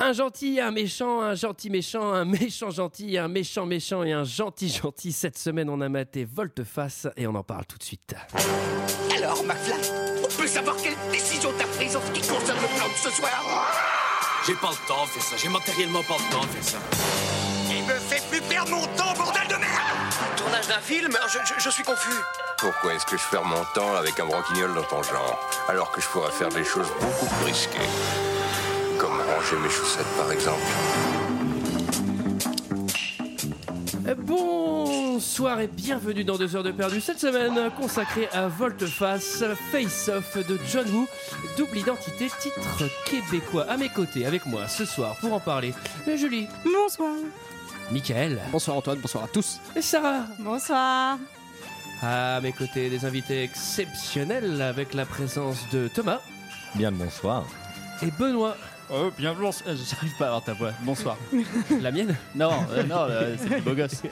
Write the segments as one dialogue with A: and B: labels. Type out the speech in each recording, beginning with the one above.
A: Un gentil, un méchant, un gentil méchant, un méchant gentil, un méchant méchant et un gentil gentil. Cette semaine, on a maté Volte-Face et on en parle tout de suite.
B: Alors, McFly, on peut savoir quelle décision t'as prise en ce qui concerne le plan de ce soir
C: J'ai pas le temps de faire ça, j'ai matériellement pas le temps de faire ça.
B: Il me fait plus perdre mon temps, bordel de merde Tournage d'un film Euh, je, suis confus.
D: Pourquoi est-ce que je perds mon temps avec un broquignol dans ton genre, alors que je pourrais faire des choses beaucoup plus risquées Comme ranger mes chaussettes, par exemple.
A: Bonsoir et bienvenue dans 2 heures de perdu. Cette semaine consacrée à Volte-Face, Face Off de John Woo, double identité, titre québécois. À mes côtés, avec moi ce soir pour en parler, le Julie,
E: Bonsoir.
A: Michael
F: Bonsoir Antoine, bonsoir à tous.
A: et Sarah.
F: Ah,
E: Bonsoir.
A: À mes côtés, des invités exceptionnels avec la présence de Thomas
G: Bien le bonsoir.
A: et Benoît.
F: Oh, bien le bonsoir. Euh, J'arrive pas à avoir ta voix. Bonsoir.
A: La mienne
F: Non, euh, non, euh, c'est du beau gosse.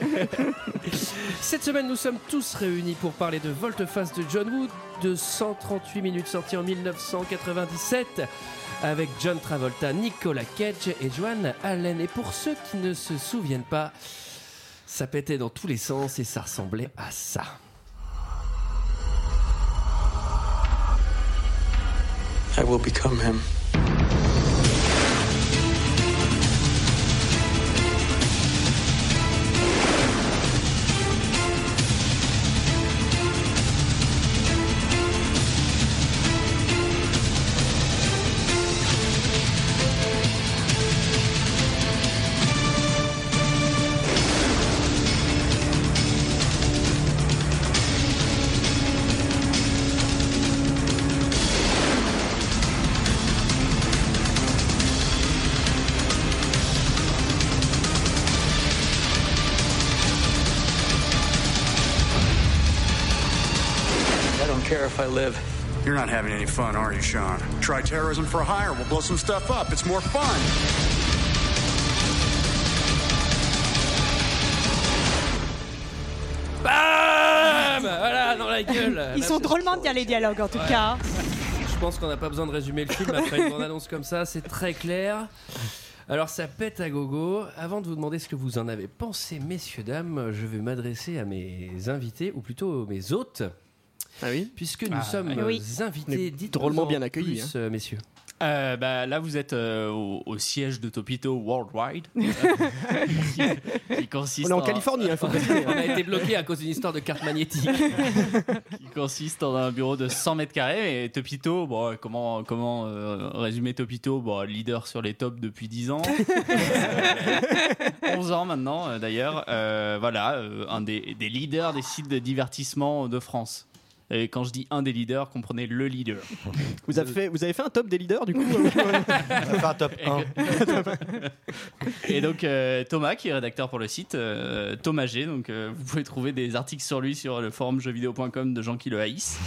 A: Cette semaine, nous sommes tous réunis pour parler de Volte-Face de John Woo, de 138 minutes sorti en 1997, avec John Travolta, Nicolas Cage et Joan Allen. Et pour ceux qui ne se souviennent pas, ça pétait dans tous les sens et ça ressemblait à ça.
H: I will become him. I don't care if I live.
I: You're not having any fun, are you, Sean? Try terrorism for hire. We'll blow some stuff up. It's more fun.
F: Ah
A: Bam
F: bah
A: Voilà, dans la gueule
E: Ils
A: Là,
E: sont
A: c'est-
E: drôlement bien les dialogues en tout cas.
A: Je pense qu'on n'a pas besoin de résumer le film après une bande-annonce comme ça, c'est très clair. Alors ça pète à gogo. Avant de vous demander ce que vous en avez pensé, messieurs, dames, je vais m'adresser à mes invités, ou plutôt mes hôtes,
F: Ah oui
A: puisque nous sommes
E: oui.
A: invités,
F: Mais
A: dites
F: drôlement bien accueillis, hein.
A: Plus, euh, messieurs.
J: Euh, bah, là, vous êtes euh, au, au siège de Topito Worldwide, qui, qui consiste
F: On est en Californie, il faut préciser.
A: On a été bloqué à cause d'une histoire de carte magnétique.
J: qui consiste en un bureau de 100 mètres carrés. Et Topito, bon, comment, comment euh, résumer Topito bon, Leader sur les tops depuis 10 ans. Euh, 11 ans maintenant, euh, d'ailleurs. Euh, voilà, euh, un des, des leaders des sites de divertissement de France. Et quand je dis un des leaders, comprenez le leader.
F: Vous avez fait, vous avez fait un top des leaders du coup hein,
G: Enfin, top
J: Et que- Et donc euh, Thomas, qui est rédacteur pour le site, euh, Thomas G. Donc euh, vous pouvez trouver des articles sur lui sur le forum jeuxvideo.com de gens qui le haïssent.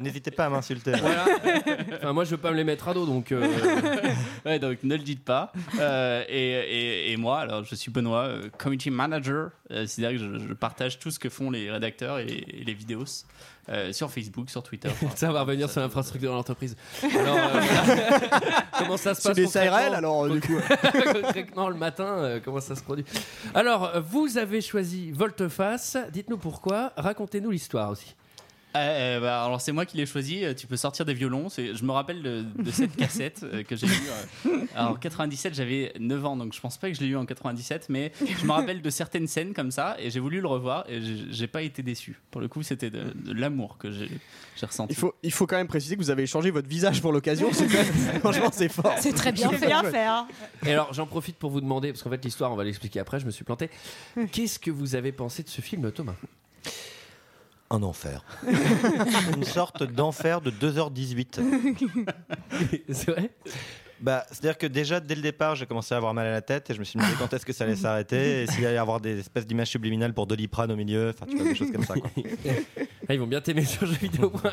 G: N'hésitez pas à m'insulter.
A: Voilà. Enfin, moi, je veux pas me les mettre à dos, donc. euh,
J: Ouais, donc ne le dites pas. Euh, et, et- et moi, alors je suis Benoît, euh, community manager. Euh, C'est-à-dire que je, je partage tout ce que font les rédacteurs et, et les vidéos euh, sur Facebook, sur Twitter. Enfin,
A: Ça va revenir sur l'infrastructure de l'entreprise. Alors, euh, comment ça se passe
F: C'est des
A: concrètement
F: CRL alors euh, du coup.
A: Concrètement, le matin, euh, comment ça se produit. Alors, euh, vous avez choisi Volteface. Dites-nous pourquoi. Racontez-nous l'histoire aussi.
J: Euh, euh, bah, alors c'est moi qui l'ai choisi. Euh, Tu peux sortir des violons. C'est- Je me rappelle de, de cette cassette euh, que j'ai eue. euh, alors, en 97, j'avais 9 ans, donc je pense pas que je l'ai eu en 97, mais je me rappelle de certaines scènes comme ça. Et j'ai voulu le revoir et j'ai j'ai pas été déçu. Pour le coup, c'était de, de l'amour que j'ai j'ai ressenti.
F: Il faut, il faut quand même préciser que vous avez échangé votre visage pour l'occasion. c'est quand même- Franchement, c'est fort.
E: C'est très bien fait. Bien faire.
A: Et alors, j'en profite pour vous demander, parce qu'en fait, l'histoire, on va l'expliquer après, je me suis planté. Qu'est-ce que vous avez pensé de ce film, Thomas
G: Un enfer. Une sorte d'enfer de 2h18.
A: C'est vrai
G: Bah, C'est-à-dire que déjà, dès le départ, j'ai commencé à avoir mal à la tête et je me suis demandé quand est-ce que ça allait s'arrêter et s'il allait y avoir des espèces d'images subliminales pour Doliprane au milieu, enfin, tu vois, des choses comme ça. quoi.
A: Ah, Ils vont bien t'aimer sur jeuxvideo.com.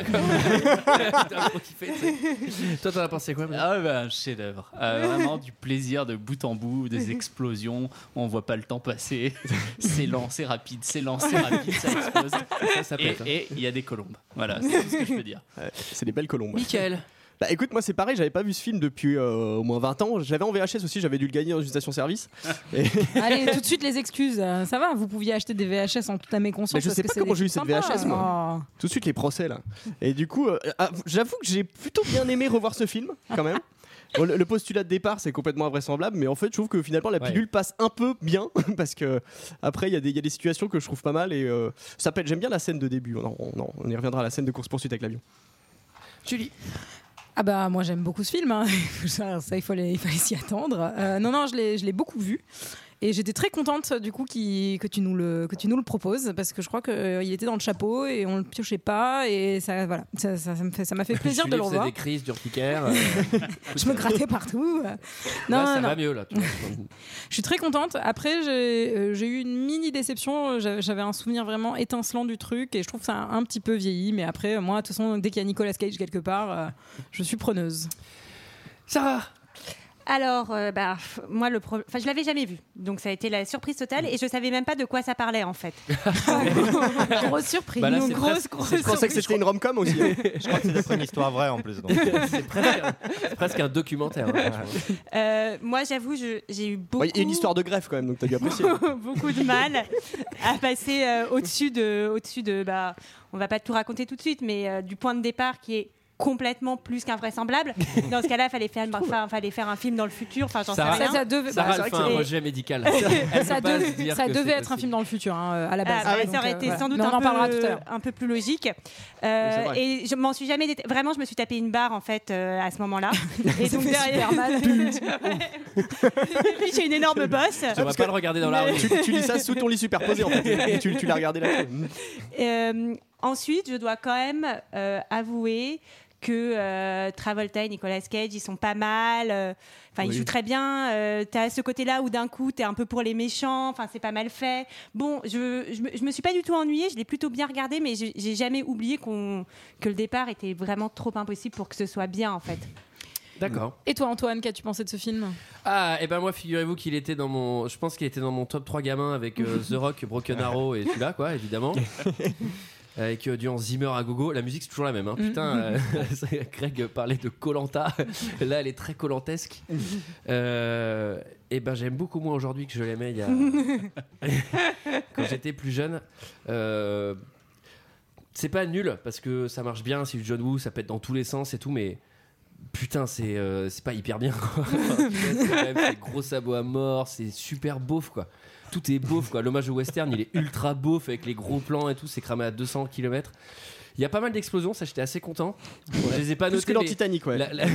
A: Putain, trop kiffé, tu sais. Toi, t'en as pensé quoi Benoît
J: Ah ouais, bah, un chef-d'œuvre. Euh, vraiment du plaisir de bout en bout, des explosions. On voit pas le temps passer. C'est lent, c'est rapide, c'est lent, c'est rapide, ça explose.
A: Ça, ça
J: Et
A: pète, hein.
J: et il y a des colombes. Voilà, c'est tout ce que je peux dire.
F: C'est des belles colombes.
A: Michael,
F: Bah écoute, moi c'est pareil, j'avais pas vu ce film depuis euh, au moins 20 ans. J'avais en VHS aussi, j'avais dû le gagner dans une station-service. Et-
K: Allez, tout de suite les excuses. Euh, Ça va, vous pouviez acheter des VHS en toute âme et conscience.
F: Mais je
K: parce
F: sais
K: que
F: pas
K: c'est
F: comment
K: des
F: j'ai eu cette
K: films sympas.
F: VHS moi. Tout de suite les procès là. Et du coup, euh, ah, j'avoue que j'ai plutôt bien aimé revoir ce film quand même. Bon, le, le postulat de départ c'est complètement invraisemblable, mais en fait je trouve que finalement la pilule passe un peu bien parce que après il y, a des- il y a des situations que je trouve pas mal et euh, ça pète. J'aime bien la scène de début. On, en- on en- on y reviendra à la scène de course poursuite avec l'avion.
A: Julie.
K: Ah bah moi j'aime beaucoup ce film, hein. ça, ça, il fallait il fallait s'y attendre. Euh, non non je l'ai je l'ai beaucoup vu et j'étais très contente du coup qui, que tu nous le que tu nous le proposes parce que je crois que euh, il était dans le chapeau et on le piochait pas et ça voilà ça, ça, ça me fait ça m'a fait plaisir de
A: hein.
K: le
A: C'est
K: revoir.
A: des crises d'urticaire. euh,
K: Je me grattais partout. Euh, Non
A: là, ça
K: non,
A: va
K: non.
A: mieux là. tu vois.
K: Je suis très contente. Après, j'ai euh, j'ai eu une mini déception. J'avais j'avais un souvenir vraiment étincelant du truc et je trouve que ça a un petit peu vieilli. Mais après, moi, de toute façon, dès qu'il y a Nicolas Cage quelque part, euh, je suis preneuse.
A: Sarah
L: Alors, euh, bah, pff, moi, le pro- enfin, je l'avais jamais vu, donc ça a été la surprise totale, et je savais même pas de quoi ça parlait en fait. grosse surprise,
F: Bah là,
L: Une
F: c'est
L: grosse,
F: presque-
L: grosse
F: Je pensais que
L: surprise.
F: c'était une rom-com aussi.
G: Je crois que c'est d'après une histoire vraie en plus. donc.
A: C'est presque un documentaire. hein, franchement.
L: Euh, moi, j'avoue, je- j'ai eu
F: Bon,
L: beaucoup,
F: Il y a une histoire de greffe quand même, donc t'as dû apprécier.
L: beaucoup de mal à passer euh, au-dessus de, au-dessus de, bah, on va pas tout raconter tout de suite, mais euh, du point de départ qui est complètement plus qu'invraisemblable. Dans ce cas-là, fallait faire, enfin, fallait faire un film dans le futur. Enfin, j'en sais
A: Sarah,
L: rien.
K: Ça, ça devait-
A: Sarah,
K: bah, c'est
A: elle fait
K: vrai
A: un
K: que-
A: rejet médical.
K: ça devait- ça devait être un film dans le futur hein, à la base.
L: Ah, bah,
K: Donc,
L: ça aurait
K: euh,
L: été
K: voilà.
L: sans doute
K: Mais on en
L: un,
K: parlera tout à
L: peu,
K: l'heure.
L: un peu plus logique. Euh,
K: Oui, c'est vrai.
L: et je m'en suis jamais. déta- Vraiment, je me suis tapé une barre en fait euh, à ce moment-là. et
K: Ça fait super mal.
L: Depuis, j'ai une énorme bosse.
A: On va pas le regarder dans la rue.
F: tu, tu lis ça sous ton lit superposé en fait. tu tu l'as regardé là.
L: Euh, ensuite, je dois quand même euh, avouer que euh, Travolta et Nicolas Cage, ils sont pas mal. euh, Enfin, ils
K: Oui.
L: jouent très bien. Euh, t'as ce côté-là où d'un coup, t'es un peu pour les méchants. Enfin, c'est pas mal fait. Bon, je, je, me- je me suis pas du tout ennuyée. Je l'ai plutôt bien regardé, mais j'ai j'ai jamais oublié qu'on que le départ était vraiment trop impossible pour que ce soit bien, en fait.
A: D'accord.
K: Et toi, Antoine, qu'as-tu pensé de ce film
A: Ah, et ben moi, figurez-vous qu'il était dans mon. Je pense qu'il était dans mon top 3 gamins avec euh, The Rock, Broken Arrow et celui-là, quoi, évidemment. Avec euh, du Hans Zimmer à gogo, la musique c'est toujours la même. hein. Putain, euh, c'est- Greg parlait de Colanta. Là, elle est très colantesque. Euh, et ben, j'aime beaucoup moins aujourd'hui que je l'aimais il y a quand j'étais plus jeune. Euh, c'est pas nul parce que ça marche bien. C'est du John Woo, ça pète dans tous les sens et tout, mais putain, c'est euh, c'est pas hyper bien. quoi. c'est quand même ces gros sabots à mort, c'est super beauf quoi. Tout est beauf quoi. L'hommage au western, il est ultra beauf avec les gros plans et tout. C'est cramé à 200 km. Il y a pas mal d'explosions, ça j'étais assez content. Je les ai pas
F: Plus
A: notées,
F: que dans
A: mais
F: Titanic, ouais.
A: La, la-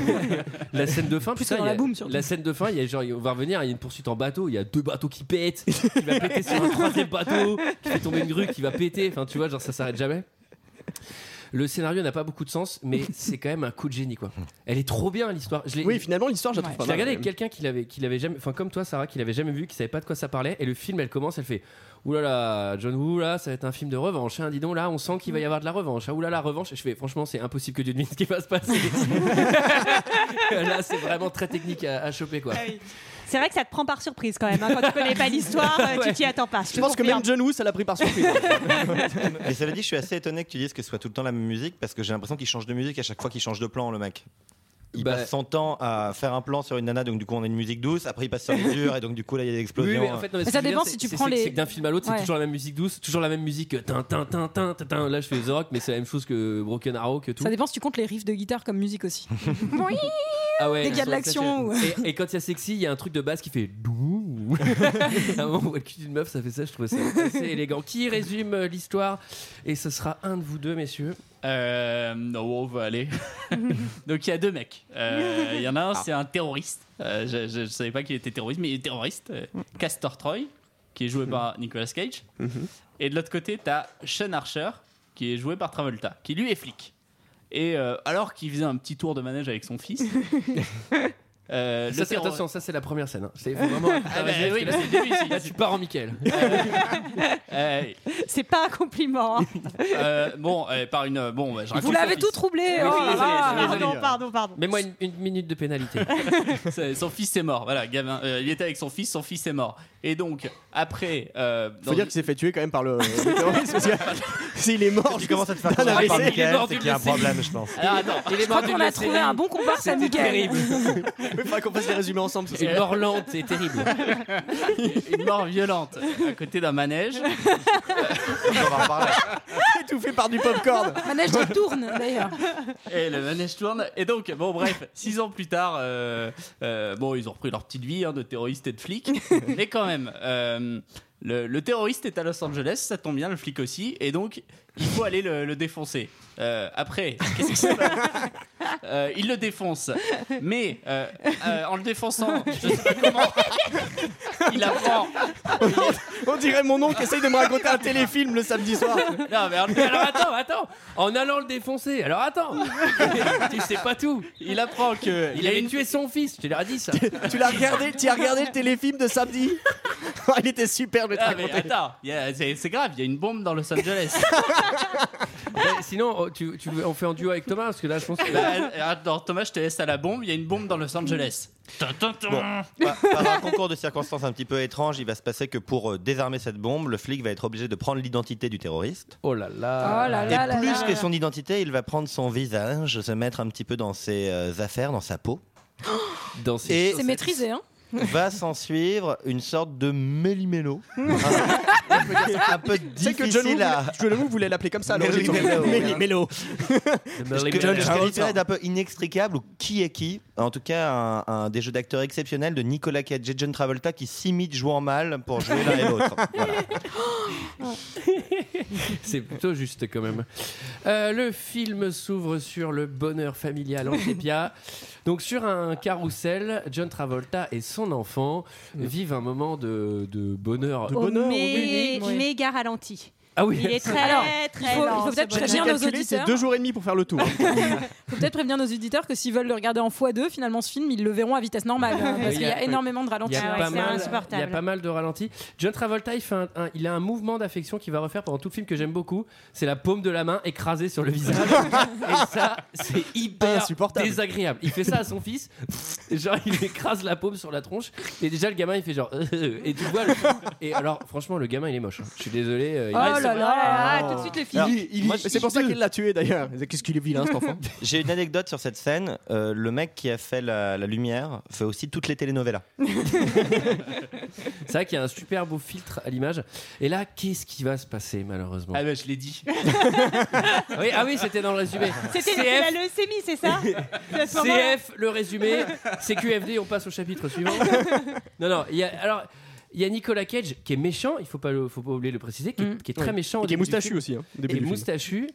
A: la scène de fin,
F: Plus
A: putain,
F: que dans
A: il y a-
F: la boum, surtout.
A: la scène de fin, il y a genre, on va revenir, il y a une poursuite en bateau, il y a deux bateaux qui pètent, qui va péter sur un troisième bateau, qui fait tomber une grue, qui va péter. Enfin, tu vois, genre ça s'arrête jamais. Le scénario n'a pas beaucoup de sens, mais c'est quand même un coup de génie, quoi. Elle est trop bien l'histoire. Je l'ai-
F: Oui, finalement, l'histoire, je la trouve pas
A: je l'ai
F: mal,
A: regardé avec
F: ouais.
A: quelqu'un qui l'avait, qui l'avait jamais, enfin comme toi, Sarah, qui l'avait jamais vu, qui savait pas de quoi ça parlait. Et le film, elle commence, elle fait, oulala, John Woo, là, ça va être un film de revanche. Hein, dis donc, là, on sent qu'il va y avoir de la revanche. Ah, oulala, revanche. Et je fais, franchement, c'est impossible que Dieu devine ce qui va se passer. là, c'est vraiment très technique à, à choper, quoi.
L: C'est vrai que ça te prend par surprise quand même. hein. Quand tu connais pas l'histoire, euh, tu
A: Ouais.
L: t'y attends pas.
F: Je pense que même John Woo, ça l'a pris par surprise.
G: Mais cela dit, je suis assez étonné que tu dises que ce soit tout le temps la même musique parce que j'ai l'impression qu'il change de musique à chaque fois qu'il change de plan, le mec. Il
A: Bah.
G: passe son temps à faire un plan sur une nana, donc du coup on a une musique douce. Après il passe sur les durs et donc du coup là il y a des explosions.
A: Oui, mais en fait, non, mais ce que je veux dire, c'est- c'est- C'est que d'un film à l'autre,
K: Ouais.
A: c'est toujours la même musique douce, toujours la même musique. euh, Tin, tin, tin, tin, tin, tin. Là, je fais The Rock, mais c'est la même chose que Broken Arrow, que tout.
K: Ça dépend si tu comptes les riffs de guitare comme musique aussi. oui.
A: Ah ouais,
K: Dès qu'il y a de
A: elles sont
K: l'action,
A: attachées. Et, et quand il y a sexy, il y a un truc de basse qui fait. douou. à un moment où le cul d'une meuf, ça fait ça, je trouve ça assez élégant. Qui résume euh, l'histoire Et ce sera un de vous deux, messieurs.
J: Euh, non, on va aller. Donc il y a deux mecs. Euh, Il y en a un, c'est un terroriste. Euh, je- je ne savais pas qu'il était terroriste, mais il est terroriste. Euh, Castor Troy, qui est joué par Nicolas Cage. Et de l'autre côté, t'as Sean Archer, qui est joué par Travolta, qui lui est flic. Et euh, alors qu'il faisait un petit tour de manège avec son fils. euh,
A: Ça,
J: le
A: c'est-
J: terror-
A: attention, ça, c'est la première scène. hein. C'est faut vraiment.
J: Ah bah, oui,
A: là,
J: bah, c'est le début, c'est-
A: là, tu pars en Michael.
J: Euh,
L: C'est pas un compliment. hein.
J: euh, bon, euh, par une. euh, Bon, bah, je raconte
L: Vous
J: son
L: l'avez
J: fils.
L: tout troublé.
J: Oui,
L: oh
J: je suis
L: là
J: désolé,
L: là.
J: je suis désolé.
L: Pardon, pardon, pardon.
A: Mets-moi une, une minute de pénalité.
J: C'est- son fils est mort. Voilà, Gavin, euh, il était avec son fils, son fils est mort. Et donc, après. euh,
F: Faut
J: dans-
F: dire qu'il s'est fait tuer quand même par le. le terroriste, parce que S'il est mort,
G: tu commences Oh, à te faire
F: d'un
G: comprendre par
F: AVC.
G: Michael, c'est qu'il y a un problème, je pense.
J: Alors, Ah, attends,
A: Il est
K: Je crois
A: mort d'une
K: qu'on a
A: lacérite.
K: trouvé un bon comparse à
A: C'était
K: Miguel.
A: terrible.
F: Il faudra qu'on fasse les résumés ensemble. ce
A: Une
F: soir.
A: mort lente et terrible.
J: une mort violente à côté d'un manège.
F: Étouffé par du popcorn.
K: Manège qui tourne d'ailleurs.
J: Et le manège tourne. Et donc, bon, bref, six ans plus tard, euh, euh, bon, ils ont repris leur petite vie hein, de terroriste et de flic. mais quand même, euh, le, le terroriste est à Los Angeles, ça tombe bien, le flic aussi. Et donc, il faut aller le, le défoncer. Euh, après, qu'est-ce qui se passe Euh, Il le défonce. Mais euh, euh, en le défonçant, je sais pas comment, il apprend.
F: On dirait mon oncle essaye de me raconter un téléfilm le samedi soir.
A: Non,
J: Ah,
A: mais alors, mais alors, attends, attends. En allant le défoncer, alors attends. tu sais pas tout.
J: Il apprend que
A: Il avait tué son fils, tu l'as dit ça.
F: Tu l'as regardé, tu as regardé le téléfilm de samedi Il était super le
J: Ah, mais attends, il y a- c'est c'est grave, il y a une bombe dans Los Angeles.
A: Ben, sinon, oh, tu, tu, on fait en duo avec Thomas parce que là, je pense que.
J: Bah, euh, attends, Thomas, je te laisse à la bombe. Il y a une bombe dans Los Angeles.
G: Bon, par, par un concours de circonstances un petit peu étrange, il va se passer que pour euh, désarmer cette bombe, le flic va être obligé de prendre l'identité du terroriste.
A: Oh là Ah là.
K: Oh là
G: Et
K: là là
G: plus
K: là
G: que
K: là.
G: son identité, il va prendre son visage, se mettre un petit peu dans ses euh, affaires, dans sa peau.
A: Dans ces-
G: Et
K: C'est maîtrisé, hein
G: va s'en suivre une sorte de mélimélo. un, un peu
F: C'est que John Woo,
G: difficile à.
F: voulait- John Woo voulait l'appeler comme ça. alors
G: Melly
F: j'ai dit-
G: Mello.
F: Melly Mello.
G: Que,
A: Marilyn
G: je
A: Manson.
G: qualifierais d'un peu inextricable ou qui est qui. En tout cas, un, un des jeux d'acteurs exceptionnels de Nicolas Cage et John Travolta qui s'imitent jouant mal pour jouer l'un et l'autre. Voilà.
A: C'est plutôt juste quand même. Euh, le film s'ouvre sur le bonheur familial en sépia. Donc sur un carrousel, John Travolta et son enfant vivent un moment de, de bonheur.
K: Oh,
F: De bonheur,
L: mais,
K: oui.
L: mais gars ralenti.
A: Ah
L: Il est très,
K: Alors,
L: très
K: faut- il
L: lent,
K: faut
L: ce bonheur.
K: peut-être prévenir
F: J'ai
K: nos
F: calculé, c'est
K: auditeurs.
F: deux jours et demi pour faire le tour.
K: Faut peut-être prévenir nos auditeurs que s'ils veulent le regarder en x2, finalement ce film, ils le verront à vitesse normale. hein, parce
A: Il y
K: qu'il y
A: a-
K: a énormément de
A: Il y,
K: ralentis.
A: a
L: Ah ouais,
A: pas
L: c'est
A: mal, il
L: insupportable.
A: y a pas mal de ralentis. John Travolta, il, fait un- un- il a un mouvement d'affection qu'il va refaire pendant tout le film que j'aime beaucoup. C'est la paume de la main écrasée sur le visage. et ça, c'est hyper
F: Insupportable.
A: désagréable. Il fait ça à son fils. Genre, il écrase la paume sur la tronche. Et déjà, le gamin, il fait genre. euh, et tu vois. le- Et alors, franchement, le gamin, il est moche. Je suis désolé. euh, il-
K: Oh là là
L: Ah, tout de suite le film.
G: Alors,
F: Il- il-
G: moi,
F: C'est pour ça qu'il l'a tué d'ailleurs. Qu'est-ce qu'il est vilain cet enfant
G: J'ai une anecdote sur cette scène. Euh, le mec qui a fait la, la lumière fait aussi toutes les telenovelas.
A: C'est vrai qu'il y a un super beau filtre à l'image. Et là, qu'est-ce qui va se passer, malheureusement
J: Ah bah je l'ai dit.
A: oui, Ah oui, c'était dans le résumé.
L: C'était
A: CF.
L: la leucémie, c'est ça C'est à ce moment-là
A: CF, le résumé. CQFD, on passe au chapitre suivant. Non, non, il y a, alors, il y a Nicolas Cage qui est méchant, il faut pas, le- faut pas oublier le préciser, qui, est-
K: Mm.
A: qui est très méchant. au
F: Qui est
A: début du
F: moustachu
A: film.
F: aussi. hein, au
A: Et
F: début du film.
A: moustachu,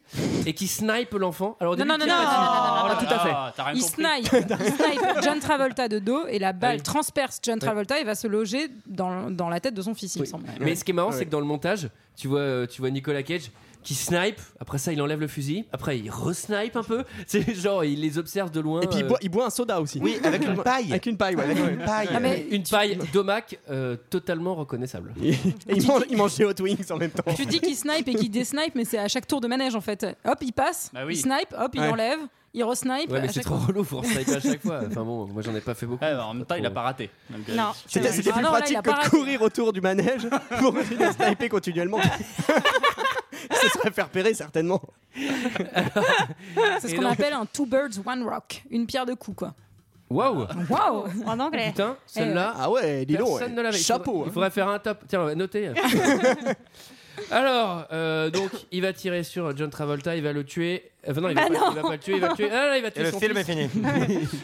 A: et qui snipe l'enfant. Alors, au
K: Non,
A: début,
K: non, non,
A: qui
K: non,
A: est pas
K: non, non, non, non,
A: Ah, tout à fait.
J: Oh T'as rien
K: Il
J: compris.
K: snipe, il snipe John Travolta de dos et la balle
A: Oui.
K: transperce John Travolta et va se loger dans, dans la tête de son fils, il me
A: Oui.
K: semble.
A: Mais ce qui est marrant, c'est
F: Ouais.
A: que dans le montage, tu vois, euh, tu vois Nicolas Cage qui snipe, après ça, il enlève le fusil, après, il resnipe un peu. C'est genre, il les observe de loin.
F: Et puis il
A: euh,
F: boit, il boit un soda aussi.
G: Oui, avec une paille.
F: Avec une paille, ouais.
G: Avec une paille.
K: Ah, mais
A: une paille d'omac euh, totalement reconnaissable.
F: Et il mange, il mange des hot wings en même temps.
K: Tu dis qu'il snipe et qu'il désnipe, mais c'est à chaque tour de manège en fait. Hop, il passe,
J: Bah oui.
K: il snipe, hop, il
F: Ouais.
K: enlève, il resnipe.
A: Ouais, mais
K: à
A: c'est
K: chaque
A: trop
K: fois.
A: relou pour sniper à chaque fois. Enfin bon, moi j'en ai pas fait beaucoup.
F: Ah,
J: Ouais, bah, en même temps, il a
A: trop-
J: pas raté. Donc, euh,
L: Non.
F: C'était c'était
K: Ah
F: plus
K: non, là, il
F: pratique
K: a
F: que
K: pas
F: de
K: raté.
F: courir autour du manège pour essayer de sniper continuellement. Ce serait faire repérer certainement.
K: C'est
A: Et
K: ce qu'on
A: donc-
K: appelle un two birds one rock, une pierre de coups quoi.
A: Waouh!
K: Waouh
L: En anglais.
A: Putain, celle-là,
F: Ah ouais, dis donc.
A: Eh, personne
F: ouais.
A: ne l'avait. Il faudrait-
F: Chapeau.
A: Il faudrait faire un top. Tiens, on va noter. Alors, euh, donc, il va tirer sur John Travolta, il va le tuer. Enfin, non, il va,
L: Bah
A: pas,
L: non.
A: il va pas le tuer, il va le tuer. Ah, là, il va tuer
G: Et le
A: son
G: film
A: fils.
G: est fini.
F: hein.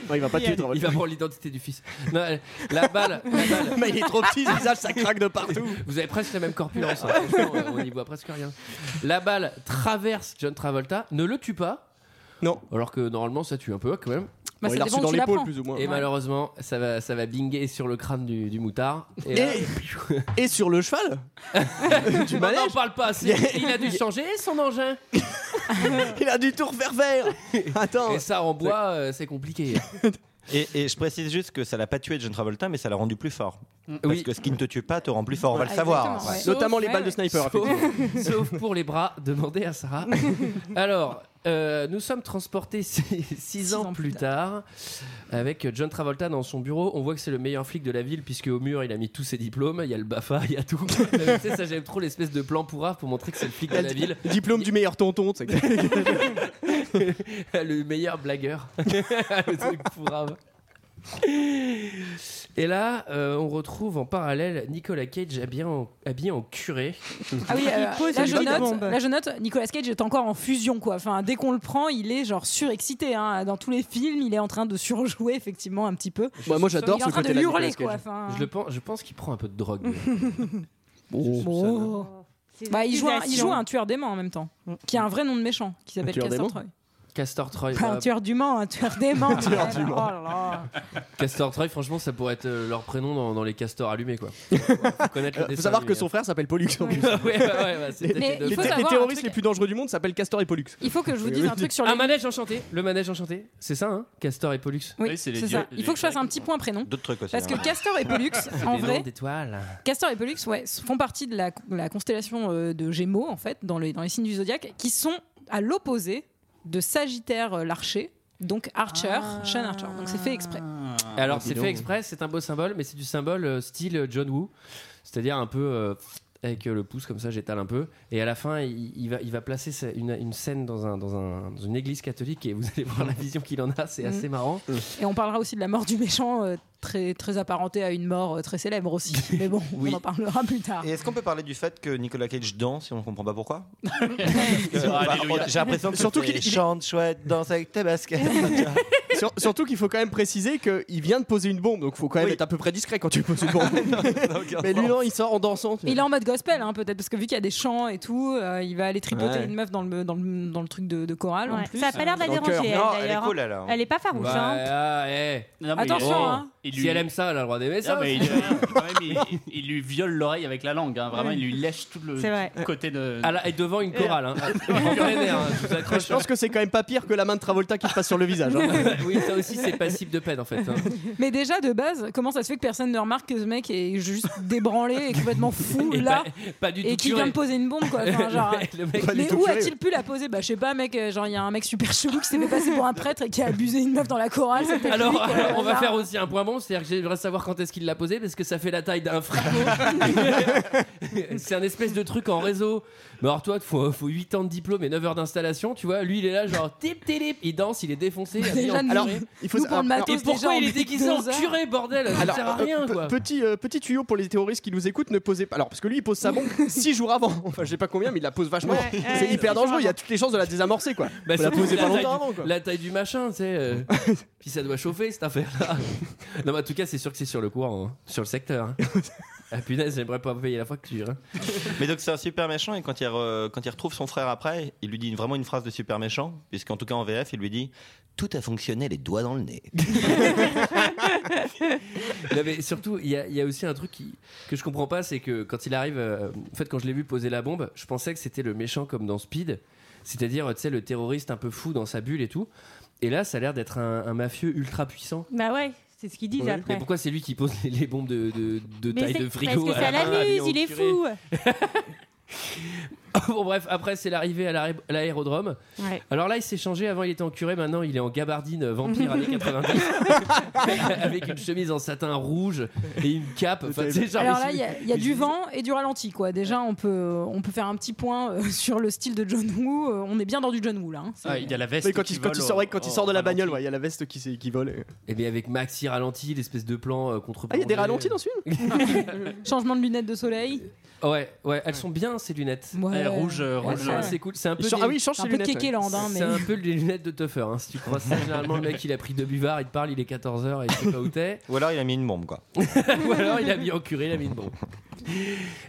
F: Non, il va pas tuer
A: Il
F: Travolta.
A: va prendre l'identité du fils. Non, euh, la balle, la balle.
F: Mais il est trop petit, le visage, ça craque de partout.
A: Vous avez presque la même corpulence. hein. Franchement, euh, on y voit presque rien. La balle traverse John Travolta, ne le tue pas.
F: Non.
A: Alors que normalement, ça tue un peu quand même.
F: Bon,
K: Bah, ça
F: il l'a
K: dépend
F: reçu
K: où
F: dans
K: tu la
F: l'épaule
K: prends.
F: plus ou moins.
A: Et malheureusement, ça va, ça va binguer sur le crâne du, du moutard. Et là-
F: Et- Et sur le cheval Du
J: Bah
K: Bah
A: on n'en
F: manège
A: parle pas assez. Il a dû changer son engin.
F: Il a du tout refaire vert
J: Oh.
F: Attends
A: Et ça, en bois, euh, c'est compliqué.
G: Et, et je précise juste que ça l'a pas tué John Travolta, mais ça l'a rendu plus fort. Parce
A: Oui.
G: que ce qui ne te tue pas te rend plus fort, on va le
K: Ah,
G: savoir.
K: exactement, ouais.
F: Notamment les
K: Sauf-
F: balles de
K: ouais,
F: sniper.
A: Sauf, sauf pour les bras, demandez à Sarah. Alors, euh, nous sommes transportés six, six ans, plus tard. avec John Travolta dans son bureau. On voit que c'est le meilleur flic de la ville puisque au mur il a mis tous ses diplômes. Il y a le Bafa, il y a tout. Mais tu sais, ça j'aime trop l'espèce de plan pour pour montrer que c'est le flic de la ville.
F: Diplôme du meilleur tonton, tu sais.
A: le meilleur blagueur. le truc pourrave. Et là, euh, on retrouve en parallèle Nicolas Cage habillé en, habillé en curé.
K: Ah oui, euh,
L: pose
K: là,
L: une
K: je
L: bonne
K: note,
L: bombe.
K: là, je note, Nicolas Cage est encore en fusion quoi. Enfin, dès qu'on le prend, il est genre surexcité. hein. Dans tous les films, il est en train de surjouer effectivement un petit peu.
F: Bah, moi, j'adore
K: Il est en
F: ce
K: train de
F: côté-là,
K: hurler
F: Nicolas
K: quoi.
F: Cage.
K: Enfin,
A: Je, le pense, je pense qu'il prend un peu de drogue.
F: Oh.
K: bah, il joue, un, il
L: Accusation.
K: joue un tueur d'aimant en même temps,
L: Mm.
K: qui a un vrai nom de méchant, qui s'appelle
A: tueur
K: Castor
A: d'aimant
K: Troy.
A: Castor Troy.
K: Pas un
A: euh,
K: tueur d'aimant, un tueur d'aimant.
A: Un tueur
K: Ouais,
A: d'aimant.
K: oh là là.
A: Castor Troy, franchement, ça pourrait être euh, leur prénom dans, dans les castors allumés, quoi. Faut, connaître le
F: euh, Faut
A: dessin
F: savoir que
A: animé,
F: son frère s'appelle Pollux. en plus.
A: hein. Ouais, ouais, ouais, bah, c'est
F: Les,
A: peut-être
K: Mais
A: les deux.
K: il euh, faut
F: les
K: savoir un
F: terroristes
K: truc-
F: les plus dangereux du monde s'appellent Castor et Pollux.
K: Il faut que je vous dise un truc sur les.
A: Un manège enchanté, le manège enchanté, c'est ça, hein Castor et Pollux.
K: Oui, c'est ça. Il faut que je fasse un petit point prénom.
G: D'autres trucs aussi.
K: Parce que
A: hein.
K: Castor et Pollux,
A: C'est
K: en
A: des
K: vrai,
A: noms d'étoiles.
F: Ah,
K: Castor et Pollux, ouais, font partie de la, la constellation euh, de Gémeaux en fait, dans les, dans les signes du zodiaque, qui sont à l'opposé de Sagittaire euh, l'archer, donc Archer,
L: Ah.
K: Sean Archer. Donc c'est fait exprès.
A: Alors
F: Ah, dis
A: c'est
F: donc.
A: fait exprès, c'est un beau symbole, mais c'est du symbole euh, style euh, John Woo, c'est-à-dire un peu euh, avec euh, le pouce comme ça, j'étale un peu, et à la fin il, il va, il va placer sa- une, une scène dans, un, dans, un- dans une église catholique et vous allez voir la vision qu'il en a, c'est
K: Mhm.
A: assez marrant.
K: Et on parlera aussi de la mort du méchant, euh, très, très apparentée à une mort euh, très célèbre aussi. Mais bon,
G: Oui.
K: on en parlera plus tard.
G: Et est-ce qu'on peut parler du fait que Nicolas Cage danse et on comprend pas pourquoi Euh, bah,
J: Alléluia.
G: J'ai l'impression que
F: Ah, Surtout
G: c'est
F: qu'il- il-
G: chante chouette, danse avec tes baskets.
F: Sur- surtout qu'il faut quand même préciser qu'il vient de poser une bombe, donc faut quand même être à peu près discret quand tu poses une bombe. Mais lui, non, il sort en dansant.
K: Il est en mode gospel, hein, peut-être, parce que vu qu'il y a des chants et tout, euh, il va aller tripoter
F: Ouais.
K: une meuf dans le, dans le, dans le truc de, de chorale. en
L: Ouais.
K: plus.
L: Ça a pas l'air de la
K: Dans le
L: déranger,
K: cœur.
L: elle,
G: Non, elle est
L: d'ailleurs.
G: cool, elle, hein.
L: Elle est pas farouche,
A: Bah,
L: hein.
A: ah, eh.
J: Non, mais
K: Attention,
J: il-
K: hein.
J: il
A: Si
J: lui-
A: elle aime ça, elle a le droit d'aimer
J: Non,
A: ça.
J: mais il, quand même, il- il lui viole l'oreille avec la langue. hein. Vraiment, il lui lèche tout le
L: C'est vrai.
J: côté de.
A: Ah là, et devant une chorale, hein. en plein air, hein, je vous accroche.
F: Je pense que c'est quand même pas pire que la main de Travolta qui se passe sur le visage. hein.
A: oui, ça aussi c'est passible de peine en fait. hein.
K: Mais déjà, de base, comment ça se fait que personne ne remarque que ce mec est juste débranlé et complètement fou
A: Et
K: là
A: pas, pas du tout.
K: et qui
A: curé.
K: vient de poser une bombe quoi Enfin, genre,
A: Le mec- le mec-
K: mais
F: du tout
K: où
F: curé.
K: a-t-il pu la poser Bah je sais pas mec, euh, genre il y a un mec super chelou qui s'est fait passer pour un prêtre et qui a abusé une meuf dans la chorale. c'était
A: Alors,
K: lui, quoi,
A: euh, on va
K: genre.
A: faire aussi un point bon, c'est-à-dire que j'aimerais savoir quand est-ce qu'il l'a posé, parce que ça fait la taille d'un frère. c'est un espèce de truc en réseau. Mais alors, toi, faut, faut 8 ans de diplôme et 9 heures d'installation, tu vois. Lui, il est là, genre, tip, tip, tip, il danse, il est défoncé. habillé en
K: Déjà, nous-
A: curé.
F: Alors, il faut
K: nous, pour le
F: alors-
K: matos,
A: et pourquoi
K: déjà, on
A: il est
K: met
A: déguisé en
K: deux heures.
A: curé, bordel Ça sert à rien,
F: euh, pe-
A: quoi.
F: Petit, euh, petit tuyau pour les terroristes qui nous écoutent, ne posez pas. Alors, parce que lui, il pose sa bombe 6 jours avant. Enfin, je sais pas combien, mais il la pose vachement.
L: Ouais,
F: c'est
L: ouais,
F: hyper
L: six
F: dangereux,
L: jours
F: il y a toutes les chances de la désamorcer, quoi.
A: Bah,
F: Faut la
A: surtout
F: poser pas
A: taille
F: longtemps
A: du-
F: avant, quoi.
A: La taille du machin, tu sais. euh. Puis ça doit chauffer, cette affaire-là. non, mais en tout cas, c'est sûr que c'est sur le courant, hein. sur le secteur. hein. Ah punaise, j'aimerais pas payer la facture. hein.
G: Mais donc c'est un super méchant et quand il, re- quand il retrouve son frère après, il lui dit une- vraiment une phrase de super méchant, puisqu'en tout cas en VF, il lui dit Tout a fonctionné, les doigts dans le nez.
A: Non, mais surtout, il y, a- il y a aussi un truc qui- que je comprends pas, c'est que quand il arrive, euh, en fait, quand je l'ai vu poser la bombe, je pensais que c'était le méchant comme dans Speed, c'est-à-dire, tu sais, le terroriste un peu fou dans sa bulle et tout. Et là, ça a l'air d'être un, un mafieux ultra puissant.
L: Bah ouais, c'est ce qu'ils disent après.
A: Mais pourquoi c'est lui qui pose les, les bombes de, de- de
L: Mais
A: taille
L: c'est-
A: de frigo
L: Parce que ça
A: à la main,
L: l'amuse,
A: habillé
L: il
A: en
L: est
A: curé
L: fou.
A: Bon, bref, après, c'est l'arrivée à l'arri- à l'aérodrome.
L: Ouais.
A: Alors là, il s'est changé. Avant, il était en curé. Maintenant, il est en gabardine euh, vampire années 90. avec une chemise en satin rouge et une cape. Enfin, tu sais, genre,
K: Alors
A: mais
K: là,
A: c'est-
K: il y a, il y a du vent et du ralenti, quoi. Déjà, on peut, euh, on peut faire un petit point euh, sur le style de John Woo. Euh, On est bien dans du John Woo, là. hein. C'est-
J: Ah, il y a la veste.
F: Oui, quand
J: qui
F: il, quand
J: vole
F: il
J: au-
F: sort, ouais, quand il
J: au
F: sort de la
J: ralenti.
F: bagnole, ouais, il y a la veste qui, s'est- qui vole. euh.
A: Et Eh bien avec maxi ralenti, l'espèce de plan euh, contre.
F: Ah, il y a des ralentis dans ce film
K: Changement de lunettes de soleil.
A: Ouais, ouais, elles sont bien ces lunettes.
K: Ouais.
J: Eh, rouge, euh,
A: Elles
J: rouge.
A: sont assez cool. C'est un peu.
F: Il change-
A: des-
F: Ah oui, il change
K: Un
F: ses
K: peu
F: lunettes. ouais.
K: Kékéland, hein, mais.
A: C'est un peu les lunettes de Tuffer, hein, si tu crois ça. Généralement, le mec il a pris deux buvards, il te parle, il est 14h et il sait pas où t'es.
G: Ou alors il a mis une bombe, quoi.
A: Ou alors il a mis en curé, il a mis une bombe.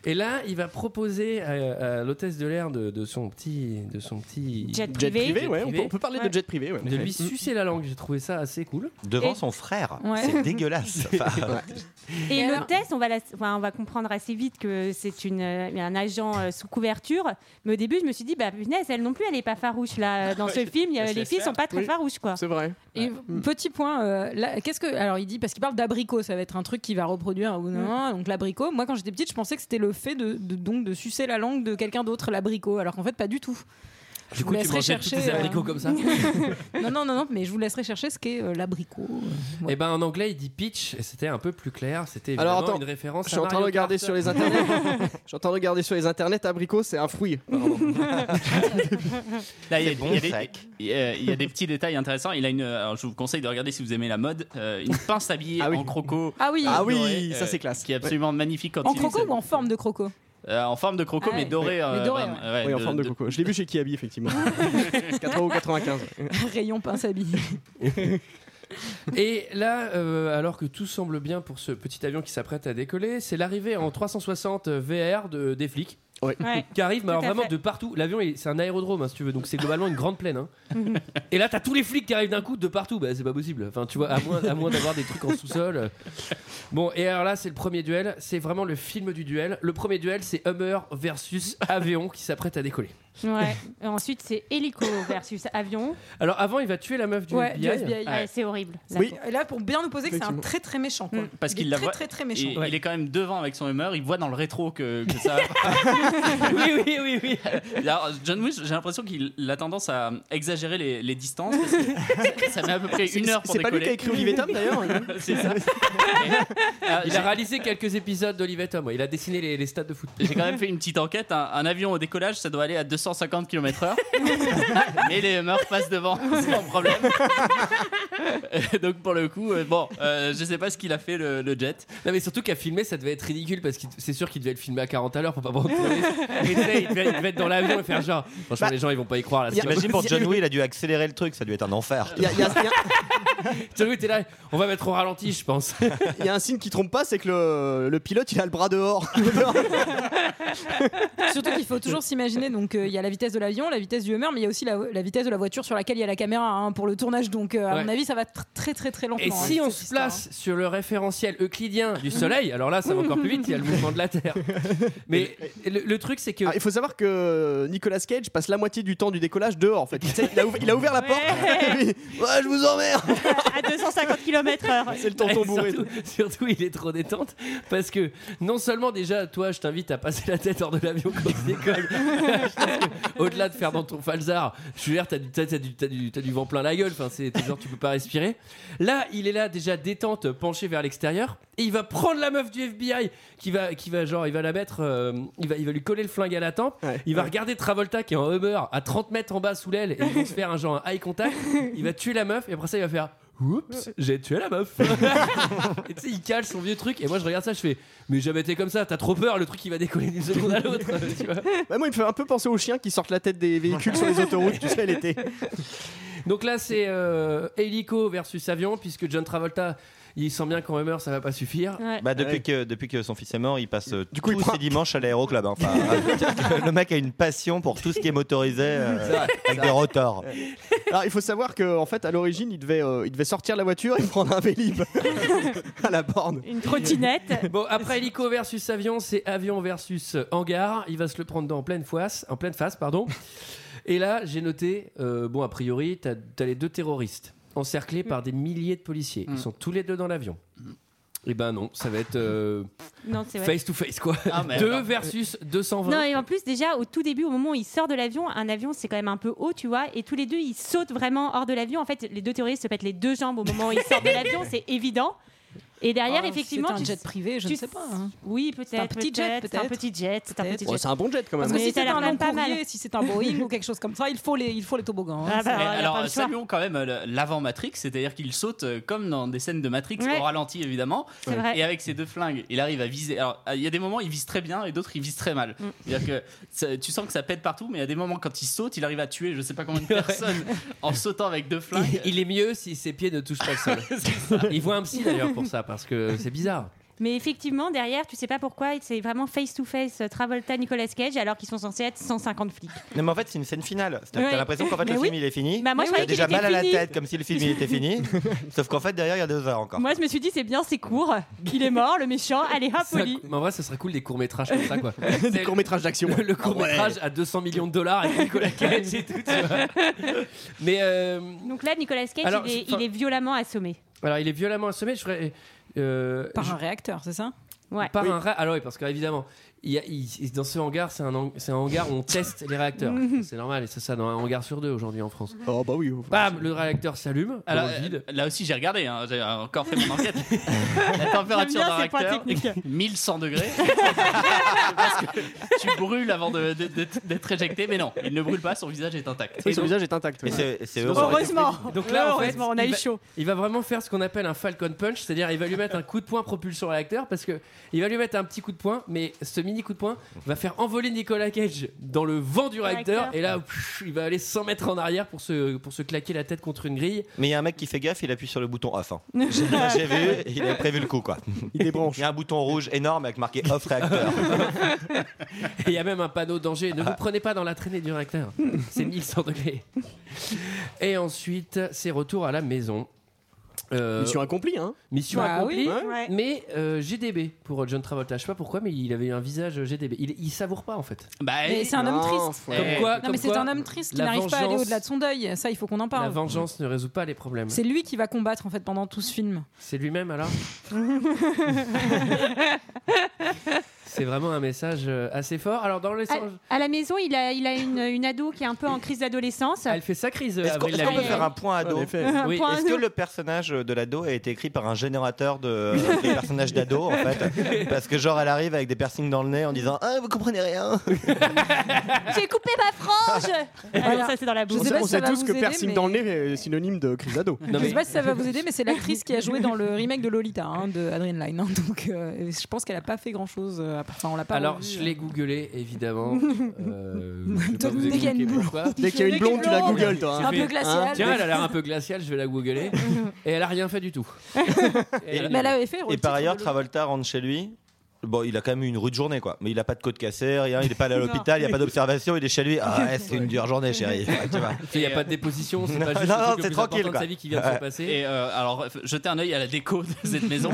A: Et là, il va proposer à, à l'hôtesse de l'air de, de son petit. De son petit
L: Jet
F: Jet
L: privé.
F: privé, ouais, on peut,
A: privé.
F: on peut parler
L: Ouais.
F: de jet privé. Ouais, en
A: de lui
F: effet.
A: sucer la langue, j'ai trouvé ça assez cool.
G: Devant
L: Et-
G: son frère.
K: Ouais.
G: C'est dégueulasse. Enfin,
L: Et,
K: Et alors
L: l'hôtesse, on, va la- enfin, on va comprendre assez vite que c'est une, euh, un agent euh, sous couverture. Mais au début, je me suis dit, bah punaise, elle non plus, elle est pas farouche là. Euh, Dans ce film, il y a-
J: Elle se
L: les
J: laisse
L: filles sont
J: faire.
L: pas très
F: Oui.
L: farouches quoi.
F: C'est vrai.
K: Et petit point, euh, là, qu'est-ce que alors il dit parce qu'il parle d'abricot, ça va être un truc qui va reproduire ou non. Donc l'abricot, moi quand j'étais petite, je pensais que c'était le fait de, de- donc de sucer la langue de quelqu'un d'autre l'abricot, alors qu'en fait pas du tout. Je
A: Du coup,
K: vous
A: tu
K: laisserai
A: mangeais tous
K: chercher.
A: des
K: euh,
A: abricots comme ça
K: non, non, non, non, mais je vous laisserai chercher ce qu'est euh, l'abricot.
A: Et ben en anglais, il dit pitch et c'était un peu plus clair. C'était évidemment
F: Alors attends,
A: une référence.
F: je suis en train de regarder sur les internets. je suis en train de regarder sur les internets. Abricot, c'est un fruit.
J: Là, il y, a-
F: C'est bon,
J: il y a des-
F: sac.
J: il y a- euh, il y a des petits détails intéressants. Il a une, euh, alors, je vous conseille de regarder si vous aimez la mode, euh, une pince habillée en croco.
K: Ah oui. Ah oui,
J: dorée, euh,
K: ça, c'est classe.
J: Qui est absolument magnifique quand
K: En
J: il est-
K: croco ou en forme de croco
J: euh, en forme de croco,
K: Ah
J: mais
K: ouais.
J: dorée.
K: Mais
J: euh,
K: dorée,
J: vraiment,
K: ouais.
J: ouais,
F: oui, en
J: de-
F: forme de,
J: de-
F: coco. Je l'ai vu chez Kiabi, effectivement. 80 ou 95. ouais.
K: Rayon pince à billes.
A: Et là, euh, alors que tout semble bien pour ce petit avion qui s'apprête à décoller, c'est l'arrivée en 360 VR de, des flics.
K: Ouais.
A: Qui arrivent, mais
K: Tout
A: alors
K: à
A: vraiment
K: fait.
A: de partout. L'avion, il- c'est un aérodrome, hein, si tu veux, donc c'est globalement une grande plaine. hein. Et là, t'as tous les flics qui arrivent d'un coup de partout. Bah, c'est pas possible. Enfin, tu vois, à moins, à moins d'avoir des trucs en sous-sol. euh. Bon, et alors là, c'est le premier duel. C'est vraiment le film du duel. Le premier duel, c'est Hummer versus avion qui s'apprête à décoller.
L: Ouais. Et ensuite, c'est hélico versus avion.
A: Alors avant, il va tuer la meuf du
L: Ouais,
A: FBI.
L: du FBI. Ouais, c'est horrible.
J: La Oui.
K: Et là, pour bien nous poser que c'est un
J: Effectivement.
K: très très méchant. Quoi.
J: Parce
K: Il
J: qu'il
K: est
J: la
K: très,
J: voit.
K: très très méchant.
J: Il, il est quand même devant avec son humeur. Il voit dans le rétro que, que ça.
A: oui, oui, oui, oui.
J: Alors, John Wick, j'ai l'impression qu'il a tendance à exagérer les, les distances. parce que ça- ça met à peu près une heure pour
F: C'est pas lui
J: décoller.
F: qui a écrit Olivier Tom d'ailleurs hein.
J: C'est ça. euh,
A: Il a réalisé quelques épisodes d'Olivet Tom. ouais. Il a dessiné les, les stades de foot.
J: J'ai quand même fait une petite enquête. Un, un avion au décollage, ça doit aller à 250 km/h. Mais les meurs passent devant, sans problème. Euh, Donc pour le coup, euh, bon, euh, je sais pas ce qu'il a fait le, le jet.
A: Non mais surtout qu'à filmer ça devait être ridicule parce que c'est sûr qu'il devait le filmer à 40 à l'heure pour pas prendre de risque. Et tu sais, il, devait, il devait être dans l'avion et faire genre. Franchement les gens ils vont pas y croire là. c'est pas
G: T'imagines pour
A: possible.
G: John Woo, il a dû accélérer le truc, ça a dû être un enfer.
A: John Woo était là. On va mettre au ralenti je pense.
F: Il y a un signe qui trompe pas, c'est que le, le pilote il a le bras dehors.
K: Surtout qu'il faut toujours s'imaginer, donc euh, il y a la vitesse de l'avion, la vitesse du Hummer, mais il y a aussi la, la vitesse de la voiture sur laquelle il y a la caméra hein, pour le tournage. Donc euh, à
A: Ouais.
K: mon avis, ça va tr- très très très lentement. hein,
A: Et si on se place sur le référentiel euclidien du Soleil, alors là ça va encore plus vite, il y a le mouvement de la Terre. Mais le, le truc c'est que
F: Ah, il faut savoir que euh, Nicolas Cage passe la moitié du temps du décollage dehors en fait. Tu sais, Il a, ouv- il a ouvert la porte. et puis, ouais, je vous emmerde.
L: À 250 km/h.
F: C'est le tonton
A: Et
F: bourré.
A: Surtout, surtout, il est trop détente parce que non seulement déjà, toi, je t'invite à passer la tête hors de l'avion quand tu décolles. Je pense que, Au-delà de faire dans ton falzar, je suis l'air, t'as du, t'as- t'as du, t'as du- t'as du vent plein la gueule. Enfin, c'est t'es genre, tu peux pas respirer. Là, il est là déjà détente, penché vers l'extérieur, et il va prendre la meuf du FBI qui va, qui va genre, il va la mettre, euh, il va, il va lui coller le flingue à la tempe. il va regarder Travolta qui est en Hummer à 30 mètres en bas sous l'aile et ils vont se faire un genre un eye contact. Il va tuer la meuf et après ça, il va faire. Oups, j'ai tué la meuf. Et tu sais, il cale son vieux truc. Et moi, je regarde ça, je fais, mais jamais t'es comme ça, t'as trop peur, le truc il va décoller d'une seconde à l'autre. euh, tu vois.
F: Bah, moi, il me fait un peu penser aux chiens qui sortent la tête des véhicules sur les autoroutes, tu sais, l'été.
A: Donc là, c'est euh, hélico versus avion, puisque John Travolta, il sent bien qu'en Hummer, ça va pas suffire.
G: Bah, depuis,
A: Ouais.
G: que, depuis que son fils est mort, il passe euh,
A: coup, il
G: tous
A: prend-
G: ses dimanches à l'aéroclub. hein. Enfin, euh, le mec a une passion pour tout ce qui est motorisé euh,
F: C'est vrai, c'est
G: avec
F: vrai.
G: des rotors.
F: Alors, il faut savoir qu'en en fait, à l'origine, il devait, euh, il devait sortir la voiture et prendre un vélib à la borne.
L: Une trottinette.
A: Bon, après hélico versus avion, c'est avion versus euh, hangar. Il va se le prendre dans en pleine face, en pleine face, pardon. Et là, j'ai noté, euh, bon, a priori, t'as as les deux terroristes encerclés par des milliers de policiers. Ils sont tous les deux dans l'avion. Et ben non, ça va être euh,
L: Non, c'est vrai.
A: face to face quoi.
J: Ah, merde.
A: deux versus 220.
L: Non, et en plus, déjà, au tout début, au moment où il sort de l'avion, un avion, c'est quand même un peu haut, tu vois, et tous les deux, ils sautent vraiment hors de l'avion. En fait, les deux terroristes se pètent les deux jambes au moment où ils sortent de l'avion, c'est évident. Et derrière,
K: Ah,
L: effectivement.
K: c'est un
L: tu-
K: jet privé, je
L: tu-
K: ne sais pas, hein.
L: Oui, peut-être.
K: C'est un petit jet,
L: C'est un
K: peut-être.
L: petit jet. C'est un petit
F: Ouais,
L: jet.
F: c'est un bon jet quand même.
K: Parce que
L: Mais
K: si
L: t'as
K: c'est
L: l'air
K: un
L: quand même
K: long
L: pas
K: courrier,
L: mal.
K: si c'est un Boeing ou quelque chose comme ça, il faut les, il faut les toboggans.
L: Ah
K: hein.
L: bah,
J: Mais
K: C'est-
J: alors, saluons quand même euh, l'avant Matrix, c'est-à-dire qu'il saute euh, comme dans des scènes de Matrix,
K: Ouais.
J: au ralenti évidemment.
K: C'est vrai.
J: Et avec ses deux flingues, il arrive à viser. Alors, euh, il y a des moments, il vise très bien et d'autres, il vise très mal.
L: Mm.
J: C'est-à-dire que ça- tu sens que ça pète partout, mais il y a des moments quand il saute, il arrive à tuer je sais pas combien de personnes en sautant avec deux flingues.
A: Il est mieux si ses pieds ne touchent pas le sol. Il voit un psy d'ailleurs pour ça parce que c'est bizarre.
L: Mais effectivement, derrière, tu sais pas pourquoi, c'est vraiment face-to-face euh, Travolta, Nicolas Cage, alors qu'ils sont censés être 150 flics.
G: Non, mais en fait, c'est une scène finale. C'est-à-dire que
L: Ouais.
G: T'as l'impression qu'en fait,
L: Mais
G: le
L: oui.
G: film il est fini.
L: Bah, moi, je
G: T'as
L: croyais qu'il
G: déjà
L: était
G: mal à la
L: fini.
G: tête, comme si le film il était fini. Sauf qu'en fait, derrière, il y a deux heures encore.
L: Moi, je me suis dit, c'est bien, c'est court, qu'il est mort, le méchant, allez, hop,
A: Ça- mais en vrai, ce serait cool des courts-métrages comme ça quoi. des
F: courts-métrages d'action.
A: Le, court-métrage à 200 millions de dollars avec Nicolas Cage et tout. tu vois. Mais euh,
L: Donc là, Nicolas Cage,
A: Alors,
L: il, est,
A: c'est- enfin-
L: il est violemment assommé.
A: alors il est violemment assommé. Je ferais, euh,
K: Par
A: je-
K: un réacteur, c'est ça
L: Ouais.
A: Par
L: Oui.
A: un ra- Alors oui, parce qu'évidemment, dans ce hangar, c'est un, hang- c'est un hangar où on teste les réacteurs. c'est normal, et c'est ça dans un hangar sur deux aujourd'hui en France.
F: Oh bah oui.
A: Bam, le réacteur s'allume.
J: Alors,
A: dans le vide.
J: euh, là aussi, j'ai regardé, hein, j'ai encore fait mon enquête. La température
A: J'aime bien
J: d'un
A: ces points
J: réacteur,
A: techniques.
J: 1100 degrés. Parce que tu brûles avant de- de- de- d'être éjecté, mais non, il ne brûle pas, son visage est intact.
F: Oui, son visage est intact.
G: Et c'est- c'est heureux.
A: Donc là, en fait,
J: Heureusement, on a
A: il
J: eu
A: va-
J: chaud.
A: Il va vraiment faire ce qu'on appelle un Falcon Punch, c'est-à-dire il va lui mettre un coup de poing propulsion réacteur parce que il va lui mettre un petit coup de poing, mais ce mini coup de poing va faire envoler Nicolas Cage dans le vent du réacteur et là, pff, il va aller 100 mètres en arrière pour se pour se claquer la tête contre une grille.
G: Mais il y a un mec qui fait gaffe, il appuie sur le bouton off. hein. J'ai j'ai vu, il avait prévu le coup quoi.
F: Il débranche.
G: Il y a un bouton rouge énorme avec marqué off réacteur.
A: Et il y a même un panneau danger. Ne vous
F: Ah.
A: prenez pas dans la traînée du réacteur. C'est 1100 degrés. Et ensuite, c'est retour à la maison. Euh,
F: Mission accomplie, hein
A: Mission
F: Bah
A: accomplie.
F: oui, ouais.
A: Mais euh, GDB pour John Travolta. Je sais pas pourquoi, mais il avait un visage GDB. Il, il savoure pas en fait.
J: Bah,
K: Mais c'est un homme triste.
A: Comme quoi,
K: Eh, non,
A: comme
K: mais c'est
A: quoi,
K: un homme triste qui
A: la
K: n'arrive pas à aller
A: vengeance-
K: au-delà de son deuil. Ça, il faut qu'on en
A: La
K: parle.
A: vengeance ne résout pas les problèmes.
K: C'est lui qui va combattre en fait pendant tout ce film.
A: C'est lui-même alors C'est vraiment un message euh, assez fort. Alors dans les
K: Ah,
L: À, à la maison, il a, il a une, une ado qui est un peu en crise d'adolescence.
A: Elle fait sa crise.
G: Est-ce qu'on
A: Avril
G: est-ce qu'on peut
A: Lavigne.
G: faire un point ado
A: En effet. Un
G: Oui.
A: point
G: Est-ce
A: ado.
G: que le personnage de l'ado a été écrit par un générateur de, de personnages d'ado en fait Parce que genre elle arrive avec des piercings dans le nez en disant Ah, vous comprenez rien
L: J'ai coupé ma frange Alors, Ça, c'est dans la
F: On
L: bouche.
F: sait, on sait tous que piercing
K: mais-
F: dans le nez est synonyme de crise d'ado.
K: je sais pas si ça va vous aider, mais c'est l'actrice qui a joué dans le remake de Lolita hein, de Adrienne Lyne. hein. donc euh, je pense qu'elle a pas fait grand chose. Enfin, on l'a pas.
A: Alors,
K: revue.
A: je l'ai googlé, évidemment. Euh, je vais pas vous
K: Dès qu'il y a une
A: expliquer
K: blonde.
A: pourquoi.
F: Dès qu'il y a une blonde, tu la googles, toi, hein.
A: J'ai
F: Un peu
A: fait,
K: glaciale.
A: Tiens, elle a l'air un peu glaciale, je vais la googler. Et elle a rien fait du tout.
G: Et,
K: Mais elle avait fait.
G: et par ailleurs, Travolta rentre chez lui. Bon, il a quand même eu une rude journée, quoi. Mais il a pas de côte cassée, rien. Il est pas allé à l'hôpital, il n'y a pas d'observation, il est chez lui. Ah, ouais, c'est une dure journée, chérie. Ouais, tu vois.
A: Il n'y a pas de déposition, c'est pas
G: Non,
A: juste
G: non,
A: le truc le
G: c'est
A: plus
G: tranquille,
A: important de
G: quoi.
A: sa vie qui vient de se
G: Ouais.
A: passer.
J: Et euh, alors, f- jetez un œil à la déco de cette maison.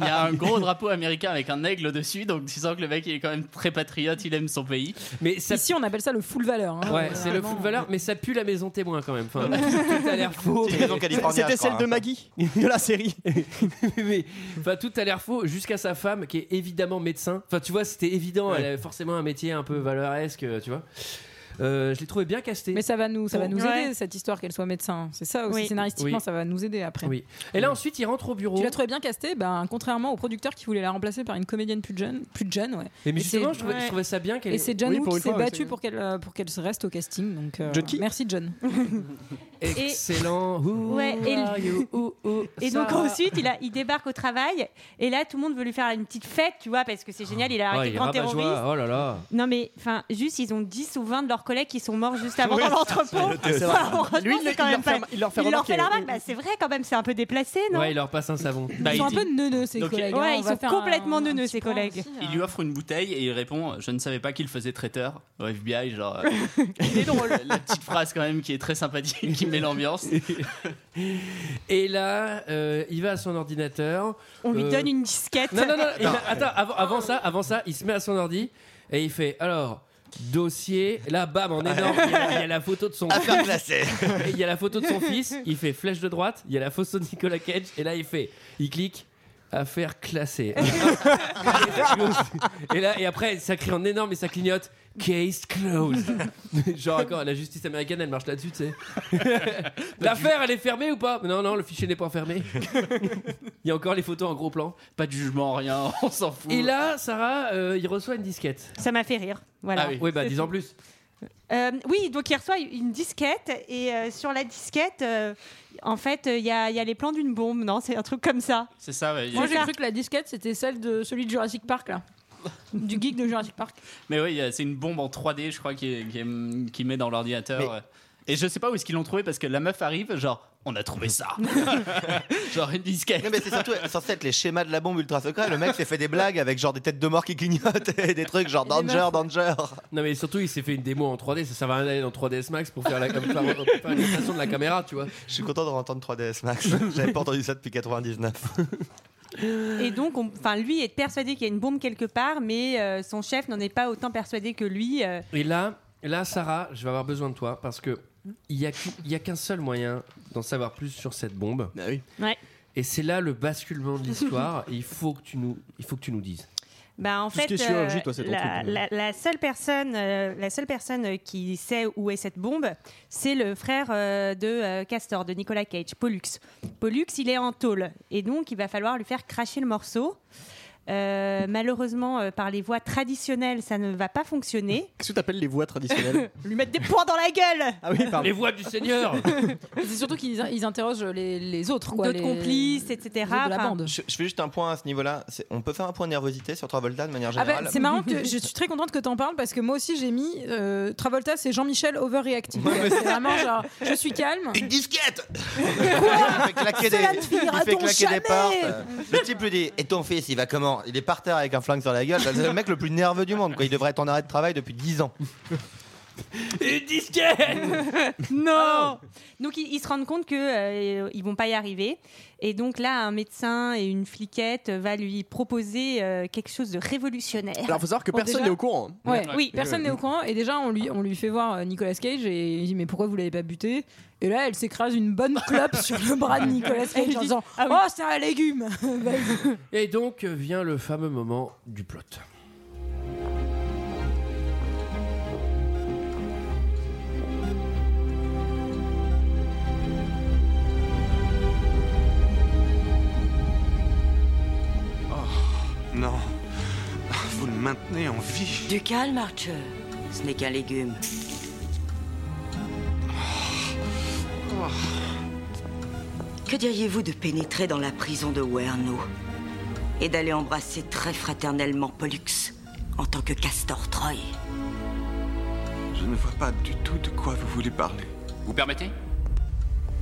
J: Il y a un gros drapeau américain avec un aigle dessus, donc tu sens que le mec il est quand même très patriote, il aime son pays.
A: Mais ça...
K: Ici, on appelle ça le full valeur. hein.
A: Ah Ouais, c'est le
K: Vraiment.
A: full valeur, mais ça pue la maison témoin quand même. Enfin, tout a l'air faux.
G: C'est une maison californienne,
F: C'était celle de Maggie de la série.
A: mais enfin tout a l'air faux jusqu'à sa femme qui est évidemment médecin enfin tu vois c'était évident elle avait forcément un métier un peu valeuresque euh, tu vois Euh, je l'ai trouvé bien casté
K: Mais ça va nous, ça va nous
A: Oh. Ouais.
K: aider cette histoire qu'elle soit médecin. C'est ça aussi
A: Oui.
K: scénaristiquement,
A: Oui.
K: ça va nous aider après.
A: oui et là ensuite il rentre au bureau
K: Tu l'as trouvé bien castée, ben, contrairement au producteur qui voulait la remplacer par une comédienne plus jeune. Plus jeune ouais.
A: Et mais
K: c'est-
A: justement, je trouvais- je
K: ouais.
A: trouvais ça bien qu'elle-
K: Et c'est John
A: Oui,
K: Woo
A: pour
K: qui
A: une
K: s'est
A: fois, ouais,
K: battu
A: c'est-
K: pour qu'elle euh, pour qu'elle se reste au casting. Donc, euh,
A: John qui
K: merci John.
A: excellent Who
L: Ouais, et,
A: are you? Who, who,
L: et donc
A: Sarah.
L: ensuite, il, a, il débarque au travail et là, tout le monde veut lui faire une petite fête, tu vois, parce que c'est génial, il a
A: Ah,
L: arrêté
A: il
L: le grand
A: rabat-joie.
L: terroriste.
A: oh là là
L: Non mais enfin juste ils ont 10 ou 20 de leurs collègues qui sont morts juste avant
A: Oui,
L: dans
A: ça,
L: l'entrepôt.
A: c'est le- c'est vrai.
L: Enfin, franchement,
A: Lui, il
L: c'est
A: leur
L: quand
A: fait-
L: même pas-
A: il leur fait remarquer.
L: la remarque. Bah, c'est vrai quand même, c'est un peu déplacé, non
A: ouais il leur passe un savon
J: Bah,
K: Ils sont
J: il
K: un
J: dit-
K: peu neuneux ces
J: Donc,
K: collègues.
L: Ouais,
K: hein, on
L: ils
K: va
L: sont
K: faire un-
L: complètement neuneux ces collègues.
K: hein.
J: Il lui offre une bouteille et il répond Je ne savais pas qu'il faisait traiteur au FBI. Genre, euh, il est drôle. La petite phrase, quand même, qui est très sympathique, qui met l'ambiance.
A: et là euh, il va à son ordinateur
L: On lui
A: Euh,
L: donne une disquette.
A: Non, non, non. il a- attends, avant, avant ça, avant ça, il se met à son ordi et il fait alors dossier. Là, bam, en énorme, il y a, il y a la photo de son.
G: Affaire classée.
A: Et Il y a la photo de son fils. Il fait flèche de droite. Il y a la photo de Nicolas Cage. Et là, il fait, il clique. Affaire classée. et là et après ça crie en énorme et ça clignote. Case closed. Genre encore la justice américaine elle marche là-dessus tu sais. L'affaire elle est fermée ou pas Non non le fichier n'est pas fermé. Il y a encore les photos en gros plan.
J: Pas de jugement, rien, on s'en fout.
A: Et là, Sarah, euh, il reçoit une
K: hein.
A: disquette.
L: Ça m'a fait rire. Voilà.
A: Ah oui. Oui, bah,
L: C'est
A: dis en
L: tout.
A: plus.
L: Euh, oui, donc il reçoit une disquette et euh, sur la disquette, euh, en fait, euh, il y, a il y a les plans d'une bombe, non C'est un truc comme ça.
J: C'est ça, ouais, il y a-
K: Moi j'ai cru que la disquette c'était celle de celui de Jurassic Park là, du geek de Jurassic Park.
J: Mais oui, il y a- c'est une bombe en 3D, je crois, qui, est- qui est- qui met dans l'ordinateur. Et je sais pas où est-ce qu'ils l'ont trouvé parce que la meuf arrive, genre, on a trouvé ça. genre une disquette.
G: Non, mais c'est surtout censé être les schémas de la bombe ultra secret. Le mec s'est fait des blagues avec genre des têtes de mort qui clignotent et des trucs genre danger, danger.
A: Non, mais surtout, il s'est fait une démo en 3D. Ça servait à rien d'aller dans 3ds Max pour faire la pour faire- pour faire une station de la caméra, tu vois.
G: Je suis content de entendre 3DS Max. J'avais pas entendu ça depuis 99.
L: Et donc, on- enfin, lui est persuadé qu'il y a une bombe quelque part, mais euh, son chef n'en est pas autant persuadé que lui. euh,
A: Et là, là, Sarah, je vais avoir besoin de
F: Bah
A: toi parce que il y a, qu'u- il y a qu'un seul moyen d'en savoir plus sur cette bombe.
L: Ouais.
A: Et c'est là le basculement de l'histoire. Et il faut que tu nous, il faut que tu nous dises.
L: Bah, en
A: Tout ce
L: fait,
A: qui est chirurgie, toi, c'est ton
L: la,
A: truc.
L: la- la seule personne, euh, la seule personne euh, qui sait où est cette bombe, c'est le frère euh, de euh, Castor, de Nicolas Cage, Pollux. Pollux, il est en tôle, et donc il va falloir lui faire cracher le morceau. Euh, malheureusement, euh, par les voies traditionnelles, ça ne va pas fonctionner.
F: Qu'est-ce que t'appelles les voix traditionnelles
L: lui mettre des points dans la gueule.
F: Ah oui, pardon.
A: Les voix du Seigneur.
K: Mais C'est surtout qu'ils ils interrogent les, les autres, quoi.
L: D'autres
K: les-
L: complices, etc.
K: les autres de la
L: Enfin,
K: bande.
G: Je, je fais juste un point à ce niveau-là. C'est- On peut faire un point de nervosité sur Travolta de manière
K: Ah bah,
G: générale
K: c'est marrant que je suis très contente que t'en parles parce que moi aussi j'ai mis euh, Travolta c'est Jean-Michel overreactive. c'est vraiment genre je suis calme. Une
G: disquette.
K: Quoi
G: fait claquer des,
K: Cela ne finira
G: il fait
K: donc
G: claquer des
K: jamais
G: portes. Le type lui dit Et ton fils, il va comment Il est par terre avec un flingue sur la gueule. C'est le mec le plus nerveux du monde. Quoi. Il devrait être en arrêt de travail depuis 10 ans.
A: Une disquette
L: Non Donc ils, ils se rendent compte que euh, ils vont pas y arriver et donc là un médecin et une fliquette va lui proposer euh, quelque chose de révolutionnaire.
F: Alors, faut savoir que personne n'est au courant. hein.
K: Ouais.
F: Ouais.
K: Oui, personne n'est au courant. Et déjà, on lui, on lui fait voir euh, Nicolas Cage et il dit Mais pourquoi vous l'avez pas buté Et là, elle s'écrase une bonne clope sur le bras de Nicolas
L: Elle
K: Cage
L: lui
K: en
L: dit,
K: disant
L: Ah oui.
K: Oh, c'est un légume Vas-y.
A: Et donc euh, vient le fameux moment du plot.
I: Non. Vous le maintenez en vie.
M: Du calme, Archer. Ce n'est qu'un légume. Que diriez-vous de pénétrer dans la prison de Werno et d'aller embrasser très fraternellement Pollux en tant que Castor Troy
I: Je ne vois pas du tout de quoi vous voulez parler.
C: Vous permettez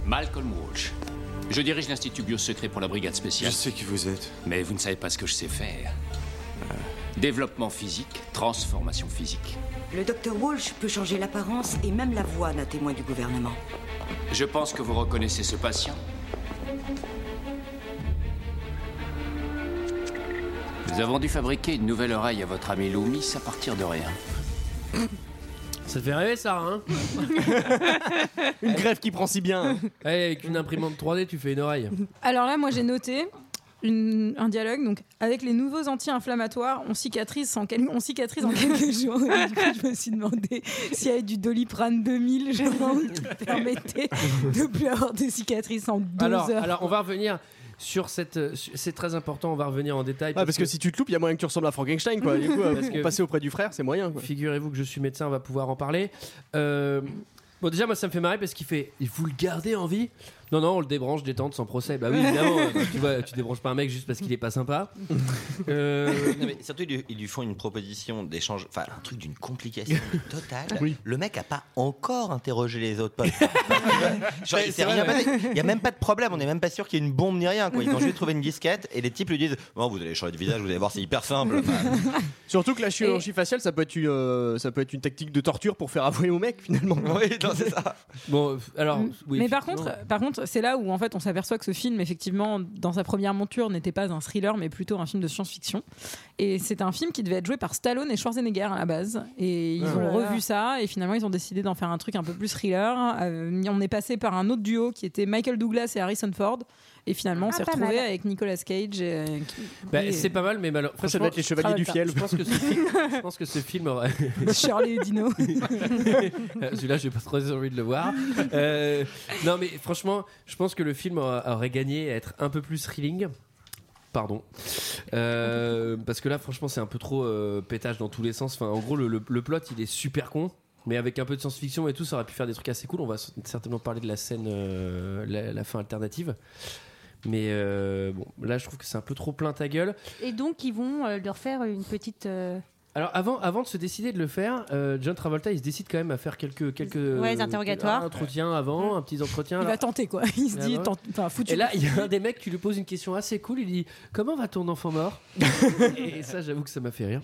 C: Malcolm Walsh. Je dirige l'Institut Biosecret pour la Brigade Spéciale. Je sais qui vous êtes. Mais vous ne savez pas ce que je sais faire. Développement physique, transformation physique.
M: Le docteur Walsh peut changer l'apparence et même la voix d'un témoin du gouvernement.
C: Je pense que vous reconnaissez ce patient. Nous avons dû fabriquer une nouvelle oreille à votre ami Loomis à partir de rien.
A: Ça fait rêver ça, hein
F: Une grève qui prend si bien.
A: Eh, avec une imprimante 3D, tu fais une oreille.
K: Alors là, moi j'ai noté. une- un dialogue donc avec les nouveaux anti-inflammatoires on cicatrise en, quel- on cicatrise en quelques jours Et du coup, je me suis demandé s'il y avait du doliprane 2000 genre, qui permettait de plus avoir des cicatrices en 12
A: Alors,
K: heures
A: alors on va revenir sur cette. euh, su- C'est très important. On va revenir en détail.
F: Ah, parce que si tu te loupes, il y a moyen que tu ressembles à Frankenstein, quoi. Du coup, euh,
A: Parce
F: pour
A: que-
F: passer auprès du frère, c'est moyen. quoi.
A: Figurez-vous que je suis médecin, on va pouvoir en parler. Euh, bon, déjà, moi, ça me fait marrer parce qu'il fait. Il faut le garder en vie Non, non, on le débranche détente sans procès. Bah oui, évidemment. euh, tu, vois, tu débranches pas un mec juste parce qu'il est pas sympa. Euh,
G: Non, mais surtout, ils lui, ils lui font une proposition d'échange, enfin, un truc d'une complication totale.
A: Oui.
G: Le mec a pas encore interrogé les autres potes. Genre, il
F: c'est
G: s'est
F: vrai,
G: rien
F: ouais.
G: passé. Il y a même pas de problème, on n'est même pas sûr qu'il y ait une bombe ni rien. Quoi. Ils ont juste trouvé une disquette et les types lui disent Bon, vous allez changer de visage, vous allez voir, c'est hyper simple.
F: Surtout que la chirurgie faciale, ça peut, être une, euh, ça peut être une tactique de torture pour faire avouer au mec, finalement.
G: oui, c'est ça.
A: Bon, alors. oui,
K: Mm. mais par
A: effectivement.
K: contre, par contre, c'est là où en fait on s'aperçoit que ce film, effectivement, dans sa première monture, n'était pas un thriller, mais plutôt un film de science-fiction. Et c'est un film qui devait être joué par Stallone et Schwarzenegger à la base. Et ils
L: Ah.
K: ont
L: Oh là là.
K: revu ça et finalement ils ont décidé d'en faire un truc un peu plus thriller. Euh, on est passé par un autre duo qui était Michael Douglas et Harrison Ford. Et finalement, on
L: Ah,
K: s'est
L: pas
K: retrouvé
L: mal.
K: avec Nicolas Cage. et- euh, qui-
A: Bah,
K: et-
A: c'est pas mal, mais malheureusement.
F: Après, ça doit être les Chevaliers du Fiel.
A: Je pense que ce film, je pense que ce film aurait.
K: Charlie et Dino.
A: Euh, Celui-là, j'ai pas trop envie de le voir. Euh, non, mais franchement, je pense que le film aura- aurait gagné à être un peu plus thrilling. Pardon. Euh, parce que là, franchement, c'est un peu trop euh, pétage dans tous les sens. Enfin, en gros, le, le- le plot, il est super con. Mais avec un peu de science-fiction et tout, ça aurait pu faire des trucs assez cool. On va s- certainement parler de la scène, euh, la, la fin alternative. Mais euh, bon, là, je trouve que c'est un peu trop plein ta gueule.
L: Et donc ils vont euh, leur faire une petite. euh,
A: Alors avant, avant de se décider de le faire, euh, John Travolta il se décide quand même à faire quelques quelques
L: Ouais, des interrogatoires.
A: un entretien avant, un petit entretien.
K: Il
A: Alors-
K: va tenter quoi. Il se dit,
A: Ah ouais.
K: tente- enfin, foutu.
A: Et là, il y a un des mecs qui lui pose une question assez cool. Il dit Comment va ton enfant mort Et ça, j'avoue que ça m'a fait rire.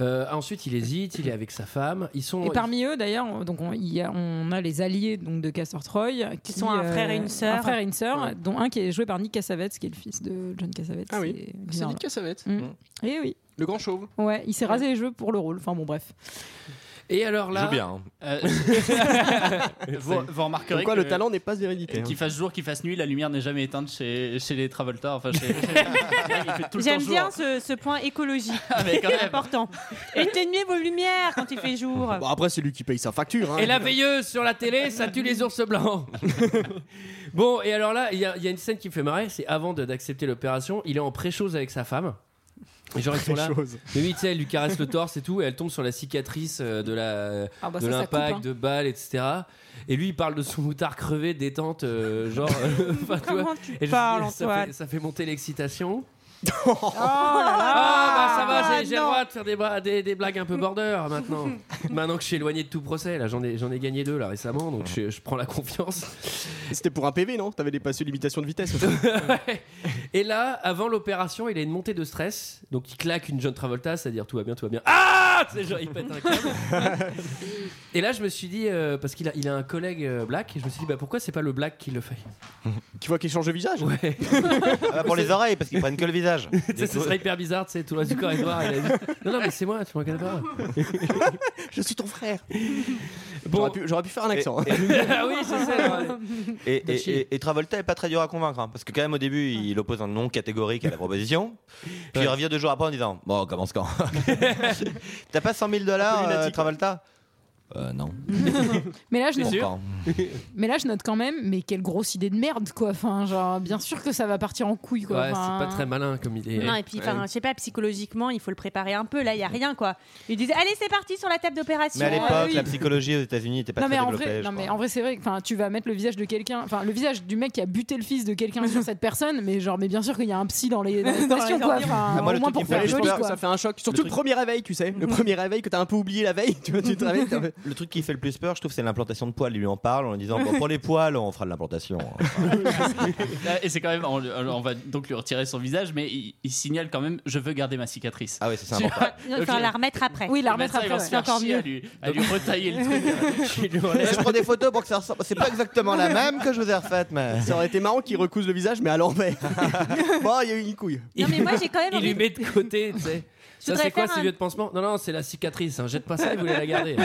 A: Euh, ensuite, il hésite. Il est avec sa femme. Ils sont.
K: Et parmi eux, d'ailleurs, on- donc on, il y a, on a les alliés donc de Castor Troy, qui,
L: sont un frère et une sœur.
K: un frère et une sœur, dont un qui est joué par Nick Cassavetes, qui est le fils de John Cassavetes.
F: Ah oui.
K: C'est
F: C'est
K: bizarre,
F: Nick Cassavetes.
K: là. Mm. Et oui.
F: Le grand chauve.
K: Ouais, il s'est rasé les cheveux pour le rôle. Enfin bon, bref.
A: Et alors là.
G: Joue bien, hein.
J: Euh, vous,
G: C'est-
J: vous remarquerez
G: Pourquoi
J: que-
G: le talent n'est
F: pas hérédité, hein.
J: Qu'il fasse jour, qu'il fasse nuit, la lumière n'est jamais éteinte chez, chez les Travolta. Enfin, chez- tout le temps
L: J'aime
J: jour. Ah,
L: bien ce, ce point écologie.
J: mais quand même.
L: C'est important. Éteignez vos lumières quand il fait jour.
A: Ah bah,
F: Bon, après, c'est lui qui paye sa facture. hein.
A: Et la veilleuse sur la télé, ça tue les ours blancs. bon, et alors là, il y, a il y a une scène qui me fait marrer, c'est avant de- d'accepter l'opération, il est en pré-chose avec sa femme. Et genre, ils sont là.
F: Pré-chose.
A: Mais oui, tu sais, elle lui caresse le torse et tout, et elle tombe sur la cicatrice euh, de la
K: Ah bah
A: de
K: ça, ça coupe,
A: l'impact,
K: hein.
A: de balles, etc. Et lui, il parle de son moutard crevé, détente, euh, genre. euh, enfin, tu vois.
L: Comment tu
A: Et je-
L: parles,
A: ça,
L: Antoine
A: fait, ça fait monter l'excitation.
L: Ah,
A: Ah bah ça va, j'ai- j'ai le
L: non.
A: droit de faire des, bra- des- des blagues un peu border maintenant. maintenant que je suis éloigné de tout procès, là j'en ai, j'en ai gagné deux là récemment, donc je, je prends la confiance.
F: C'était pour un PV, non T'avais dépassé l'imitation de vitesse.
A: Et là, avant l'opération, il a une montée de stress, donc il claque une John Travolta, c'est-à-dire tout va bien, tout va bien. Ah C'est genre, il pète un câble. Et là, je me suis dit, euh, parce qu'il a, il a un collègue euh, black, et je me suis dit, bah pourquoi c'est pas le black qui le fait
F: Qui voit qu'il change de visage
A: Ouais.
G: Ah bah, pour les oreilles, parce qu'ils prennent que le visage.
A: Tu sais, ce serait hyper bizarre, tu sais, tout le reste du corps est noir. il a juste- Non, non, mais c'est moi, tu me regardes pas.
F: Je suis ton frère. J'aurais pu- J'aurais pu faire un accent.
G: Et-
A: Ah oui, c'est ça. ouais.
G: Et, et- et- et Travolta est pas très dur à convaincre, hein, parce que quand même au début il oppose un non catégorique à la proposition, puis il revient deux jours après en disant bon on commence quand T'as pas 100 000 dollars Travolta Euh non.
K: Mais là, je
G: Bon,
K: note,
G: quand.
K: mais là, je note quand même, mais quelle grosse idée de merde, quoi. Enfin, genre, bien sûr que ça va partir en couille, quoi.
A: Ouais, c'est
K: Enfin,
A: pas très malin comme idée.
L: Non, et puis, enfin,
A: Ouais.
L: je sais pas, psychologiquement, il faut le préparer un peu. Là, il n'y a rien, quoi. Ils disaient, allez, c'est parti sur la table d'opération. Euh,
G: Mais à l'époque
K: Ah oui.
G: la hein. psychologie aux États-Unis était pas
K: non,
G: très
K: mais en
G: développée.
K: vrai,
G: je
K: non,
G: crois.
K: mais en vrai, c'est vrai. que, Enfin, tu vas mettre le visage de quelqu'un, enfin, le visage du mec qui a buté le fils de quelqu'un sur cette personne, mais genre, mais bien sûr qu'il y a un psy dans les dans les stations, quoi. Enfin,
F: Ah,
K: au moins pour
F: qui me fait
K: faire
F: rire,
K: joli,
F: je pense que
K: quoi.
F: ça fait un choc. Surtout le, premier réveil, tu sais. Le premier réveil que t'as un peu oublié la veille. Tu vois, tu te réveilles, t'as fait-
G: Le truc qui fait le plus peur, je trouve, c'est l'implantation de poils. Il lui en parle en disant bon, pour les poils, on fera de l'implantation.
J: Ah, Et c'est quand même, on, on va donc lui retirer son visage, mais il, il signale quand même je veux garder ma cicatrice.
G: Ah ouais, c'est
J: important.
L: Il va falloir la remettre après.
K: Oui, la
J: Le
K: remettre
J: médecin, il va
K: après,
J: se
K: ouais.
J: faire
K: Encore
J: chier
K: mieux.
J: à lui, à lui retailler le truc.
G: je prends des photos pour que ça ressemble. C'est pas exactement la même que je vous ai refaite, mais.
F: Ça aurait été marrant qu'il recouse le visage, mais à l'envers. bon, il y a eu une couille.
L: Non, mais moi, j'ai quand même
A: Il
L: envie
A: lui met de côté, tu sais. Ça,
L: voudrais
A: c'est quoi
L: faire
A: ces
L: un-
A: vieux de pansement Non, non, c'est la cicatrice. Hein. Jette pas ça, il voulait la garder.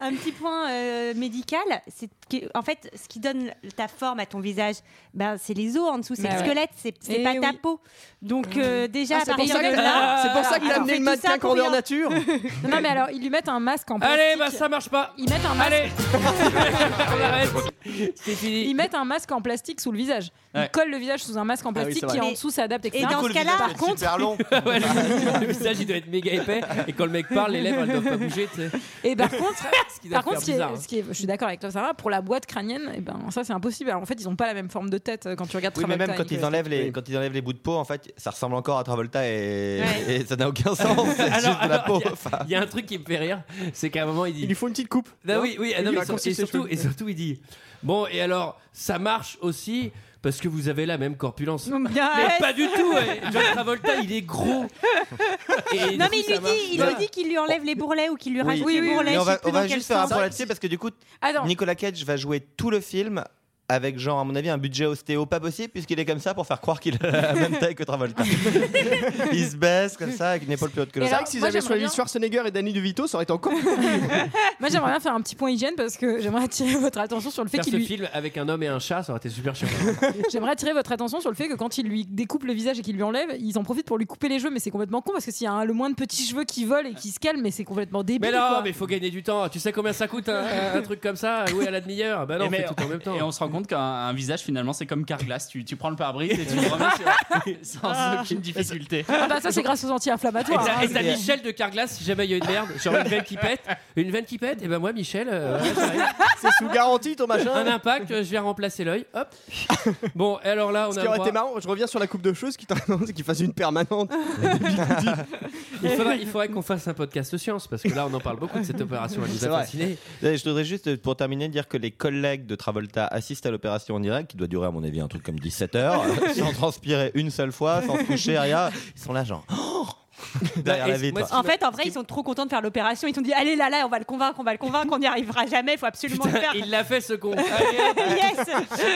L: Un petit point euh, médical, c'est que- en fait ce qui donne ta forme à ton visage, ben, c'est les os en dessous, c'est
K: Bah
L: le
K: ouais.
L: squelette, c'est c'est
K: Eh
L: pas ta
K: oui.
L: peau. Donc euh, déjà,
K: Ah,
L: à
K: c'est pour
L: partir
K: ça que
L: de
K: t'as-
L: là,
F: c'est pour ça que
L: ils
F: t'as
L: ont
F: amené
L: fait
F: le
L: tout ça
F: mannequin
L: pour
F: grandeur
L: rien.
F: nature.
K: Non, non, mais alors, ils lui mettent un masque en plastique.
A: Allez, bah ça marche pas.
K: Ils mettent un masque.
A: Allez, on arrête. C'est fini.
K: Ils mettent un masque en plastique sous le visage.
A: Ouais.
K: Ils collent le visage sous un masque en
A: Ah oui,
K: plastique
A: c'est
K: qui
A: vrai.
K: en dessous s'adapte. etc.
L: Et dans ce cas-là,
K: par contre,
A: Ouais, le, le visage, il doit être méga épais. Et quand le mec parle, les lèvres, elles doivent pas bouger, tu sais.
K: Et par contre,
A: qui doit
K: par contre,
A: faire
K: ce qui est-
A: bizarre, hein.
K: ce qui est- je suis d'accord avec toi, Sarah. Pour la boîte crânienne, eh ben ça c'est impossible. Alors, en fait, ils ont pas la même forme de tête euh, quand tu regardes.
G: Oui, mais
K: Travolta
G: même
K: et
G: quand ils,
K: Nicolas
G: enlèvent les,
K: Cage.
G: quand ils enlèvent les bouts de peau, en fait, ça ressemble encore à Travolta et,
K: Ouais.
G: et ça n'a aucun sens. C'est juste de la peau. enfin.
A: Il y a un truc qui me fait rire, c'est qu'à un moment, il dit.
F: Il lui faut une petite coupe.
A: Non, oui, oui, ah, non,
F: Il
A: mais
F: raccourcit
A: et,
F: ses
A: surtout,
F: cheveux.
A: et surtout, il dit Bon, et alors, ça marche aussi parce que vous avez la même corpulence.
K: Non, mais
A: Mais
K: arrête.
A: pas du tout, ouais. John Travolta, il est gros. Et
L: Non
A: du
L: mais
A: coup,
L: il
A: ça
L: lui
A: marche.
L: dit, il lui dit qu'il lui enlève les bourrelets ou qu'il lui rajoute les bourrelets.
G: Mais
L: je
G: on va,
L: sais plus
G: on va
L: dans quel
G: juste faire un
L: sens.
G: point là-dessus parce que du coup,
L: Ah, non.
G: Nicolas Cage va jouer tout le film avec, genre, à mon avis, un budget ostéo pas possible puisqu'il est comme ça pour faire croire qu'il a la même taille que Travolta. il se baisse comme ça avec une épaule plus haute que
F: C'est
G: l'autre.
F: vrai que s'ils avaient choisi Schwarzenegger et Danny DeVito, ça aurait été encore plus.
K: Moi, j'aimerais bien faire un petit point hygiène parce que j'aimerais attirer votre attention sur le fait
A: Faire
K: qu'il
A: ce
K: lui.
A: film avec un homme et un chat, ça aurait été super chiant.
K: J'aimerais attirer votre attention sur le fait que quand il lui découpe le visage et qu'il lui enlève, ils en profitent pour lui couper les cheveux. Mais c'est complètement con parce que s'il y a un- le moins de petits cheveux qui volent et qui se calment, mais c'est complètement
A: Mais
K: débile.
A: non,
K: quoi.
A: mais il faut gagner du temps. Tu sais combien ça coûte un, un truc comme ça Loué à la demi-heure Bah non,
J: Et
A: on fait
J: mais-
A: tout en même temps.
J: Et on se rend compte qu'un un visage, finalement, c'est comme Carglass. Tu, tu prends le pare-brise et tu le remets sur- sans aucune difficulté.
K: Ah bah ça c'est grâce aux
A: Et
K: anti-inflammatoires. hein.
A: t'as- et t'as Michel de Carglass, si jamais il y a une merde, genre une veine qui pète, une veine qui pète, et ben moi, Michel, euh, voilà, j'arrive.
F: C'est sous garantie ton machin.
A: un impact, euh, je viens remplacer l'œil, hop. Bon, et alors là, on
F: Ce
A: a
F: qui
A: le
F: aurait été
A: droit-
F: marrant, je reviens sur la coupe de cheveux, ce qui t'aurait marrant, c'est qu'il fasse une permanente.
A: il faudrait, il faudrait qu'on fasse un podcast science, parce que là, on en parle beaucoup de cette opération, elle nous
G: C'est
A: a
G: vrai.
A: fascinés.
G: Et Je voudrais juste, euh, pour terminer, dire que les collègues de Travolta assistent à l'opération en direct, qui doit durer, à mon avis, un truc comme 17 heures, sans transpirer une seule fois, sans se coucher, rien. Ils sont là, genre. Oh
F: Bah,
G: derrière la vitre.
L: En fait, en vrai, ils sont trop contents de faire l'opération. Ils ont dit Allez là, là, on va le convaincre, on va le convaincre, on n'y arrivera jamais, il faut absolument le faire.
A: Il l'a fait ce con.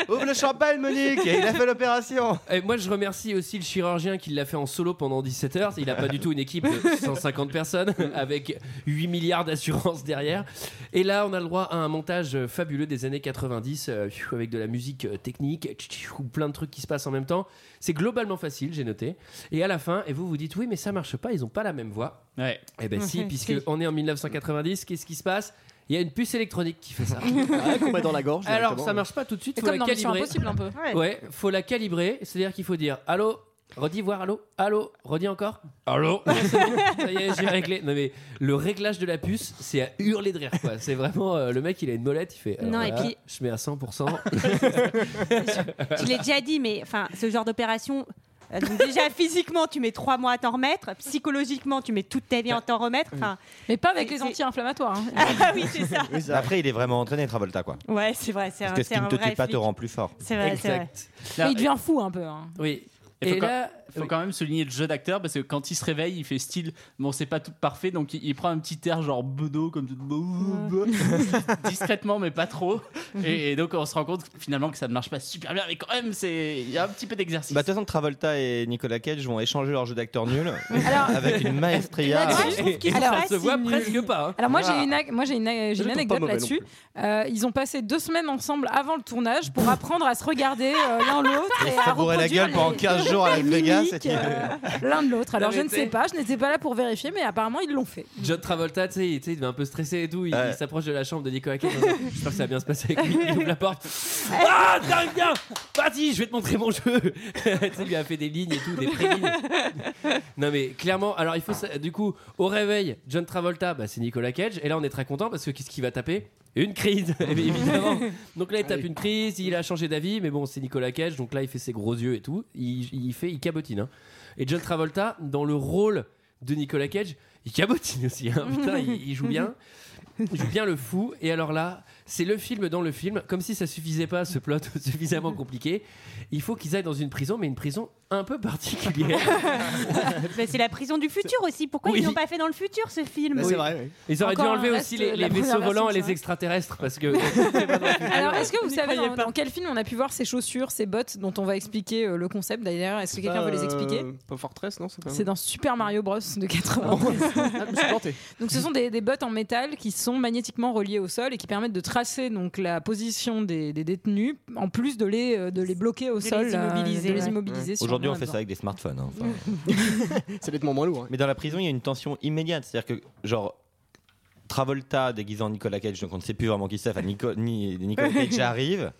G: Ouvre le champagne, Monique Il a fait l'opération
A: Et moi, je remercie aussi le chirurgien qui l'a fait en solo pendant 17 heures. Il n'a pas du tout une équipe de 150 personnes avec 8 milliards d'assurances derrière. Et là, on a le droit à un montage fabuleux des années 90 euh, avec de la musique euh, technique, ou plein de trucs qui se passent en même temps. C'est globalement facile, j'ai noté. Et à la fin, et vous vous dites oui, mais ça marche pas, ils ont pas la même voix.
J: Ouais.
A: Eh ben si,
J: Ouais,
A: puisque
J: si.
A: on est en 1990, qu'est-ce qui se passe Il y a une puce électronique qui fait ça.
F: Ah, qu'on met dans la gorge,
A: Alors
F: directement.
A: ça marche pas tout de suite.
K: C'est
A: faut
K: comme
A: la
K: dans Mission
A: calibrer.
K: Impossible, un peu.
A: Ouais,
K: Ouais.
A: faut la calibrer, c'est-à-dire qu'il faut dire allô. Redis voir allô, allô, redis encore, allô. Ouais, c'est bon, ça y est, j'ai réglé. Non mais le réglage de la puce, c'est à hurler de rire quoi. C'est vraiment euh, le mec, il a une molette, il fait. alors
L: Non, et
A: là,
L: puis-
A: je mets à 100%.
L: Je l'ai déjà dit, mais enfin, ce genre d'opération. euh, donc déjà physiquement, tu mets trois mois à t'en remettre. Psychologiquement, tu mets toute ta vie à t'en remettre. Enfin,
K: mais pas avec les anti-inflammatoires. hein.
L: ah oui, c'est ça.
G: Après, il est vraiment entraîné, Travolta, quoi.
L: Ouais, c'est vrai. C'est un,
G: Parce que ce
L: c'est
G: qui
L: un
G: ne te
L: vrai
G: tue pas te
L: flic.
G: rend plus fort.
L: C'est vrai, c'est vrai.
K: Mais il devient fou un peu. hein.
A: Oui.
J: Il faut,
A: Et
J: quand,
A: là-
J: faut quand même souligner le jeu d'acteur parce que quand il se réveille, il fait style bon, c'est pas tout parfait donc il, il prend un petit air genre bedo comme tout- discrètement mais pas trop. Et, et donc on se rend compte finalement que ça ne marche pas super bien, mais quand même, c'est il y a un petit peu d'exercice.
G: Bah, de toute façon, Travolta et Nicolas Cage vont échanger leur jeu d'acteur nul
K: Alors-
G: avec une maestria.
K: Là-dessus, je trouve qu'ils sont pas si nuls.
A: pas. hein.
K: Alors moi
G: Ah.
K: j'ai une, ag- moi j'ai une, ag- j'ai
G: Je
K: une
G: le
K: anecdote
G: trouve pas mauvais non
K: là-dessus. Euh, ils ont passé deux semaines ensemble avant le tournage pour apprendre à se regarder euh, l'un l'autre
G: Ils
K: et
G: se
K: à
G: bourraient la
K: reproduire
G: gueule pendant
K: les-
G: 15 jours à Las
K: les
G: Vegas,
K: mimiques,
G: c'était-
K: euh, l'un de l'autre. Alors
A: Non,
K: je
A: mais
K: ne
A: t'es-
K: sais pas, je n'étais pas là pour vérifier, mais apparemment ils l'ont fait.
A: John Travolta, tu sais, il tu sais, il devait un peu stressé et tout. Il il s'approche de la chambre de Nicolas Cage. J'espère que ça va bien se passer. avec lui. Il ouvre la porte. Ah, t'arrives bien Vas-y, je vais te montrer mon jeu. Tu sais, il lui a fait des lignes et tout, des pré-lignes. Non, mais clairement, alors il faut. sa- Du coup, au réveil, John Travolta, bah, c'est Nicolas Cage. Et là, on est très content parce que qu'est-ce qu'il va taper Une crise, évidemment. Donc là, il tape une crise, il a changé d'avis, mais bon, c'est Nicolas Cage. Donc là, il fait ses gros yeux et tout. Il, il fait, il cabotine. hein. Et John Travolta, dans le rôle de Nicolas Cage, il cabotine aussi. hein. Putain, il, il joue bien. Il joue bien le fou. Et alors là, c'est le film dans le film. Comme si ça suffisait pas, ce plot suffisamment compliqué. Il faut qu'ils aillent dans une prison, mais une prison un peu particulière.
L: Mais c'est la prison du futur aussi. Pourquoi
A: Oui.
L: ils l'ont pas fait dans le futur ce film
A: Oui. Ils auraient
L: Encore un
A: dû enlever
L: reste
A: aussi
L: de
A: les,
L: la
A: les
L: première
A: vaisseaux
L: version, hein.
A: volants et
L: ça.
A: les extraterrestres parce que
K: Alors est-ce que vous
L: n'y
K: savez
L: croyais
K: dans,
L: pas.
K: dans quel film on a pu voir ces chaussures, ces bottes dont on va expliquer euh, le concept d'ailleurs Est-ce que quelqu'un
A: Euh,
K: veut les expliquer
F: Euh, Pas Fortress, non pas- Ah,
K: C'est dans Super Mario Bros de
A: Ah
K: 93. donc ce sont des, des bottes en métal qui sont magnétiquement reliées au sol et qui permettent de tracer donc la position des, des détenus en plus de les euh, de les bloquer au
L: les
K: sol, euh,
L: immobiliser,
K: de les
L: ouais.
K: immobiliser. si
G: Aujourd'hui,
K: en
G: on
K: a
G: fait ça
K: besoin.
G: avec des smartphones. hein, enfin.
F: C'est nettement moins lourd. hein.
G: Mais dans la prison, il y a une tension immédiate. C'est-à-dire que, genre, Travolta déguisé en Nicolas Cage, donc on ne sait plus vraiment qui c'est, enfin, Nico- ni- Nicolas Cage arrive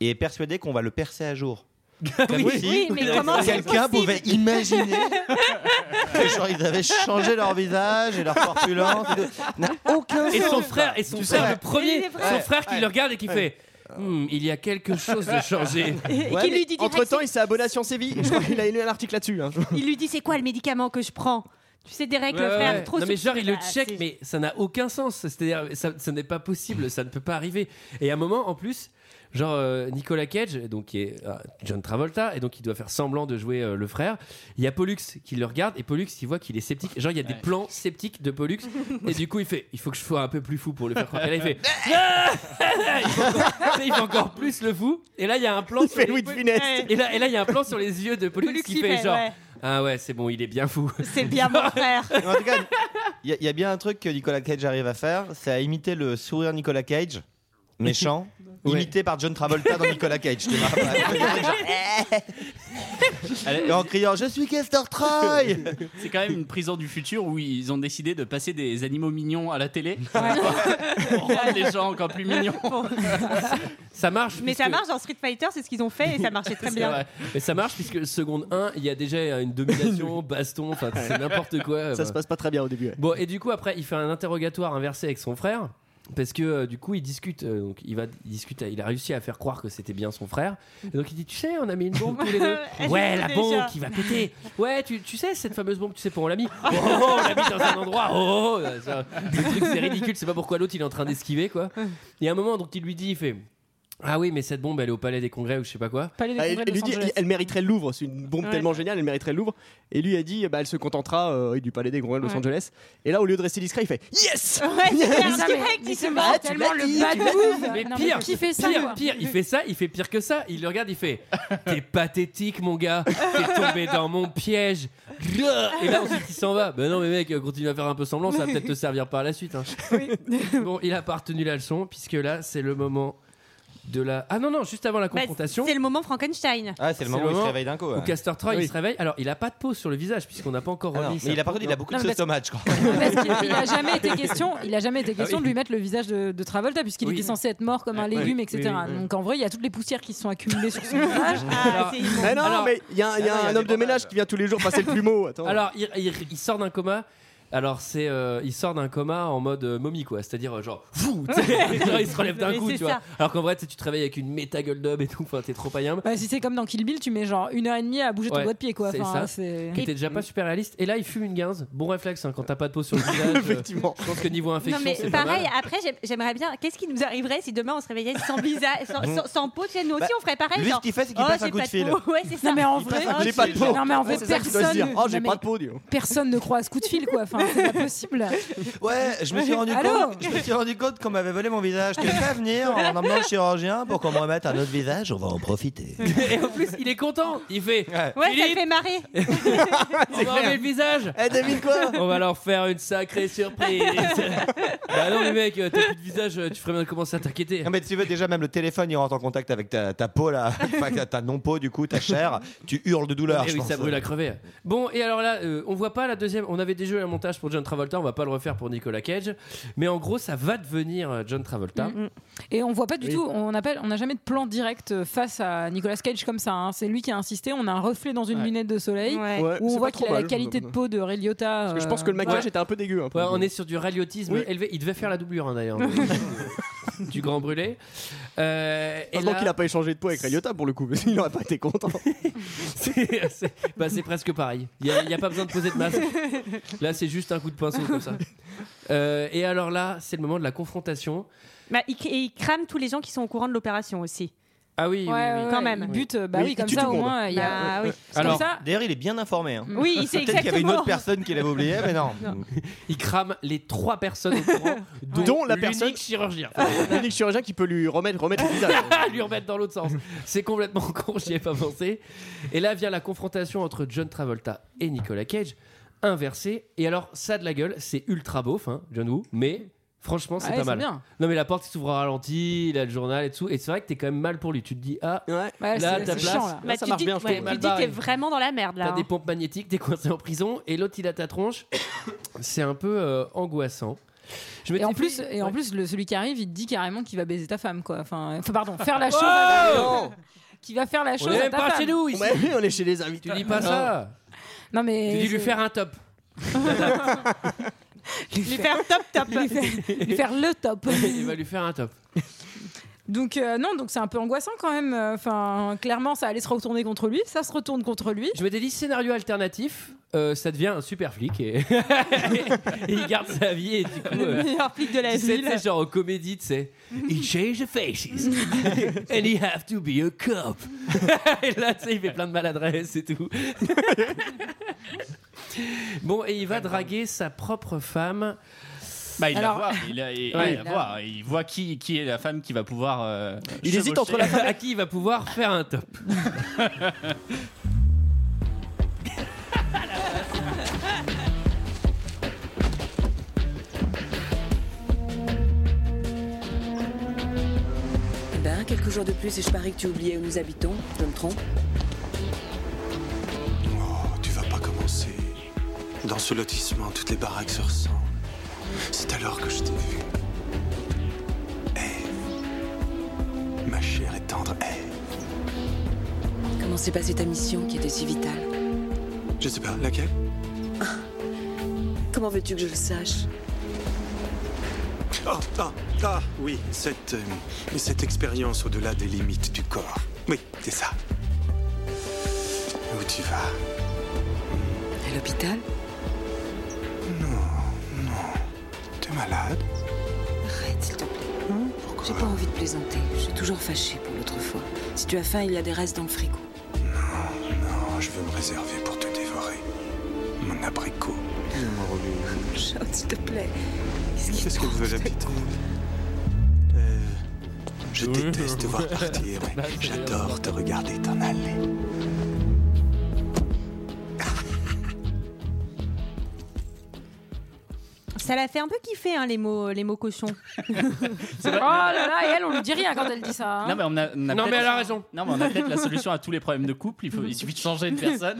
G: et est persuadé qu'on va le percer à jour. Comme
B: Oui.
G: si
B: Oui, mais comment c'est
G: quelqu'un
B: possible
G: pouvait imaginer que genre ils avaient changé leur visage et leur corpulence et tout. n'a aucun
A: et
G: sens.
A: son frère et son
G: Tu
A: frère
G: sais.
A: le premier,
G: Ouais.
A: son frère qui
G: Ouais.
A: le regarde et qui
G: Ouais.
A: fait. Hmm, il y a quelque chose de changé.
L: Ah,
F: Ouais, mais Entre-temps, il s'est abonné à Science et Vie. Je crois qu'il a lu un article là-dessus. hein.
L: Il lui dit c'est quoi le médicament que je prends Tu sais Derek
A: Ouais,
L: le
A: ouais,
L: frère
A: ouais.
L: trop Ah,
A: non mais genre il le
L: subtil.
A: check mais ça n'a aucun sens c'est-à-dire ça, ça n'est pas possible ça ne peut pas arriver et à un moment en plus genre euh, Nicolas Cage donc qui est euh, John Travolta et donc il doit faire semblant de jouer euh, le frère il y a Pollux qui le regarde et Pollux il voit qu'il est sceptique genre il y a des plans sceptiques de Pollux et du coup il fait il faut que je sois un peu plus fou pour le faire croire et là il fait il, fait encore, il fait encore plus le fou et là il y a un plan sur
F: fait
A: les-
F: Louis de Funès.
A: et là et là il y a un plan sur les yeux de Pollux
L: Pollux,
A: qui
L: il
A: fait
L: fait,
A: genre
L: ouais.
A: ah ouais c'est bon il est bien fou
L: C'est bien mon frère.
G: Mais En tout cas, il y a- il y, a bien un truc que Nicolas Cage arrive à faire, c'est à imiter le sourire Nicolas Cage, méchant, imité par John Travolta dans Nicolas Cage. tu vois. Et en criant Je suis Castor Troy
J: C'est quand même une prison du futur où ils ont décidé de passer des animaux mignons à la télé pour rendre les gens encore plus mignons.
A: ça marche
L: Mais ça
A: puisque-
L: marche dans Street Fighter, c'est ce qu'ils ont fait et ça marchait très
A: C'est
L: bien.
A: vrai. Mais ça marche puisque seconde 1, il y a déjà une domination, baston, enfin c'est n'importe quoi.
F: Ça se passe pas très bien au début. ouais.
A: Bon, et du coup, après, il fait un interrogatoire inversé avec son frère. Parce que euh, du coup, il discute. euh, donc, il va il discute. Il a réussi à faire croire que c'était bien son frère. Et donc, il dit, tu sais, on a mis une bombe tous les deux.
B: Elle
A: ouais,
B: existe
A: la
B: déjà.
A: bombe qui va péter. Ouais, tu, tu sais cette fameuse bombe. Tu sais pour on l'a mis. Oh, oh, on l'a mis dans un endroit. Oh, oh, ça- le truc c'est ridicule. C'est pas pourquoi l'autre il est en train d'esquiver quoi. Et à un moment, donc il lui dit, il fait. Ah oui, mais cette bombe, elle est au palais des congrès ou je sais pas quoi.
K: Palais des
F: Ah, elle,
K: Congrès de
F: elle lui
K: Los
F: dit,
K: Angeles.
F: elle mériterait le Louvre. C'est une bombe
K: Ouais.
F: tellement géniale, elle mériterait le Louvre. Et lui a dit, bah, elle se contentera euh, du palais des Congrès de Los
K: Ouais.
F: Angeles. Et là, au lieu de rester discret, il fait Yes.
K: Ouais, c'est clair,
F: Yes
K: direct, il se bat
F: Ah, tu
K: tellement
F: l'as
K: le
F: dit,
K: bad
F: tu l'as dit.
K: move.
A: Mais
K: Non, mais
A: pire,
K: qui fait ça,
A: pire,
K: quoi
A: pire, il fait ça, il fait pire que ça. Il le regarde, il fait T'es pathétique, mon gars, t'es tombé dans mon piège. Et là, ensuite, il s'en va. Ben non, mais mec, continue à faire un peu semblant, ça va peut-être te servir par la suite. hein. Bon, il a pas retenu la leçon, puisque là, c'est le moment de la. Ah non, non, juste avant la
L: Bah,
A: confrontation.
L: c'est le moment Frankenstein.
G: Ah, c'est le moment où il se réveille d'un coup, ouais.
A: Où Castor Troy,
G: Oui. Ah
A: il se réveille. Alors, il a pas de pause sur le visage, puisqu'on n'a pas encore
G: non,
F: Ah
A: remis.
G: mais il a- par contre, il a beaucoup de Non, mais sauce parce- tomate, je crois.
K: Il n'a jamais été question, il a jamais été
A: Ah
K: question
A: oui.
K: de lui mettre le visage de, de Travolta puisqu'il
A: Oui.
K: était censé être mort comme un
A: Ouais.
K: légume,
A: Oui,
K: etc.
A: oui, oui, oui.
K: Donc en vrai, il y a toutes les poussières qui se sont accumulées sur son visage.
F: Mais non, mais il y a, il y a un homme de ménage qui vient tous les jours passer le plumeau.
G: Oh.
F: Attends.
A: Alors, il, il- il sort d'un coma. Alors, c'est, euh, il sort d'un coma en mode euh, momie, quoi. C'est-à-dire, euh, genre, fou, tu sais, genre, il se relève d'un
K: Mais
A: coup,
K: c'est
A: tu vois.
K: ça.
A: Alors qu'en vrai, tu sais, tu te réveilles avec une méta gueule d'homme et tout. Enfin, t'es trop païen.
K: Bah, si c'est comme dans Kill Bill, tu mets genre une heure et demie à bouger ton
A: Ouais,
K: doigt de pied, quoi.
A: C'est
K: Enfin,
A: ça.
K: c'est-
A: Qui était déjà pas super réaliste. Et là, il fume une guinze. Bon réflexe hein, quand t'as pas de peau sur le visage. Effectivement. Je pense que niveau infection,
L: Non mais
A: c'est pas
L: pareil,
A: mal.
L: après j'aime- j'aimerais bien, qu'est-ce qui nous arriverait si demain on se réveillait sans visage, sans, sans, sans peau, tu sais, nous aussi
F: Bah,
L: on ferait pareil.
F: lui, ce
L: genre,
F: qu'il fait, c'est qu'il
L: oh,
F: passe un
L: j'ai
F: coup de
L: pas
F: fil.
L: peau. Ouais, c'est ça.
K: Non mais en vrai,
F: j'ai pas de peau.
K: Non mais en vrai,
F: C'est ça qu'il doit se
K: personne.
F: dire. Oh,
K: non,
F: j'ai
K: mais
F: pas de peau, dis donc.
K: Personne ne croit à ce coup de fil, quoi. Enfin, c'est pas possible.
G: Ouais, je me suis rendu
K: Allô
G: compte, je me suis rendu compte qu'on m'avait volé mon visage. Tu vas venir en emmenant le chirurgien pour qu'on me remette un autre visage, on va en profiter.
A: Et en plus, il est content. Il fait.
G: Ah,
L: Ouais, ça le fait marrer.
A: On va enlever le visage.
G: Eh, devine quoi
A: On va leur faire une sacrée surprise. bah non, mais mec, euh, t'as plus de visage, euh, tu ferais bien de commencer à t'inquiéter.
G: Non mais tu veux déjà même le téléphone il rentre en contact avec ta, ta peau là, Enfin, ta- ta non-peau du coup, ta chair, tu hurles de douleur.
A: Eh
G: je
A: oui,
G: pense.
A: ça brûle à crever. Bon, et alors là, euh, on voit pas la deuxième. On avait déjà eu un montage pour John Travolta, on va pas le refaire pour Nicolas Cage. Mais en gros, ça va devenir euh, John Travolta.
L: Mm,
K: Et on voit pas du
A: Oui.
K: tout, on appelle, on n'a jamais de plan direct euh, face à Nicolas Cage comme ça. hein. C'est lui qui a insisté. On a un reflet dans une
A: Ouais.
K: lunette de soleil
A: Ouais.
F: Ouais,
K: où
F: c'est
K: on
F: pas
K: voit
F: trop
K: qu'il a la
F: mal,
K: qualité de
F: je-
K: peau de Ray Liotta. euh,
F: Parce que je pense que le maquillage était un peu dégueu. un peu.
A: Ouais, on est sur du raliotisme
F: Oui.
A: élevé. Il devait faire la doublure hein, d'ailleurs. du grand brûlé. Euh, et
F: Heureusement
A: là-
F: qu'il a pas échangé de peau avec Rayota pour le coup, parce qu'il aurait pas été content.
A: c'est c'est- bah, c'est presque pareil. Il n'y a, pas besoin de poser de masque. Là, c'est juste un coup de pinceau comme ça. Euh, et alors là, c'est le moment de la confrontation.
L: Bah, il, cr- et il crame tous les gens qui sont au courant de l'opération aussi.
A: Ah oui, oui, oui.
L: quand même.
K: But, euh, bah oui, comme ça au moins, il y a. Ah
L: Bah, oui.
A: Alors-
K: comme ça.
G: D'ailleurs, il est bien informé. hein.
L: Oui, il sait
G: Peut-être qu'il y avait une
L: exactement.
G: autre personne qui l'avait oublié, mais non.
A: Il crame les trois personnes au courant, dont,
F: Dont la
A: l'unique
F: personne-
A: chirurgien.
F: L'unique chirurgien qui peut lui remettre, remettre le visage.
K: Ah,
A: lui remettre dans l'autre sens. C'est complètement con, j'y ai pas pensé. Et là vient la confrontation entre John Travolta et Nicolas Cage, inversée. Et alors, ça de la gueule, c'est ultra beauf, hein, John Woo, mais franchement, c'est
K: Ah Ouais,
A: pas
K: c'est
A: mal.
K: bien.
A: Non, mais la porte s'ouvre au ralenti, il a le journal et tout. Et c'est vrai que t'es quand même mal pour lui. Tu te dis, ah,
K: Ouais,
A: là, ta
K: c'est- c'est
A: place,
K: chiant, là.
L: Bah, tu dis, ouais,
A: t'ai mal
L: tu dis
A: barré.
L: t'es vraiment dans la merde
A: T'as
L: là. hein.
A: des pompes magnétiques, t'es coincé en prison, et l'autre il a ta tronche. C'est un peu euh, angoissant. Je
K: Et en
A: m'étais
K: plus,
A: fait-
K: et en
A: Ouais.
K: plus, le- celui qui arrive, il te dit carrément qu'il va baiser ta femme, quoi. Enfin, enfin, pardon, faire la
A: Oh
K: chose. à- Qui va faire la
A: On
K: chose
A: est
K: à
A: même
K: ta
A: pas
K: femme.
A: chez nous ici.
F: Ouais, oui, on est chez les invités.
A: Tu dis pas
F: Non.
A: ça.
K: Non mais.
A: Tu dis lui
K: c'est-
A: faire un top.
K: lui faire top top. lui, faire, lui faire le top.
A: Il va lui faire un top.
K: Donc euh, non, donc c'est un peu angoissant quand même. Enfin, clairement, ça allait se retourner contre lui. Ça se retourne contre lui.
A: Je m'étais dit scénario alternatif, euh, ça devient un super flic et... et il garde sa vie et du coup. euh,
L: meilleur flic de la
A: tu sais,
L: ville.
A: tu sais, genre en comédie, tu sais. He changed faces and he have to be a cop. et là, tu sais, il fait plein de maladresses et tout. bon, et il va draguer sa propre femme.
J: Bah, il
A: Alors-
J: la voit, il, la- il-
A: Ouais.
J: il la voit, hein. il voit qui, qui est la femme qui va pouvoir. euh,
A: Il hésite
J: chevaucher.
A: entre la femme à qui il va pouvoir faire un top.
N: Eh Ben, quelques jours de plus et je parie que tu oubliais où nous habitons. Je me trompe
O: Oh, tu vas pas commencer. Dans ce lotissement, toutes les baraques se ressemblent. C'est alors que je t'ai vu. Ève. Ma chère et tendre Ève.
N: Comment s'est passée ta mission qui était si vitale
O: Je sais pas, laquelle
N: Comment veux-tu que je le sache
O: Oh, ah, ah, oui, cette, euh, cette expérience au-delà des limites du corps. Oui, c'est ça. Où tu vas
N: À l'hôpital
O: Non, non. T'es malade
N: Arrête, s'il te plaît.
O: Pourquoi
N: Hein J'ai pas envie de plaisanter. Je suis toujours fâchée pour l'autre fois. Si tu as faim, il y a des restes dans le frigo.
O: Non, je veux me réserver pour te dévorer. Mon abricot.
N: Charles, s'il te plaît.
O: Qu'est-ce qu'elle veut, la petite Euh, Je déteste te voir partir, mais j'adore te regarder t'en aller.
L: Ça la fait un peu kiffer, hein, les mots, les mots cochons.
K: Oh là là, et elle, on lui dit rien quand elle dit ça. hein.
J: Non, mais, on a, on
K: Non,
J: a peut-être-
K: mais elle a raison.
J: Non, mais on a peut-être la solution à tous les problèmes de couple. Il, faut, il suffit de changer une personne,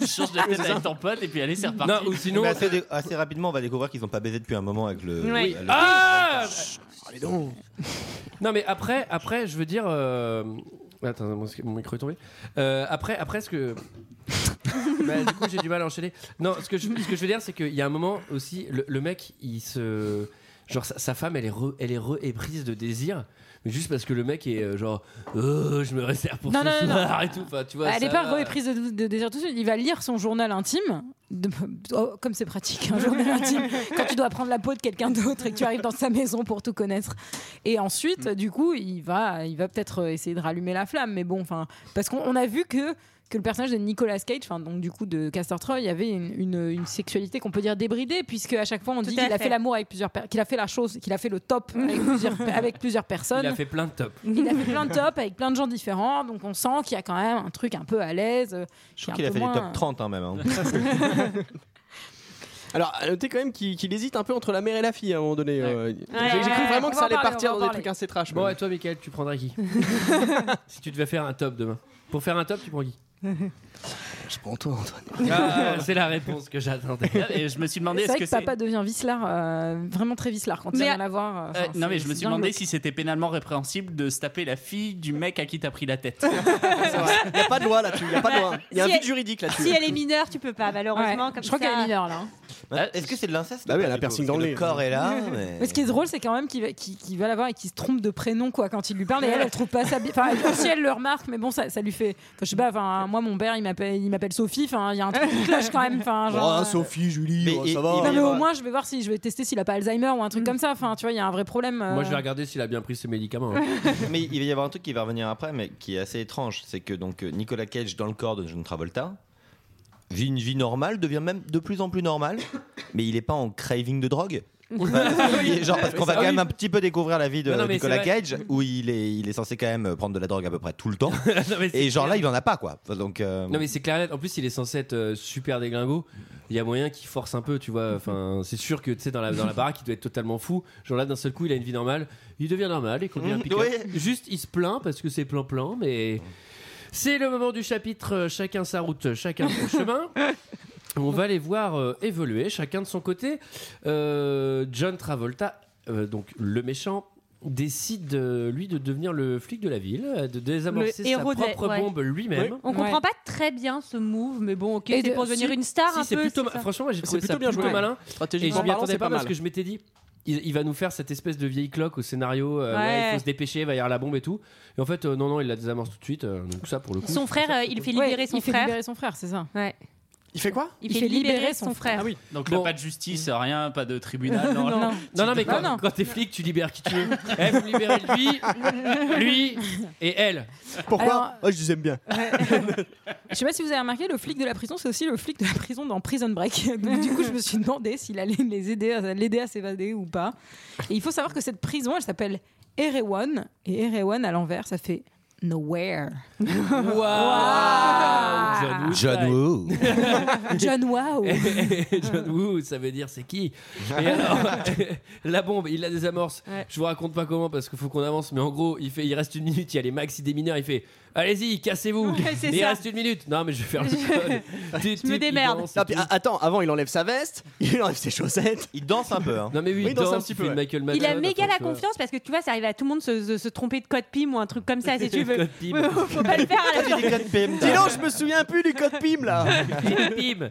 J: tu changes la tête
G: C'est ça.
J: avec ton pote, et puis allez, c'est reparti.
G: Mais
F: Bah,
G: assez, dé- assez rapidement, on va découvrir qu'ils n'ont pas baisé depuis un moment avec le.
J: Oui.
G: le-
A: Ah Non mais après, après, je veux dire. euh, Attends, mon, mon micro est tombé. Euh, après, après, ce que. Bah, du coup, j'ai du mal à enchaîner. Non, ce que je, ce que je veux dire, c'est qu'il y a un moment aussi, le, le mec, il se. Genre, sa, sa femme, elle est, re, elle est re éprise de désir, mais juste parce que le mec est euh, genre, Oh, je me réserve pour
K: Non,
A: ce
K: non, non, non.
A: soir et tout. Enfin, tu vois,
K: elle
A: ça
K: n'est pas
A: va.
K: reprise de, de désir tout de suite. Il va lire son journal intime. de- oh, comme c'est pratique, un journal intime. Quand tu dois prendre la peau de quelqu'un d'autre et que tu arrives dans sa maison pour tout connaître. Et ensuite,
A: Mm.
K: du coup, il va, il va peut-être euh, essayer de rallumer la flamme. Mais bon, enfin, parce qu'on on a vu que que le personnage de Nicolas Cage, enfin donc du coup de Castor Troy, il y avait une, une- une sexualité qu'on peut dire débridée, puisque à chaque fois on dit
L: à
K: qu'il a
L: fait.
K: fait l'amour avec plusieurs, per- qu'il a fait la chose, qu'il a fait le top avec plusieurs, avec plusieurs personnes.
A: Il a fait plein de tops.
K: Il a fait plein de tops avec plein de gens différents, donc on sent qu'il y a quand même un truc un peu à l'aise. euh,
G: Je
K: qui est un
G: trouve qu'il a
K: peu
G: fait
K: moins-
G: des top 30 hein, même. hein.
F: Alors, à noter quand même qu'il qu'il hésite un peu entre la mère et la fille à un moment donné. euh, J'ai
K: Ouais,
F: j'ai cru
K: ouais,
F: vraiment
K: on
F: que
K: va
F: ça
K: en
F: allait
K: parler,
F: partir
K: on va en
F: dans des
K: parler.
F: trucs assez trash.
A: Bon, et toi, Michael, tu prendrais qui Si tu devais faire un top demain. Pour faire un top, tu prends qui
F: Je prends toi, Antoine.
A: Ah, c'est la réponse que j'attendais.
J: Et je me suis demandé,
K: C'est
J: est-ce
K: vrai
J: que
K: que
J: c'est.
K: papa devient vicelard, euh, vraiment très vicelard quand il
J: Mais-
K: vient la voir. euh,
J: Euh,
K: enfin, c'est-
J: non, mais je me
K: c'est
J: suis
K: bien
J: demandé
K: glauque.
J: si c'était pénalement répréhensible de se taper la fille du mec à qui t'as pris la tête.
F: Il n'y a pas de loi là-dessus, il n'y a pas de loi. Il y a un
L: Si
F: vide
L: elle-
F: juridique là-dessus.
L: Si elle est mineure, tu peux pas, malheureusement.
K: Ouais,
L: Comme
K: je crois
L: ça-
K: qu'elle est mineure là. hein.
G: Ah, Est-ce que c'est de l'inceste
F: Bah oui, elle a
G: du coup
F: piercing
G: Parce
F: dans le
G: que Le
F: nez.
G: corps est là, mais.
K: Mais ce qui est drôle, c'est quand même qu'il va, qu'il- qu'il va la voir et qu'il se trompe de prénom quoi quand il lui parle. Et elle, elle trouve pas ça bien. Enfin, elle- si elle le remarque, mais bon, ça, ça lui fait. Enfin, je sais pas. Enfin, moi, mon père, il m'appelle, il m'appelle Sophie. Enfin, il y a un truc qui cloche quand même.
J: Oh,
K: Enfin, genre. euh,
F: Sophie, Julie,
G: Mais
F: oh,
G: il-
F: ça va.
K: non, mais au moins, je vais voir si je vais tester s'il a pas Alzheimer ou un
L: Mm.
K: truc comme ça. Enfin, tu vois, il y a un vrai problème. euh.
A: Moi, je vais regarder s'il a bien pris ses médicaments. hein.
G: mais il va y avoir un truc qui va revenir après, mais qui est assez étrange. C'est que donc euh, Nicolas Cage, dans le corps de John Travolta, vit une vie normale, devient même de plus en plus normale, mais il n'est pas en craving de drogue. Enfin, il est genre parce qu'on va
A: Ah
G: quand
A: oui.
G: même un petit peu découvrir la vie de
A: Non, non, mais
G: Nicolas
A: c'est vrai.
G: Cage où il est, il est censé quand même prendre de la drogue à peu près tout le temps
A: Non, mais c'est
G: et genre là
A: clair.
G: il en a pas quoi Enfin, donc euh,
A: Non mais c'est clair. et net. En plus, il est censé être euh, super déglingo. Il y a moyen qu'il force un peu, tu vois. Enfin, c'est sûr que tu sais dans la dans la baraque, il doit être totalement fou. Genre là, d'un seul coup, il a une vie normale. Il devient normal et conduit un pick-up.
G: Oui.
A: Juste, il se plaint parce que c'est plan plan, mais c'est le moment du chapitre. euh, Chacun sa route, chacun son chemin. On va les voir euh, évoluer, chacun de son côté. Euh, John Travolta, euh, donc le méchant, décide euh, lui de devenir le flic de la ville, euh, de désamorcer
L: Le
A: sa
L: héros de la-
A: propre
L: ouais.
A: bombe lui-même.
L: On comprend pas très bien ce move, mais bon, ok, c'est pour devenir une star
A: Si,
L: un
A: c'est
L: peu.
A: plutôt
L: c'est
A: ma-
L: ça
A: Franchement, moi, j'ai trouvé
F: Ah, C'est
A: ça
F: plutôt bien
A: plutôt
F: joué.
A: malin. Et je
F: Stratégiquement
A: m'y
F: parlant,
A: attendais
F: c'est
A: pas,
F: pas
A: parce
F: mal.
A: que je m'étais dit, il, il va nous faire cette espèce de vieille cloque au scénario. euh, ouais,
L: Ouais.
A: il faut se dépêcher, il va y avoir la bombe et tout. Et en fait, euh, non, non, il la désamorce tout de suite. euh, donc ça, pour le coup.
L: Son frère, euh, il fait
K: Ouais,
L: libérer son
K: il fait
L: frère.
K: libérer son frère, c'est ça.
L: Ouais.
F: Il fait quoi
L: Il, fait libérer son frère.
A: Ah
F: oui.
J: Donc là, pas de justice, rien, pas de tribunal.
A: Non, non, non, mais quand,
J: Non, non.
A: quand t'es flic, tu libères qui tu veux. Eh, vous libérez lui, lui et elle.
F: Pourquoi
K: Alors-
F: Oh, je les aime bien.
A: Ah,
K: Je sais pas si vous avez remarqué, le flic de la prison, c'est aussi le flic de la prison dans Prison Break. Donc, du coup, je me suis demandé s'il allait les aider, à- l'aider à s'évader ou pas. Et il faut savoir que cette prison, elle s'appelle Erewhon. Et Erewhon, à l'envers, ça fait Nowhere.
L: Ah.
A: John Woo.
G: John Woo.
K: Ah. John Wow.
A: John Woo, ça veut dire c'est qui Et alors, la bombe, il la désamorce. Je vous raconte pas comment parce qu'il faut qu'on avance, mais en gros, il fait, il reste une minute. Il y a les maxi des mineurs, il fait, allez-y, cassez-vous.
L: Ouais, c'est
A: Et il
L: ça.
A: reste une minute. Non, mais je vais faire le code. Tu- tu- il danse et
F: Ah, puis,
A: tout.
F: a- attends, avant il enlève sa veste, il enlève ses chaussettes.
G: il danse un peu hein.
A: Non mais oui,
F: Oui,
A: il
F: danse
A: danse,
F: un petit
A: il
F: peu,
A: fait
F: ouais.
A: Michael
L: Il a
A: Madsen,
L: méga
A: enfin,
L: la
A: Bah, tu vois.
L: confiance parce que tu vois, ça arrive à tout le monde se, se- se tromper de code PIM ou un truc comme ça si tu veux.
A: Code PIM.
L: Ouais, ouais, Faut pas le faire à la
G: Il dit code PIM,
F: Dis
G: t'as-
F: donc, je me souviens plus du code PIM là.
A: Et bim.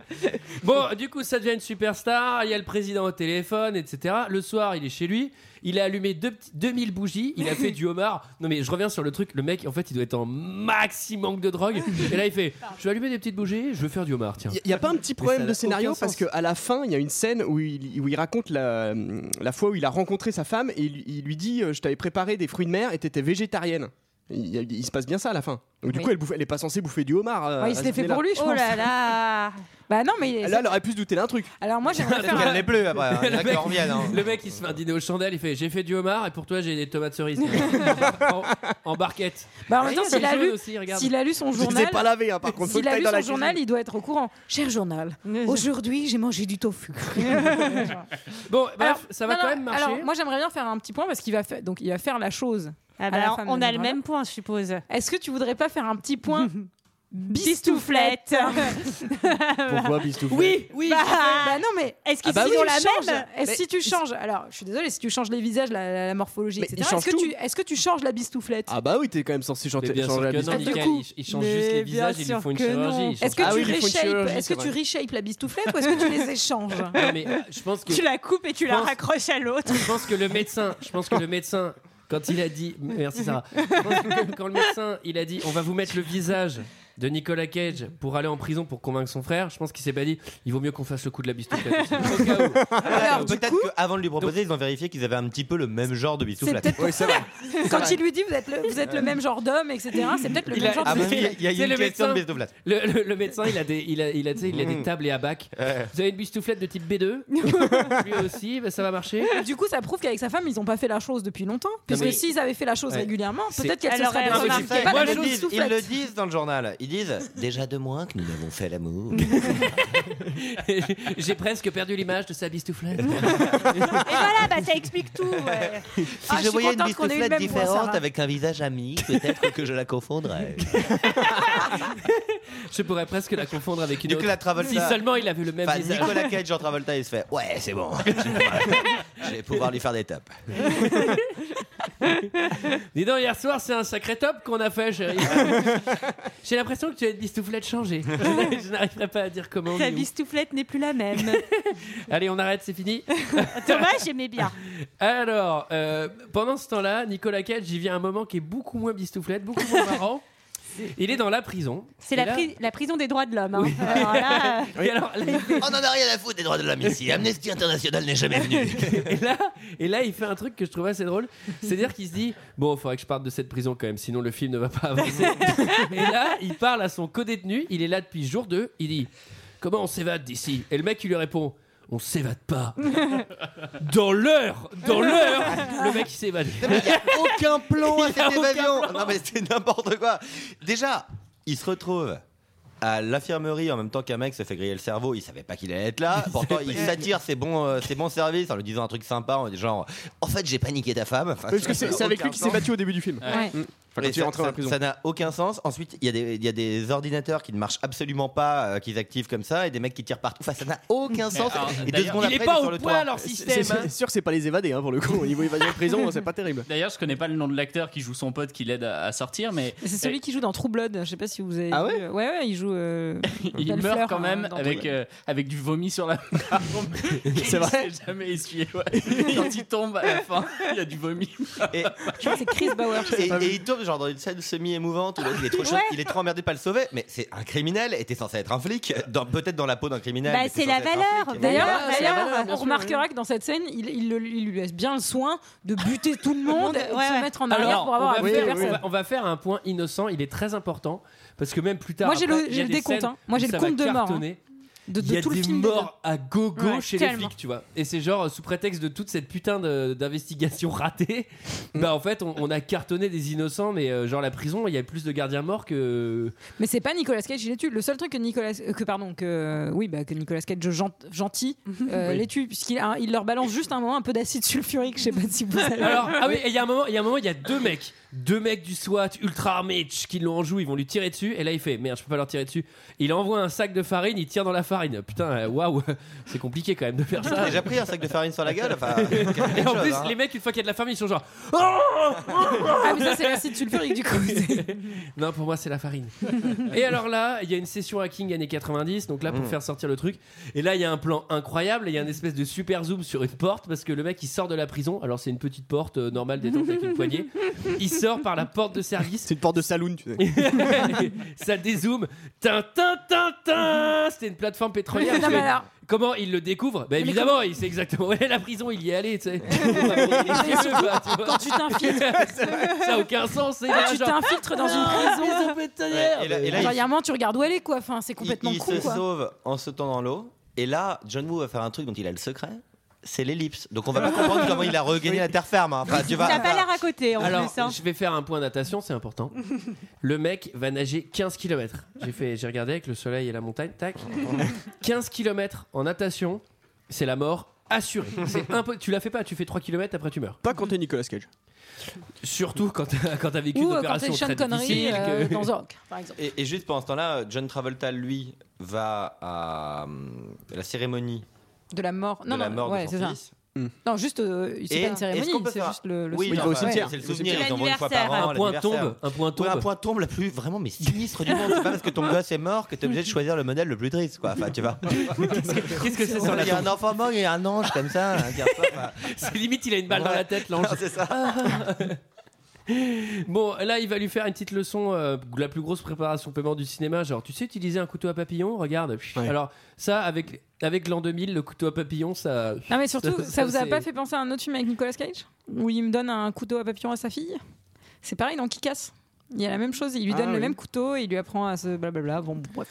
A: Bon, du coup, ça devient une superstar. Il y a le président au téléphone, etc. Le soir, il est chez lui. Il a allumé deux petits- 2000 bougies, il a fait du homard. Non, mais je reviens sur le truc. Le mec, en fait, il doit être en maximum manque de drogue. Et là, il fait Je vais allumer des petites bougies, je vais faire du homard. Tiens.
F: Il n'y a pas un petit
A: Mais ça
F: problème de
A: n'a
F: scénario
A: aucun
F: parce
A: sens.
F: qu'à la fin, il y a une scène où il, où il raconte la, la fois où il a rencontré sa femme et il, lui- il lui dit euh, Je t'avais préparé des fruits de mer et t'étais végétarienne. Il, y a- il se passe bien ça à la fin. Donc, du
K: Oui.
F: coup, elle, bouffe- elle est pas censée bouffer du homard. euh,
K: Ouais,
A: Ah,
F: à
K: il se
F: ce
K: l'est fait
F: dîner-là.
K: pour lui, je
L: Oh
K: pense.
L: là là
K: Bah non, mais.
F: Là, elle aurait pu se douter d'un truc.
K: Alors moi, j'aimerais faire. un-
F: bleus après.
G: hein. Il y en a qui en reviennent, hein.
A: le mec, il se fait un dîner aux chandelles, il fait J'ai fait du homard et pour toi, j'ai des tomates cerises. en, en barquette.
K: Bah, en même
A: Oui,
K: temps,
A: c'est
K: s'il a
A: jaune
K: lu,
A: aussi, regarde.
K: s'il a lu son
F: Je les ai
K: journal.
F: pas lavés, hein, par contre, faut
K: S'il
F: que
K: a
F: t'ailles
K: lu
F: dans
K: son
F: la
K: journal, il doit être au courant. Cher journal, aujourd'hui, j'ai mangé du tofu.
A: Bon, bref,
K: Alors,
A: ça va
K: non,
A: quand
K: non,
A: même marcher.
K: Alors, moi, j'aimerais bien faire un petit point parce qu'il va faire, donc il va faire la chose.
L: Ah bah, alors, on a le même point, je suppose.
K: Est-ce que tu voudrais pas faire un petit point
L: Bistouflette.
F: Pourquoi Bistouflette
K: Oui, oui.
L: Bah,
K: je sais. Bah non, mais
L: est-ce
K: qu'ils
L: qu'ils Ah bah oui,
K: ont
L: tu
K: la
L: changes.
K: même Est-ce
L: Mais-
K: si tu changes Alors, je suis désolée, si tu changes les visages, la, la- la morphologie,
F: Mais ils
K: etc.
F: changent
K: Est-ce que
F: tout.
K: tu, est-ce que tu changes la bistouflette
F: Ah, bah oui, t'es quand même censé chanter.
A: Mais bien sûr
F: changer la
G: Ah,
A: que non,
F: musique.
A: Mickaël, ils- ils changent juste les visages, ils lui font une chirurgie. ils
K: Est-ce que
A: changent-
F: Ah oui,
K: tu
F: ils font une
K: reshapes
F: chirurgie,
K: Est-ce
F: c'est
K: que tu
F: vrai.
K: reshapes la bistouflette ou est-ce que tu les échanges
A: Non, mais euh, je pense que.
L: Tu la coupes et tu la
A: Pense-
L: raccroches à l'autre.
A: Je pense que le médecin, je pense que le médecin, quand il a dit, merci Sarah, Je pense que quand le médecin il a dit, on va vous mettre le visage de Nicolas Cage pour aller en prison pour convaincre son frère, je pense qu'il s'est pas dit, il vaut mieux qu'on fasse le coup de la bistouflette. Au cas où.
G: Alors, peut-être qu'avant de lui proposer, ils ont vérifié qu'ils avaient un petit peu le même genre de bistouflette.
K: peut-être
G: Oui, c'est vrai.
K: Quand il lui dit vous êtes le, vous êtes le même genre d'homme, etc. C'est peut-être le
G: Il
K: même
G: a-
K: genre
G: ah
K: de
G: bah oui, il y a- il y a
A: C'est
G: une
A: le
G: question de
A: médecin.
G: bistouflette.
A: Le, le- le médecin, il a des, il a, il a, tu sais, il a
G: Mm.
A: des tables et à bac.
G: Euh,
A: Vous avez une bistouflette de type B2 Lui aussi, ben, ça va marcher.
K: Du coup, ça prouve qu'avec sa femme, ils n'ont pas fait la chose depuis longtemps. Puisque
A: mais-
K: s'ils avaient fait la chose
A: Ouais.
K: régulièrement,
A: C'est-
K: peut-être qu'elle se
L: Elle aurait
K: serait
G: Non, mais
K: bien
G: tu sais,
K: remarquée par la
G: ils, le disent, ils le
K: bistouflette.
G: disent dans le journal. Ils disent déjà deux mois que nous n'avons fait l'amour.
A: J'ai presque perdu l'image de sa bistouflette.
L: Et voilà, bah, ça explique tout. ouais.
G: Si
K: Ah, je
G: je
K: suis
G: voyais une
K: contente qu'on ait eu le même
G: bistouflette
K: point,
G: différente
K: Sarah.
G: avec un visage ami, peut-être que je la confondrais.
A: Je pourrais presque la confondre avec une autre.
G: Nicolas Travolta.
A: Si seulement il avait le même
G: Enfin,
A: visage.
G: Nicolas Cage, Jean Travolta, il se fait Ouais, c'est bon. Je vais pouvoir- je vais pouvoir lui faire des tapes.
A: Dis donc, hier soir, c'est un sacré top qu'on a fait, chérie. J'ai l'impression que tu as une bistouflette changée. Je n'arriverai pas à dire comment.
L: Ta
A: ni où.
L: bistouflette n'est plus la même.
A: Allez, on arrête, c'est fini.
L: Thomas, j'aimais bien.
A: Alors, euh, pendant ce temps-là, Nicolas Cage, j'y vient un moment qui est beaucoup moins bistouflette, beaucoup moins marrant. Il est dans la prison.
L: C'est
A: Et
L: la,
A: là-
L: pri- la prison des droits de l'homme. hein. Alors là, euh,
A: Et alors, là, il fait-
G: On en a rien à foutre des droits de l'homme ici. Amnesty International n'est jamais venu.
A: et, là, et là, il fait un truc que je trouve assez drôle. C'est-à-dire qu'il se dit Bon, il faudrait que je parte de cette prison quand même, sinon le film ne va pas avancer. et là, il parle à son codétenu. Il est là depuis jour 2. Il dit Comment on s'évade d'ici Et le mec, il lui répond On s'évade pas. dans l'heure Dans l'heure Le mec, il s'évade.
G: Il n'y a aucun plan
A: Il
G: à
A: y a
G: cette
A: aucun
G: évasion.
A: plan.
G: Non, mais c'est n'importe quoi. Déjà, il se retrouve à l'infirmerie en même temps qu'un mec se fait griller le cerveau. Il savait pas qu'il allait être là. Pourtant, il s'attire ses bons, euh, ses bons services en lui disant un truc sympa. En genre, en fait, j'ai paniqué ta femme. Enfin,
F: Parce que
G: ça
F: c'est
G: n'a
F: c'est avec
G: aucun
F: lui qui s'est
G: sens.
F: battu au début du film.
K: Ouais.
F: Mm. Enfin, quand
G: Mais
F: il est
G: ça-
F: rentré dans la
G: ça-
F: prison.
G: ça n'a aucun sens. Ensuite, il y, a des- il y a des ordinateurs qui ne marchent absolument pas, euh, qui s'activent comme ça, et des mecs qui tirent partout. Enfin, ça n'a aucun sens.
J: Alors,
G: et deux
J: d'ailleurs,
G: secondes
A: il est
G: après,
A: pas
G: il
A: au
G: sur le
A: point,
G: toit.
A: alors,
G: C'est-
A: si-
F: C'est c'est sûr que c'est pas les évadés hein, pour le coup. Au niveau évasion de prison, c'est pas terrible.
J: D'ailleurs, je connais pas le nom de l'acteur qui joue son pote qui l'aide à, à sortir, mais
K: C'est celui qui joue dans True Blood. Je sais pas si vous avez.
F: Ah
K: vu.
F: ouais
K: ouais, ouais, il joue. euh,
J: il
K: Belle
J: meurt
K: Fleur,
J: quand
K: hein,
J: même
K: dans
J: avec
K: True Blood.
J: euh, avec du vomi sur la barbe.
F: C'est vrai
J: Il s'est jamais essuyé. ouais. Quand il tombe à la fin, il y a du vomi.
G: Et,
K: Je crois que c'est Chris Bauer.
G: et- et il tombe genre dans une scène semi-émouvante où l'autre, il est trop chaud,
L: Ouais.
G: il est trop emmerdé de pas le sauver, mais c'est un criminel et t'es censé être un flic, dans- peut-être dans la peau d'un criminel.
L: Bah,
G: mais t'es
L: c'est la
G: censé être un
L: valeur.
G: flic.
K: D'ailleurs,
L: Valeur,
K: d'ailleurs,
L: valeur, bien
K: on
L: sûr,
K: remarquera que dans cette scène, il, il le- il lui laisse bien le soin de buter tout le monde, et de
L: ouais,
K: se
L: ouais.
K: mettre en arrière
A: Alors,
K: pour
A: on va,
K: avoir la
A: faire,
K: personne.
A: on va- on va faire un point innocent, il est très important parce que même plus tard,
K: Moi, j'ai le-
A: après, il y a
K: j'ai le
A: des
K: décompte,
A: scènes
K: hein. Moi, j'ai
A: où
K: le
A: ça va
K: compte de morts, hein.
A: cartonner.
K: De, de
A: Il y a
K: tout le
A: des
K: film. des
A: morts à gogo
K: Ouais,
A: chez les
K: tellement.
A: flics, tu vois. Et c'est genre euh, sous prétexte de toute cette putain de- d'investigation ratée, bah en fait on, on a cartonné des innocents, mais euh, genre la prison, il y a plus de gardiens morts que.
K: deux. Mais c'est pas Nicolas Cage qui les tue. Le seul truc que Nicolas, euh, que pardon, que euh, oui, bah, que Nicolas Cage gen- gentil euh,
A: Oui.
K: les tue puisqu'il a- il leur balance juste un moment un peu d'acide sulfurique. Je sais pas si vous savez.
A: Alors ah oui, et il y a un moment, il y a un moment, il y a deux mecs, deux mecs du SWAT ultra armés tch, qui l'ont en joue, ils vont lui tirer dessus, et là il fait merde, je peux pas leur tirer dessus. Il envoie un sac de farine, il tire dans la farine. Putain, euh, waouh, c'est compliqué quand même de faire
G: Tu
A: ça.
G: t'es déjà pris un sac de farine sur la gueule Enfin,
A: Et
G: quelque
A: en
G: chose,
A: plus,
G: hein.
A: les mecs, une fois qu'il y a de la farine, ils sont genre.
K: Ah, mais ça, c'est l'acide sulfurique du coup.
A: Non, pour moi, c'est la farine. et alors là, il y a une session hacking années 90, donc là, pour
G: Mm.
A: faire sortir le truc. Et là, il y a un plan incroyable, et il y a une espèce de super zoom sur une porte, parce que le mec, il sort de la prison. Alors, c'est une petite porte euh, normale détente avec une poignée. Il sort par la porte de service.
F: C'est une porte de saloon, tu sais.
A: ça dézoome. Tintin, tintin C'était une plateforme pétrolière.
K: Non, mais alors-
A: Comment il le découvre Bah évidemment, il sait exactement où est la prison, il y est allé, tu sais. Quand
K: tu t'infiltres.
A: ça a aucun sens. c'est
K: Quand
A: là,
K: eh ben, tu
A: genre-
K: t'infiltres dans une
A: Ah,
K: prison.
G: Ouais, et là- et là,
K: Genre,
G: il-
K: il y a un moment, tu regardes où elle est, quoi. Enfin, c'est
G: Il,
K: complètement
G: il
K: con,
G: se
K: quoi.
G: sauve en sautant dans l'eau. Et là, John Woo va faire un truc dont il a le secret. C'est l'ellipse. Donc on va pas comprendre comment il a regagné la terre ferme. hein. Enfin, tu vas.
L: T'as pas l'air à côté en
A: Alors,
L: plus. hein.
A: je vais faire un point de natation, c'est important. Le mec va nager 15 km. J'ai fait, j'ai regardé avec le soleil et la montagne, tac. 15 km en natation, c'est la mort assurée. C'est impo- tu la fais pas, tu fais 3 km après tu meurs.
F: Pas quand t'es Nicolas Cage.
A: Surtout quand t'as quand t'as vécu
K: Ou
A: une
K: euh, quand t'es
A: opération
K: Sean
A: très
K: Connery
A: difficile.
K: euh,
A: que-
K: dans Zork, par exemple.
G: Et, et juste pendant ce temps-là, John Travolta, lui, va à hum, la cérémonie
K: De la mort. Non,
G: de la
K: non,
G: mort
K: ouais,
G: de
K: c'est
G: son
K: ça.
G: fils.
K: Non, juste, euh, c'est pas
G: Et
K: une
G: est-ce qu'on
K: cérémonie,
G: peut
K: c'est
G: faire-
K: juste le, le
G: Oui,
K: souvenir.
G: il va au
K: Ouais.
G: cimetière, c'est le souvenir, ils envoient une fois par
A: L'anniversaire.
G: an.
A: Un point
G: l'anniversaire.
A: tombe, un point tombe.
G: Ouais, un point tombe la plus vraiment mais sinistre du monde. C'est pas parce que ton gosse est mort que t'es obligé de choisir le modèle le plus triste, quoi. Enfin, tu vois.
A: Qu'est-ce que c'est
K: Oh,
A: sur la
G: Il y a
A: tombe
G: un enfant mort, il y a un ange comme ça. un garçon, enfin. Euh.
A: C'est limite, il a une balle dans la tête, l'ange.
G: Non, c'est ça.
A: Bon, là, il va lui faire une petite leçon, euh, la plus grosse préparation au paiement du cinéma. Genre, tu sais utiliser un couteau à papillon Regarde. Pff, Alors, ça, avec, avec l'an 2000, le couteau à papillon, ça.
K: Non, mais surtout, ça, vous a
A: c'est-
K: pas fait penser à un autre film avec Nicolas Cage Où il me donne un couteau à papillon à sa fille C'est pareil dans Kikas. Il y a la même chose, il lui
A: Ah
K: donne le
A: oui.
K: même couteau et il lui apprend à se blablabla. Bon, bref.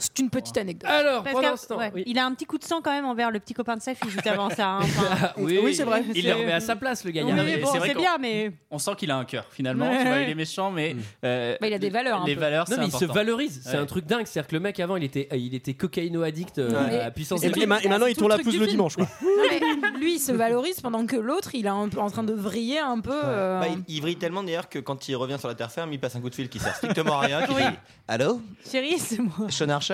K: C'est une petite anecdote.
A: Alors,
L: Ah, Parce
A: pendant
L: qu'à-
A: ce temps,
L: ouais,
A: oui.
L: Il a un petit coup de sang quand même envers le petit copain de sa fille juste avant ça. hein. Enfin,
A: Ah,
J: Oui, c'est vrai.
A: Il
J: C'est-
A: le remet à sa place, le
J: Oui,
A: gagnant.
J: mais
L: bon,
J: c'est vrai
L: c'est
J: qu'on-
L: bien, mais
J: On sent qu'il a un cœur finalement.
L: Ouais,
J: tu vois,
L: ouais.
J: il est méchant, mais euh,
K: Bah, il a des valeurs. un
J: les
K: peu.
J: valeurs,
A: Mm. Non,
J: c'est
A: mais il se
J: important.
A: valorise, c'est
J: Ouais.
A: un truc dingue. C'est-à-dire que le mec, avant, il était, il était cocaïno-addict euh,
F: Ouais.
A: à puissance
F: Et,
A: de
F: et ma- et maintenant, il tourne la pouce le dimanche, quoi.
K: Non, mais lui, il se valorise pendant que l'autre, il est un peu en train de vriller un peu. euh,
G: Bah, il, il vrille tellement d'ailleurs que quand il revient sur la terre ferme, il passe un coup de fil qui sert strictement à rien. qui
L: Oui.
G: dit, Allô
L: chérie, c'est moi.
G: Sean Archer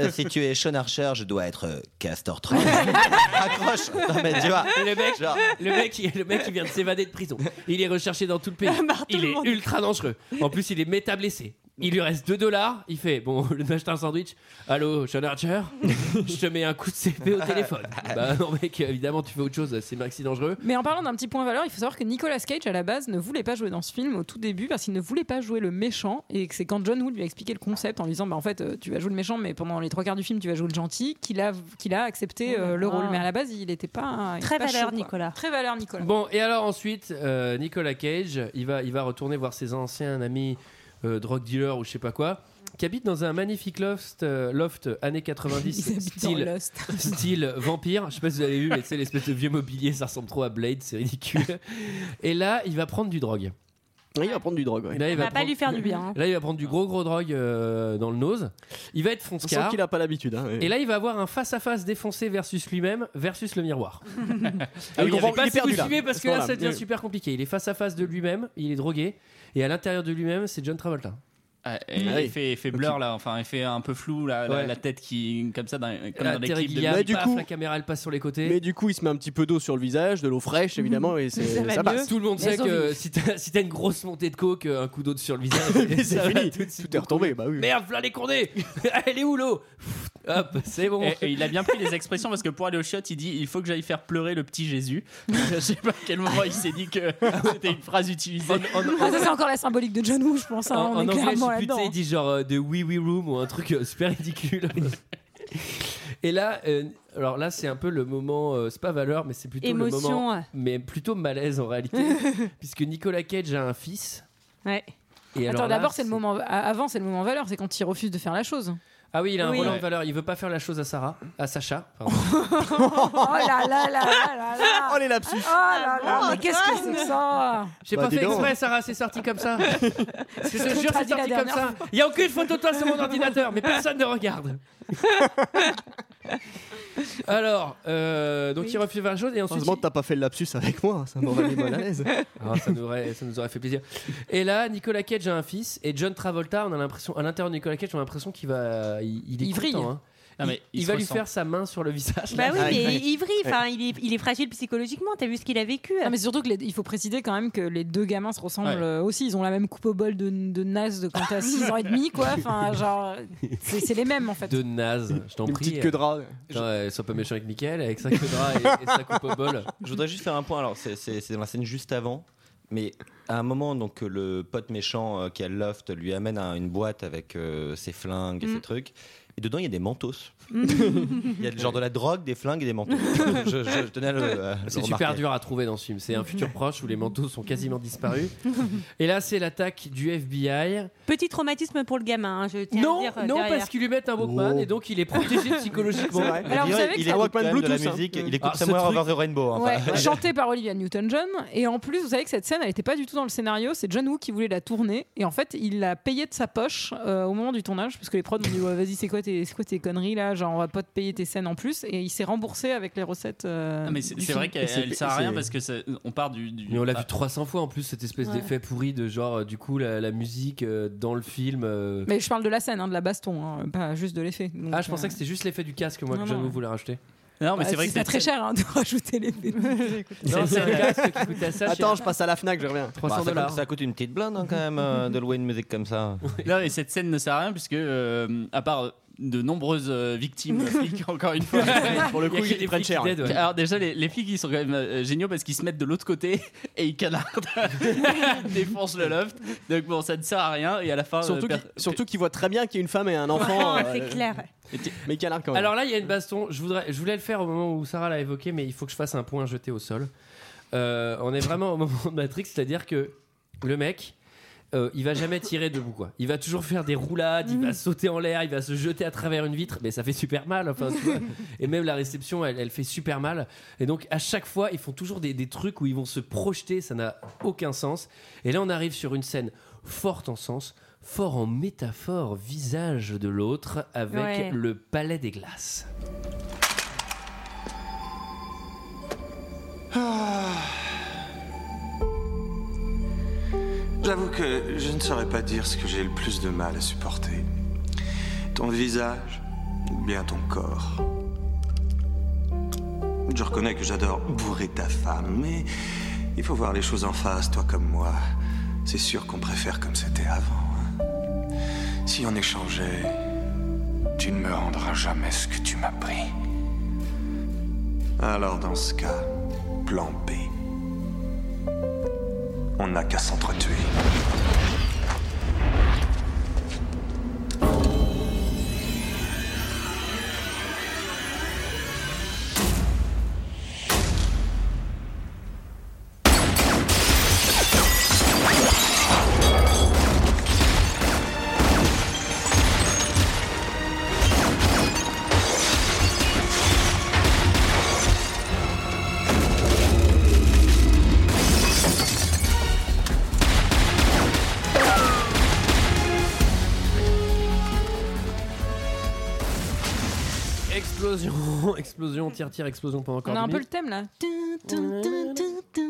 G: Euh, Si tu es Sean Archer, je dois être euh, Castor 30. Accroche Non mais tu vois.
A: Le mec,
G: Genre-
A: le mec, il- le mec, il vient de s'évader de prison. Il est recherché dans tout le pays. il
L: le
A: est
L: monde.
A: ultra dangereux. En plus, il est méta blessé. Il lui reste 2 dollars. Il fait Bon, le m'achète un sandwich. Allô, Sean Archer Je te mets un coup de CP au téléphone. bah non, mec, évidemment, tu fais autre chose. C'est maxi dangereux.
K: Mais en parlant d'un petit point valeur, il faut savoir que Nicolas Cage à la base ne voulait pas jouer dans ce film au tout début parce qu'il ne voulait pas jouer le méchant et que c'est quand John Wood lui a expliqué le concept en lui disant bah en fait euh, tu vas jouer le méchant mais pendant les trois quarts du film tu vas jouer le gentil qu'il a qu'il a accepté euh, le rôle mais à la base il n'était pas il était
L: Très
K: pas
L: valeur,
K: chaud, quoi.
L: Nicolas.
K: très valeur Nicolas
A: Bon, et alors ensuite, euh, Nicolas Cage, il va, il va retourner voir ses anciens amis euh, drug dealers ou je sais pas quoi, qui habitent dans un magnifique loft, euh, loft années 90,
K: Ils habitent dans
A: style,
K: Lost.
A: style vampire. Je sais pas si vous avez vu, mais c'est l'espèce de vieux mobilier, ça ressemble trop à Blade, c'est ridicule. Et là, il va prendre du drogue.
F: Ouais, il va prendre du drogue. ouais.
A: Et Là, il
L: Ça va pas
A: prendre-
L: lui faire du bien. hein.
A: Là, il va prendre du gros gros drogue euh, dans le nose. Il va être
F: On sent
A: fonce-car.
F: qu'il a pas l'habitude. hein,
A: Et là, il va avoir un face-à-face défoncé versus lui-même, versus le miroir.
F: Ah oui,
A: je
F: on
A: sais
F: va- il
A: pas si
F: est
A: vous
F: perdu, là.
A: suivez parce que
F: À ce
A: là,
F: moment-là.
A: ça devient
F: Oui.
A: super compliqué. Il est face-à-face de lui-même, il est drogué, et à l'intérieur de lui-même, c'est John Travolta.
J: Ah, et
F: Ah oui.
J: il, fait, il fait blur là, enfin il fait un peu flou là, la-
A: Ouais.
J: la tête qui comme ça dans, comme
A: Là,
J: dans
A: Terry
J: l'équipe. De...
A: Gilliam,
F: Mais du
A: paf,
F: coup-
A: la caméra elle passe sur les côtés.
F: Mais du coup, il se met un petit peu d'eau sur le visage, de l'eau fraîche évidemment, et c'est-
K: va
F: ça
K: mieux.
F: passe.
A: Bah, Tout le monde
K: Mais
A: sait
K: ils ont
A: que
K: vu.
A: si t'as si t'as une grosse montée de coke, euh, un coup d'eau sur le visage, ça
F: Et C'est
A: va
F: fini,
A: tout de suite.
F: tout est retombé. Bah oui.
A: Merde, voilà les condés Elle est où l'eau Hop, c'est bon.
J: Et, et il a bien pris les expressions parce que pour aller au shot, il dit il faut que j'aille faire pleurer le petit Jésus. Je sais pas à quel moment il s'est dit que c'était une phrase utilisée.
A: En- en-
K: Ah, ça c'est encore la symbolique de John Woo je pense hein,
A: en,
K: on
A: en
K: est
A: anglais, je
K: clairement hein.
A: sais
K: là
A: plus, tu
K: dedans
A: sais, il dit genre euh, de oui oui room ou un truc euh, super ridicule. Et là, euh, alors là, c'est un peu le moment, euh, c'est pas valeur, mais c'est plutôt
L: Émotion,
A: le moment,
L: ouais.
A: mais plutôt malaise en réalité, puisque Nicolas Cage a un fils.
L: Ouais.
A: Et alors
K: Attends,
A: là,
K: d'abord, c'est le moment. à- Avant, c'est le moment valeur, c'est quand il refuse de faire la chose.
A: Ah oui, il a un
L: Oui.
A: rôle en
J: Ouais.
A: valeur. Il veut pas faire la chose à Sarah, à Sacha. pardon.
K: Oh là là là là là
G: Ah.
K: là
F: Oh les lapsus.
K: Oh là
L: Ah
K: là, mais qu'est-ce que c'est que ça
A: J'ai
F: Bah,
A: pas
F: dis
A: fait
F: donc.
A: exprès, Sarah. C'est sorti comme ça. Je te
K: qu'on
A: jure,
K: t'a
A: c'est
K: dit
A: sorti
K: la
A: comme
K: dernière
A: ça. Il y a aucune photo de toi sur mon ordinateur, mais personne ne regarde. Alors, euh, donc il refuse de faire la chose et ensuite
F: Heureusement que t'as pas fait le lapsus avec moi, ça m'aurait mis mal à l'aise.
A: Ah, ça, nous aurait, ça nous aurait fait plaisir. Et là, Nicolas Cage a un fils et John Travolta, on a l'impression, à l'intérieur de Nicolas Cage, on a l'impression qu'il va. Il, est
K: Il vrille.
A: content, hein.
J: Non, mais
A: il,
J: il se
A: va lui
J: ressent.
A: faire sa main sur le visage.
L: Bah oui,
A: là.
L: mais il vrille, enfin, il, est, il est fragile psychologiquement, t'as vu ce qu'il a vécu. euh,
K: mais surtout qu'il faut préciser quand même que les deux gamins se ressemblent
L: Ouais.
K: euh, aussi. Ils ont la même coupe au bol de, de naze de quand t'as 6 ans et demi, quoi. Enfin, genre, c'est c'est les mêmes en fait.
A: De naze, je t'en
F: Une
A: prie.
F: petite queue de rat.
H: euh,
A: Attends, euh, Sois pas méchant avec Mickaël, avec sa queue de rat et, et sa coupe au bol.
G: Je voudrais juste faire un point. Alors, c'est- c'est c'est dans la scène juste avant, mais à un moment, donc euh, le pote méchant euh, qui a le loft lui amène un- une boîte avec euh, ses flingues et
O: Mm.
G: ses trucs. Et dedans, il y a des mentos. il y a genre de la drogue, des flingues et des mentos. je, je- je tenais à le. à le
A: C'est super
G: remarquer.
A: dur à trouver dans ce film. C'est un futur proche où les manteaux sont quasiment disparus. Et là, c'est l'attaque du FBI.
L: Petit traumatisme pour le gamin, hein, je tiens à
A: Non,
L: le dire. euh,
A: non,
L: derrière.
A: parce qu'ils lui mettent un Walkman et donc il est protégé psychologiquement. Ah,
G: C'est vrai. Alors, vous savez que ça- Walkman Bluetooth, hein. Il écoute Somewhere Over the Rainbow, hein,
K: Ouais,
G: bah.
K: chanté par Olivia Newton-John. Et en plus, vous savez que cette scène, elle n'était pas du tout dans le scénario. C'est John Woo qui voulait la tourner. Et en fait, il l'a payée de sa poche euh, au moment du tournage. Parce que les prods ont dit Ouais, Vas-y, c'est quoi, tes- c'est quoi tes conneries là Genre, on va pas te payer tes scènes en plus. Et il s'est remboursé avec les recettes. euh,
J: Ah, mais c'est
K: du
J: c'est
K: film.
J: vrai qu'elle elle sert à rien parce que ça- on part du. du-
A: Mais on l'a
J: ah,
A: vu 300 fois en plus, cette espèce
K: Ouais.
A: d'effet pourri de genre, euh, du coup, la, la musique euh, dans le film. euh,
K: Mais je parle de la scène, hein, de la baston, hein, pas juste de l'effet. Donc,
A: Ah, je
K: euh,
A: pensais que c'était juste l'effet du casque, moi,
K: Non,
A: que John
K: non.
A: Woo voulait racheter.
J: Non,
K: bah, c'est pas très cher hein, de rajouter l'effet.
A: Non, c'est le casque qui coûtait ça.
F: Attends, je passe à la Fnac, je reviens.
A: 300
G: Bah, ça coûte-
A: dollars.
G: Ça coûte une petite blinde hein, quand même euh, de louer une musique comme ça.
J: Non, et cette scène ne sert à rien puisque, euh, à part euh, de nombreuses euh, victimes, euh, flics, encore une fois.
F: Pour le
J: y a
F: coup,
J: que
F: ils
J: des
F: prennent
J: flics
F: cher,
J: dead,
F: ouais.
J: Alors, déjà, les, les flics, ils sont quand même euh, géniaux parce qu'ils se mettent de l'autre côté et ils canardent, défoncent le loft. Donc, bon, ça ne sert à rien. Et à la fin.
F: Surtout
J: euh, per-
F: qu'il- Surtout qu'il voit très bien qu'il y a une femme et un enfant.
J: Ouais, c'est
F: euh,
J: clair.
F: Mais canard quand même.
A: Alors là, il y a une baston. Je, voudrais, je voulais le faire au moment où Sarah l'a évoqué, mais il faut que je fasse un point jeté au sol. Euh, on est vraiment au moment de Matrix, c'est-à-dire que le mec. euh, il va jamais tirer debout quoi. Il va toujours faire des roulades, il va sauter en l'air, il va se jeter à travers une vitre, mais ça fait super mal. Enfin, tu vois. Et même la réception, elle, elle fait super mal. Et donc à chaque fois, ils font toujours des, des trucs où ils vont se projeter, ça n'a aucun sens. Et là, on arrive sur une scène forte en sens, fort en métaphore, visage de l'autre avec
J: Ouais.
A: le palais des glaces.
O: Ah. J'avoue que je ne saurais pas dire ce que j'ai le plus de mal à supporter. Ton visage ou bien ton corps. Je reconnais que j'adore bourrer ta femme, mais il faut voir les choses en face, toi comme moi. C'est sûr qu'on préfère comme c'était avant. hein. Si on échangeait, tu ne me rendras jamais ce que tu m'as pris. Alors dans ce cas, plan B. On n'a qu'à s'entretuer.
A: Explosion, explosion, tir, tir, explosion pendant encore
K: On a un
A: dix
K: peu le
A: minutes.
K: thème là. Tin, tin, tin, tin, tin.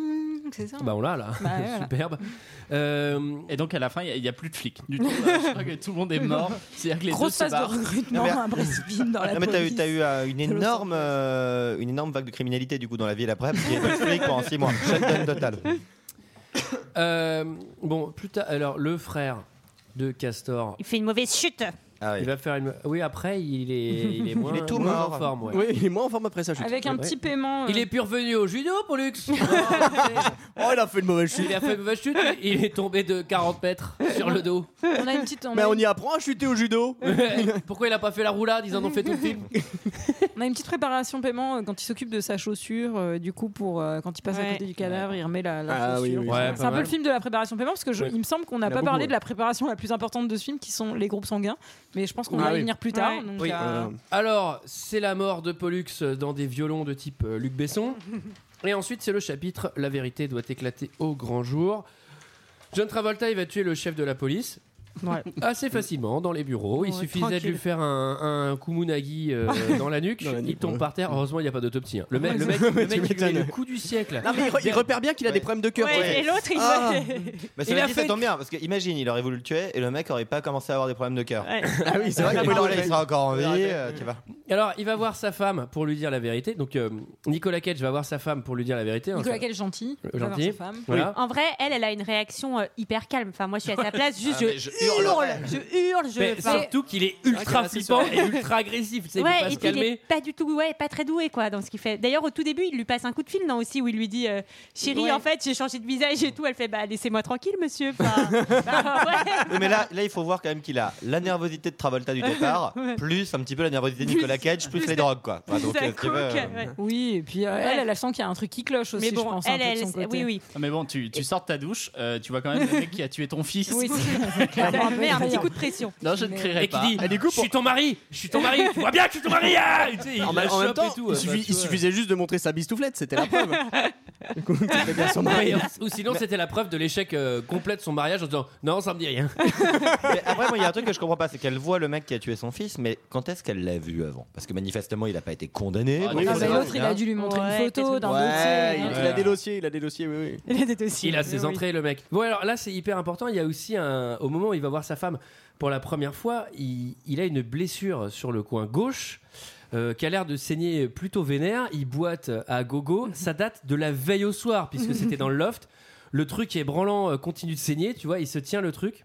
K: C'est ça.
A: Bah on l'a là,
K: Bah, ouais, voilà.
A: superbe. Euh,
J: Et donc à la fin, il n'y a, plus de flics du tout. Je crois que tout le monde est mort. C'est-à-dire que les
K: Grosse
J: deux se
K: phase de
J: barrent.
K: recrutement, un précipine dans la
G: Non, Ah, mais t'as eu,
K: police.
G: t'as eu euh, une,
K: Los
G: énorme, euh, une énorme vague de criminalité du coup dans la ville après, parce qu'il y a eu des flics pendant 6 mois. Shutdown total.
A: Euh, bon, plus tard, alors le frère de Castor.
L: Il fait une mauvaise chute.
G: Ah
A: Il va faire une. Oui, après, il est, il est moins,
F: Il est tout
A: moins
F: mort.
A: en forme. ouais.
F: Oui, il est moins en forme après sa chute.
K: Avec un
F: Ouais.
K: petit paiement. euh,
A: Il est plus revenu au judo, Pollux
F: Oh, il a fait une mauvaise chute.
A: Il a fait une mauvaise chute, mais il est tombé de 40 mètres sur le dos.
K: On a une petite. on
F: Mais
K: a
F: on
K: une-
F: y apprend à chuter au judo.
A: Pourquoi il a pas fait la roulade Ils en ont fait tout le film.
K: On a une petite préparation paiement euh, quand il s'occupe de sa chaussure, euh, du coup, pour euh, quand il passe à
L: Ouais.
K: côté du cadavre, il remet la, la
A: Ah oui,
K: chaussure.
A: oui, Ouais, oui.
K: c'est
A: pas
K: un peu
A: mal.
K: le film de la préparation paiement parce que je-
A: Ouais.
K: il me semble
A: Il
K: qu'on
A: y en
K: n'a
A: a
K: pas
A: beaucoup,
K: parlé
A: ouais.
K: de la préparation la plus importante de ce film, qui sont les groupes sanguins. Mais je pense qu'on
A: Ah
K: va
A: oui.
K: y venir plus tard. donc,
A: Oui.
K: euh,
A: Alors, c'est la mort de Pollux dans des violons de type euh, Luc Besson. Et ensuite, c'est le chapitre La vérité doit éclater au grand jour. John Travolta, il va tuer le chef de la police. Assez facilement dans les bureaux. Il
P: Ouais,
A: suffisait de
P: tranquille.
A: lui faire un, un kumunagi euh, dans la nuque. il tombe par terre. Heureusement, il n'y a pas d'autopsie. hein. Le, mec-
F: Ouais,
A: le
F: c'est-
A: mec, le
F: Ouais, tu
A: mec, il lui met le
F: m'étonnes.
A: coup du siècle.
F: Non, mais il re- il repère bien qu'il a des problèmes de cœur.
A: Ouais,
F: et l'autre, il
G: Ah.
F: veut-
G: Bah,
F: Il
G: ça,
F: a
G: dit, ça
F: fait-
G: tombe bien, parce que imagine, il aurait voulu le tuer et le mec aurait pas commencé à avoir des problèmes de cœur.
A: Ah oui, c'est vrai
G: Ah,
A: qu'il
G: bon,
A: aurait
G: là,
A: fait.
G: il sera encore en vie,
A: Il aurait fait.
G: euh, tu vois.
A: Alors, il va voir sa femme pour lui dire la vérité. Donc, euh, Nicolas Cage va voir sa femme pour lui dire la vérité. hein.
K: Nicolas Cage gentil.
A: Euh,
K: va voir
A: gentil.
K: sa femme.
A: Voilà.
L: En vrai, elle, elle a une réaction euh, hyper calme. Enfin, moi, je suis à sa place, juste
A: Ah, mais
L: je,
A: je
L: hurle,
A: hurlerais.
L: je hurle, je.
A: Mais
L: enfin,
A: surtout qu'il est
L: C'est vrai
A: ultra
L: qu'il est
A: flippant
L: assez
A: et ultra agressif. tu sais, Il
L: ouais,
A: peut pas
L: et
A: se
L: puis il est
A: calmer.
L: pas du tout, ouais, pas très doué quoi dans ce qu'il fait. D'ailleurs, au tout début, il lui passe un coup de fil, non aussi, où il lui dit, euh, chérie,
K: Ouais.
L: en fait, j'ai changé de visage et tout. Elle fait, bah laissez-moi tranquille, monsieur. Enfin, bah, ouais.
G: Oui, mais là, là, il faut voir quand même qu'il a la nervosité de Travolta du départ,
K: Ouais.
G: plus un petit peu la nervosité de Nicolas Cage, plus les drogues, quoi. Enfin, donc, euh, tu veux, euh,
K: Oui, et puis euh,
L: Ouais.
K: elle, elle sent qu'il y a un truc qui cloche aussi,
L: Mais bon,
K: je pense.
L: elle,
K: un peu de
L: elle,
K: son
L: c'est-
K: côté.
L: oui, oui.
J: Ah, mais bon, tu, tu sors de ta douche, euh, tu vois quand même le mec qui a tué ton fils.
K: Oui, c'est
L: Ça
K: clairement
L: met un petit
K: effrayant.
L: coup de pression.
J: Non, je ne crierai
A: Et qui
J: pas.
A: dit Je suis ton mari, je suis ton mari, tu vois bien que je suis ton mari ah Tu sais, il
F: en,
A: la
F: même-
A: chope
F: en même
A: et
F: temps,
A: tout,
F: il,
A: euh,
F: suffi-
A: bah, tu
F: il
A: vois.
F: suffisait juste de montrer sa bistouflette, c'était la preuve. Du coup, c'était bien son mari. hein.
A: Mais, ou sinon, c'était la preuve de l'échec euh, complet de son mariage en disant Non, ça me dit rien.
G: Mais après, moi, il y a un truc que je comprends pas, c'est qu'elle voit le mec qui a tué son fils, mais quand est-ce qu'elle l'a vu avant Parce que manifestement, il a pas été condamné.
K: Ah,
G: donc
K: bah,
G: on sait pas
K: l'autre, il
G: bien.
K: a dû lui montrer
L: Ouais,
K: une photo
L: peut-être
K: d'un
G: Ouais,
K: dossier. hein.
F: Il a des dossiers, il a des dossiers, oui, oui.
L: Il a des dossiers.
A: Il Euh, a ses
F: Oui, oui.
A: entrées, le mec. Bon, alors là, c'est hyper important. Il y a aussi un. Au moment où il va voir sa femme pour la première fois, il, il a une blessure sur le coin gauche. euh, qui a l'air de saigner plutôt vénère, il boite à gogo,
F: Mhm.
A: ça date de la veille au soir, puisque c'était dans le loft, le truc est branlant, euh, continue de saigner, tu vois, il se tient le truc,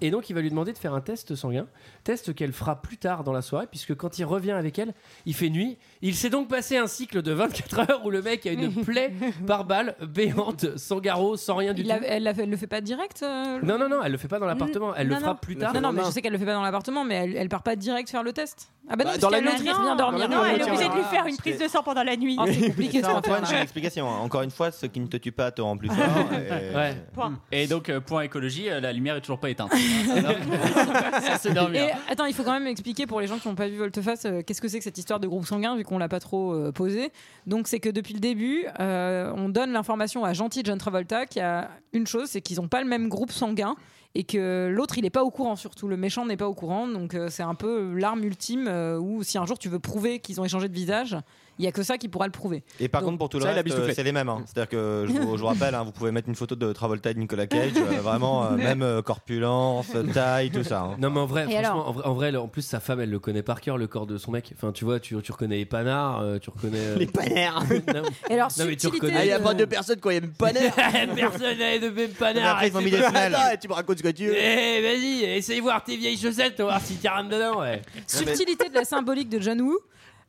A: et donc il va lui demander de faire un test sanguin, test qu'elle fera plus tard dans la soirée, puisque quand il revient avec elle, il fait nuit. Il s'est donc passé un cycle de 24 heures où le mec a une plaie par balle, béante, sans garrot, sans rien du
K: Il
A: tout.
K: l'a- elle l'a fait- elle le fait pas direct euh,
A: Non, non, non, elle le fait pas dans l'appartement, elle le
K: Non, non.
A: fera plus tard.
K: Non, non, mais je sais qu'elle le fait pas dans l'appartement, mais elle, elle part pas direct faire le test. Ah
A: Bah,
K: bah non, parce
A: dans la
K: qu'elle
A: nuit.
K: l'autre, il revient
A: Non,
K: dormir.
L: non, elle est obligée de lui
K: Ah,
L: faire une prise de sang pendant la nuit.
K: Ah, c'est compliqué
G: Ça,
K: cette
G: Antoine,
K: affaire.
G: j'ai l'explication. hein. Encore une fois, ce qui ne te tue pas te rend plus fort. et-
J: Ouais.
L: Point.
J: Et donc, euh, point écologie, euh, la lumière est toujours pas éteinte. Ça, ça, c'est dormir.
K: Et attends, il faut quand même expliquer pour les gens qui n'ont pas vu Volteface euh, qu'est-ce que c'est que cette histoire de groupe sanguin vu qu'on l'a pas trop euh, posé. Donc c'est que depuis le début, euh, on donne l'information à gentil John Travolta qu'il y a une chose, c'est qu'ils n'ont pas le même groupe sanguin et que l'autre il est pas au courant surtout le méchant n'est pas au courant donc euh, c'est un peu l'arme ultime euh, où si un jour tu veux prouver qu'ils ont échangé de visage, il y a que ça qui pourra le prouver.
G: Et par
K: Donc-
G: contre, pour tout le
K: Ça, la
G: reste, euh,
K: bistouflette.
G: c'est les mêmes. hein. C'est-à-dire que je vous, je vous rappelle, hein, vous pouvez mettre une photo de Travolta et de Nicolas Cage, euh, vraiment, euh, même euh, corpulence, taille, tout ça. hein.
A: Non mais en vrai,
G: Et
A: franchement,
G: alors
A: en vrai, en vrai, là, en plus sa femme, elle le connaît par cœur, le corps de son mec. Enfin, tu vois, tu, tu reconnais les panards, euh, tu reconnais euh,
F: Les panards
A: Non,
K: Et alors,
A: non, mais tu
F: Ah, Il
A: reconnais.
F: y a pas de personnes quand il y a même pas d'air.
A: Personne n'avait de même panard.
F: Après, ils ont mis des semelles. Attends, Tu me racontes ce que tu
A: Eh
F: veux.
A: vas-y, essaye voir tes vieilles chaussettes, on va voir si tu rames dedans. Ouais.
K: Subtilité de la symbolique de John Woo.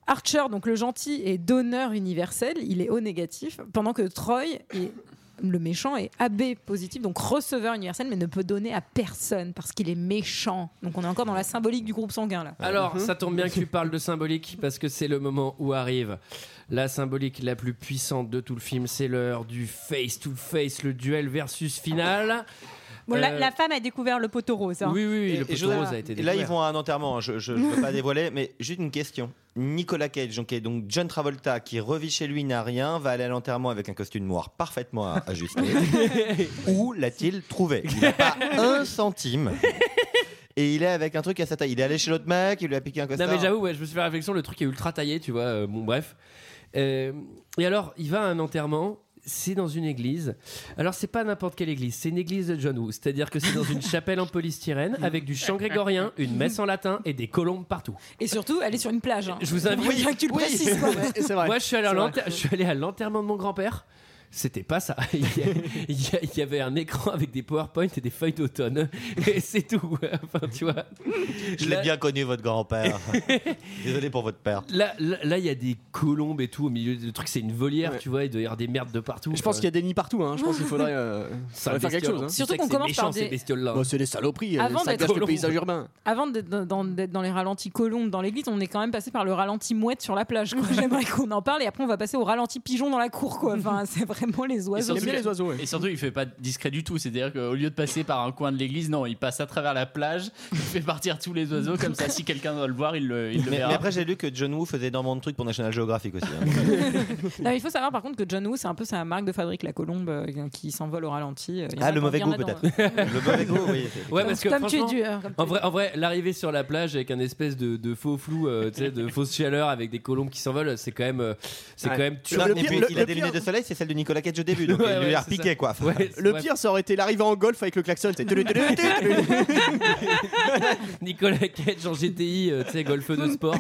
K: Archer, donc le gentil, est donneur universel, il est O négatif, pendant que Troy est le méchant est AB positif, donc receveur universel, mais ne peut donner à personne parce qu'il est méchant. Donc on est encore dans la symbolique du groupe sanguin là.
G: Mhm.
A: Alors, ça tombe bien que tu parles de symbolique parce que c'est le moment où arrive la symbolique la plus puissante de tout le film. C'est l'heure du face to face, le duel versus final.
L: Bon, la,
A: Euh,
L: la femme a découvert le poteau rose. hein.
A: Oui, oui, oui, le
G: Et je-
A: poteau rose a été
G: et Là, ils
A: découvert.
G: vont à un enterrement, hein, je ne veux pas dévoiler, mais juste une question. Nicolas Cage, donc, qui est donc John Travolta, qui revit chez lui, n'a rien, va aller à l'enterrement avec un costume noir parfaitement a- ajusté. Où l'a-t-il trouvé Il n'a pas un centime. Et il est avec un truc à sa taille. Il est allé chez l'autre mec, il lui a piqué un
A: Non
G: costume.
A: mais j'avoue, ouais, je me suis fait la réflexion, le truc est ultra taillé, tu vois. euh, bon bref. Euh, et alors, il va à un enterrement. C'est dans une église. Alors, c'est pas n'importe quelle église, c'est une église de John Woo. C'est-à-dire que c'est dans une chapelle en polystyrène avec du chant grégorien, une messe en latin et des colombes partout.
K: Et surtout, elle est sur une plage. hein.
A: Je vous invite.
K: Bien que tu le précises, quoi.
A: Moi, je suis allé à
K: C'est vrai.
A: l'enter- je suis allé à l'enterrement de mon grand-père. C'était pas ça. Il y, a- il y a- il y avait un écran avec des PowerPoint et des feuilles d'automne. Et c'est tout. Enfin, tu vois.
G: Je l'ai bien connu, votre grand-père. Désolé pour votre père.
A: Là, là, là, il y a des colombes et tout au milieu du truc. C'est une volière,
F: Ouais.
A: tu vois. Il doit y avoir des merdes de partout.
F: Je pense
A: Enfin,
F: qu'il y a des nids partout, hein. je pense qu'il faudrait, euh,
A: ça
F: faudrait faire quelque
A: bestiole.
F: chose. hein.
A: Tu sais que c'est méchant, ces bestioles-là. hein.
F: Bah, c'est des saloperies, euh,
K: Avant
F: ça
K: d'être
F: gâche le
K: colombes.
F: paysage urbain.
K: Avant d'être dans, dans- d'être dans les ralentis colombes dans l'église, on est quand même passé par le ralenti mouette sur la plage. quoi. J'aimerais qu'on en parle et après on va passer au ralenti pigeon dans la cour. Quoi. Enfin, c'est vraiment les oiseaux.
J: surtout- et surtout, il fait pas discret du tout. C'est-à-dire qu'au lieu de passer par un coin de l'église, non, il passe à travers la plage, il fait partir tous les oiseaux, comme ça, si quelqu'un doit le voir, il le, il le
G: Mais, mais
J: verra.
G: après, j'ai lu que John Woo faisait énormément de trucs pour National Geographic aussi. hein.
K: Non, mais il faut savoir par contre que John Woo, c'est un peu sa marque de fabrique, la colombe euh, qui s'envole au ralenti. euh, il y en
G: Ah,
K: a
G: le
K: dans-
G: mauvais
K: il y en
G: goût
K: a dans-
G: peut-être. le mauvais goût, oui.
A: Ouais, parce que
K: Comme tu es
A: franchement,
K: dur, comme tu
A: En vrai, en vrai, l'arrivée sur la plage avec un espèce de, de faux flou, euh, tu sais, de fausse chaleur avec des colombes qui s'envolent, c'est quand même, euh, c'est
G: Ouais.
A: quand même tu
G: Non, et puis, il a des lunettes de soleil, c'est celle de Nicolas Cage au début, donc
A: Ouais,
G: il
A: ouais,
G: lui a
A: c'est
G: repiqué
A: ça.
G: quoi.
A: Ouais,
F: Le pire, ça aurait été l'arrivée en golf avec le klaxon. c'est tulu, tulu, tulu.
A: Nicolas Cage en GTI, euh, tu sais, golfe de sport.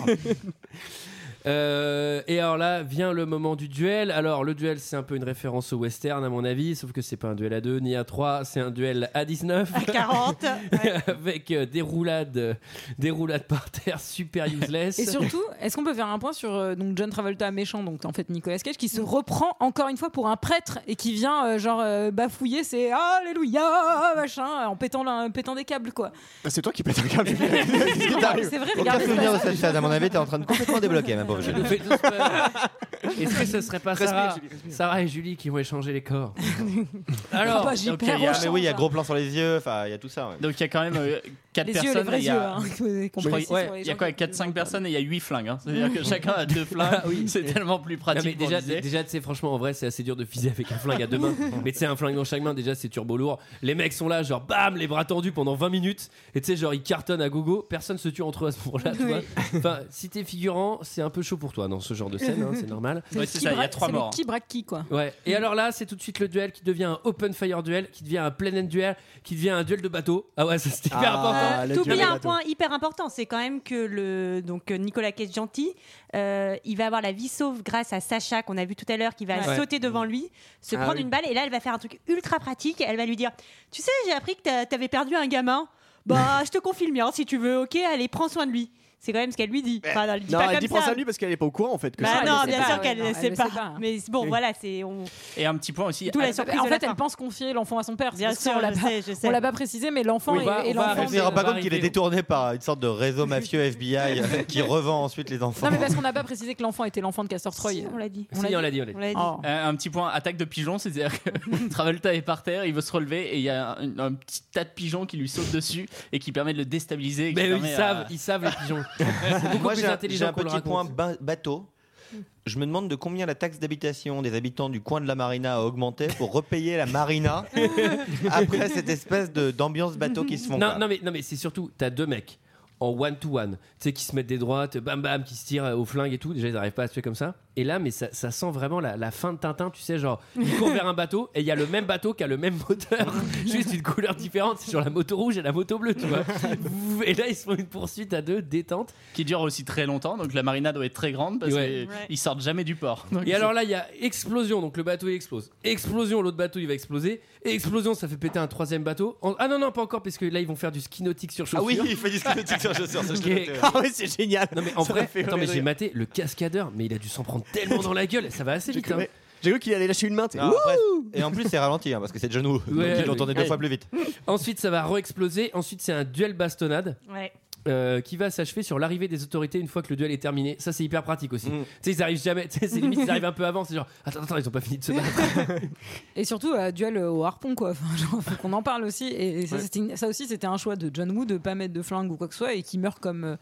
A: Euh, et alors là vient le moment du duel. Alors le duel c'est un peu une référence au western à mon avis, sauf que c'est pas un duel à 2 ni à 3, c'est un duel à 19. À
L: 40.
A: avec euh, des roulades, euh, des roulades par terre super useless.
K: Et surtout, est-ce qu'on peut faire un point sur euh, donc John Travolta méchant, donc en fait Nicolas Cage, qui se reprend encore une fois pour un prêtre et qui vient euh, genre euh, bafouiller ses Alléluia machin en pétant, la- en pétant des câbles quoi.
F: Bah, c'est toi qui pète un câble. Qu'est-ce qui t'arrive
K: C'est vrai,
G: Aucun
K: regardez
G: souvenir de
K: ça.
G: cette scène, à mon avis, t'es en train de complètement débloquer, ma pauvre Julie.
A: Est-ce que ce serait pas
G: Respire,
A: Sarah,
G: Julie,
A: Sarah et Julie qui vont échanger les corps Alors,
K: Pas, j'y
G: Ok,
K: perds
G: il y
K: au
G: a-
J: Ah,
K: change,
G: mais oui, il y a
K: hein.
G: gros plan sur les yeux, enfin, il y a tout ça. ouais.
J: Donc il y a quand même 4
K: Les yeux,
J: personnes.
K: les vrais
J: et il y a-
K: yeux, hein, que- qu'on
J: Je crois-
K: précise
J: ouais,
K: sur les
J: il y a
K: gens
J: quoi 4-5 personnes et il y a 8 flingues. hein. C'est-à-dire que chacun a 2 flingues. C'est tellement plus
A: Non, mais
J: pratique. pour
A: déjà,
J: viser.
A: déjà, tu sais, franchement, en vrai, c'est assez dur de fiser avec un flingue à deux mains. mais tu sais, un flingue dans chaque main, déjà, c'est turbo lourd. Les mecs sont là, genre, bam, les bras tendus pendant 20 minutes. Et tu sais, genre, ils cartonnent à gogo. Personne se tue entre eux à ce moment-là, tu vois. Enfin, si t'es figurant, c'est un peu chaud pour toi dans ce genre de scène, hein, c'est normal.
K: C'est le qui braque- c'est le Qui braque qui quoi
A: Ouais. Et alors là, c'est tout de suite le duel qui devient un open fire duel, qui devient un plein end duel, qui devient un duel de bateau. Ah ouais, ça c'était hyper
L: Euh,
F: Ah,
A: important.
L: T'oublies un point hyper important, c'est quand même que le donc euh, Nicolas Cage gentil, euh, il va avoir la vie sauve grâce à Sacha qu'on a vu tout à l'heure, qui va
K: Ouais.
L: sauter devant lui, se
K: Ah
L: prendre
K: oui.
L: une balle et là elle va faire un truc ultra pratique. Elle va lui dire, tu sais, j'ai appris que t'a- t'avais perdu un gamin. Bah, je te confie le mien si tu veux. Ok, allez, prends soin de lui. C'est quand même ce qu'elle lui dit. Enfin, elle dit
F: Non,
L: pas
F: elle
L: comme
F: dit
L: ça.
F: pense à lui parce qu'elle est pas au courant en fait. que
L: Bah
F: ça-
L: non,
F: elle sait
L: bien
F: pas,
L: sûr
F: ouais,
L: qu'elle
F: non,
L: ne
F: elle
L: sait
F: le
L: pas.
F: sait pas.
L: Mais bon,
F: Oui.
L: voilà, c'est on.
J: Et un petit point aussi.
L: Tout la
J: à-
L: surprise
K: Ah, En
L: de la
K: fait, elle
L: fin.
K: pense confier l'enfant à son père.
L: Bien
K: Bien sûr,
L: sûr,
K: on l'a
L: je
K: pas,
L: sais, je sais.
K: on l'a pas précisé, Ah, mais l'enfant
A: Oui,
K: est-
A: bah,
K: et
A: on va
K: l'enfant.
G: On se rend pas compte qu'il est
A: arriver.
G: détourné par une sorte de réseau mafieux FBI qui revend ensuite les enfants.
K: Non, mais parce qu'on n'a pas précisé que l'enfant était l'enfant de Castor Troy. on l'a dit.
J: Si, on l'a dit,
A: on l'a dit.
K: Oh.
J: Euh, un petit point attaque de pigeons, c'est-à-dire que Travolta est par terre, il veut se relever et il y a un, un petit tas de pigeons qui lui sautent dessus et qui permet de le déstabiliser. et qui
A: Mais eux, ils
J: permet à-
A: savent, ils savent les pigeons. C'est beaucoup
G: Moi,
A: plus
G: j'ai un, j'ai
A: intelligent
G: un
A: qu'on le
G: petit
A: raconte.
G: point ba- bateau. Je me demande de combien la taxe d'habitation des habitants du coin de la marina a augmenté pour repayer la marina après cette espèce de- d'ambiance bateau qui se font.
A: Non,
G: quoi.
A: non, mais, non, mais c'est surtout, t'as deux mecs en one-to-one, tu sais, qui se mettent des droites, bam bam, qui se tirent au flingue et tout. Déjà, ils n'arrivent pas à se tuer comme ça. Et là, mais ça, ça sent vraiment la, la fin de Tintin, tu sais, genre, ils courent vers un bateau et il y a le même bateau qui a le même moteur, juste une couleur différente, c'est genre la moto rouge et la moto bleue, tu vois. Et là, ils se font une poursuite à deux, détente.
J: Qui dure aussi très longtemps, donc la marina doit être très grande parce
A: Ouais.
J: qu'ils sortent jamais du port. Donc,
A: Et alors là, il y a explosion, donc le bateau il explose. Explosion, l'autre bateau il va exploser. Et explosion, ça fait péter un troisième bateau. En- Ah non, non, pas encore, parce que là ils vont faire du ski nautique sur chaussure.
G: Ah oui, il fait du ski nautique sur chaussure, ça, je
A: Qui
G: l'ai
A: est-
G: noté.
F: Ah ouais, c'est génial.
A: Non mais en
F: Ça m'a
A: vrai,
F: fait
A: attends, mais
F: rire.
A: j'ai maté le cascadeur, mais il a dû s'en prendre tellement dans la gueule, ça va assez vite. hein.
F: Ouais. J'ai vu qu'il allait lâcher une main. t'sais,
G: Non,
F: ouh
G: bref. Et en plus, c'est ralenti hein, parce que c'est John Woo,
A: Ouais,
G: donc il l'entendait deux
A: ouais.
G: fois plus vite.
A: Ensuite, ça va re-exploser. Ensuite, c'est un duel bastonnade.
L: Oh. Ouais.
A: euh, qui va s'achever sur l'arrivée des autorités une fois que le duel est terminé. Ça, c'est hyper pratique aussi.
G: Mm.
A: Tu sais, ils arrivent jamais. Tu sais, c'est limite, ils arrivent un peu avant. C'est genre, attends, attends, ils ont pas fini de se battre.
K: Et surtout, euh, duel euh, au harpon, quoi. Enfin, genre, faut qu'on en parle aussi. Et, et ça,
A: Ouais.
K: c'était une- ça aussi, c'était un choix de John Woo de pas mettre de flingue ou quoi que ce soit et qui meurt comme, euh,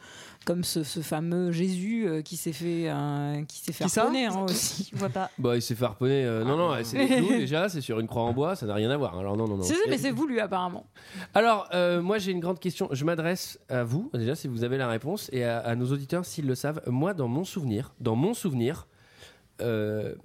K: comme ce, ce fameux Jésus euh, qui s'est fait, euh, qui s'est fait
L: Qui ça
K: harponner hein, aussi. Je vois pas.
A: Bah, il s'est fait harponner. euh, non, non, c'est des clous déjà, c'est sur une croix en bois, ça n'a rien à voir. Alors, non, non, non.
K: Ah. Si, si, mais c'est voulu, apparemment.
A: Alors, euh, moi, j'ai une grande question. Je m'adresse à vous, déjà, si vous avez la réponse, et à, à nos auditeurs, s'ils le savent. Moi, dans mon souvenir, dans mon souvenir, euh,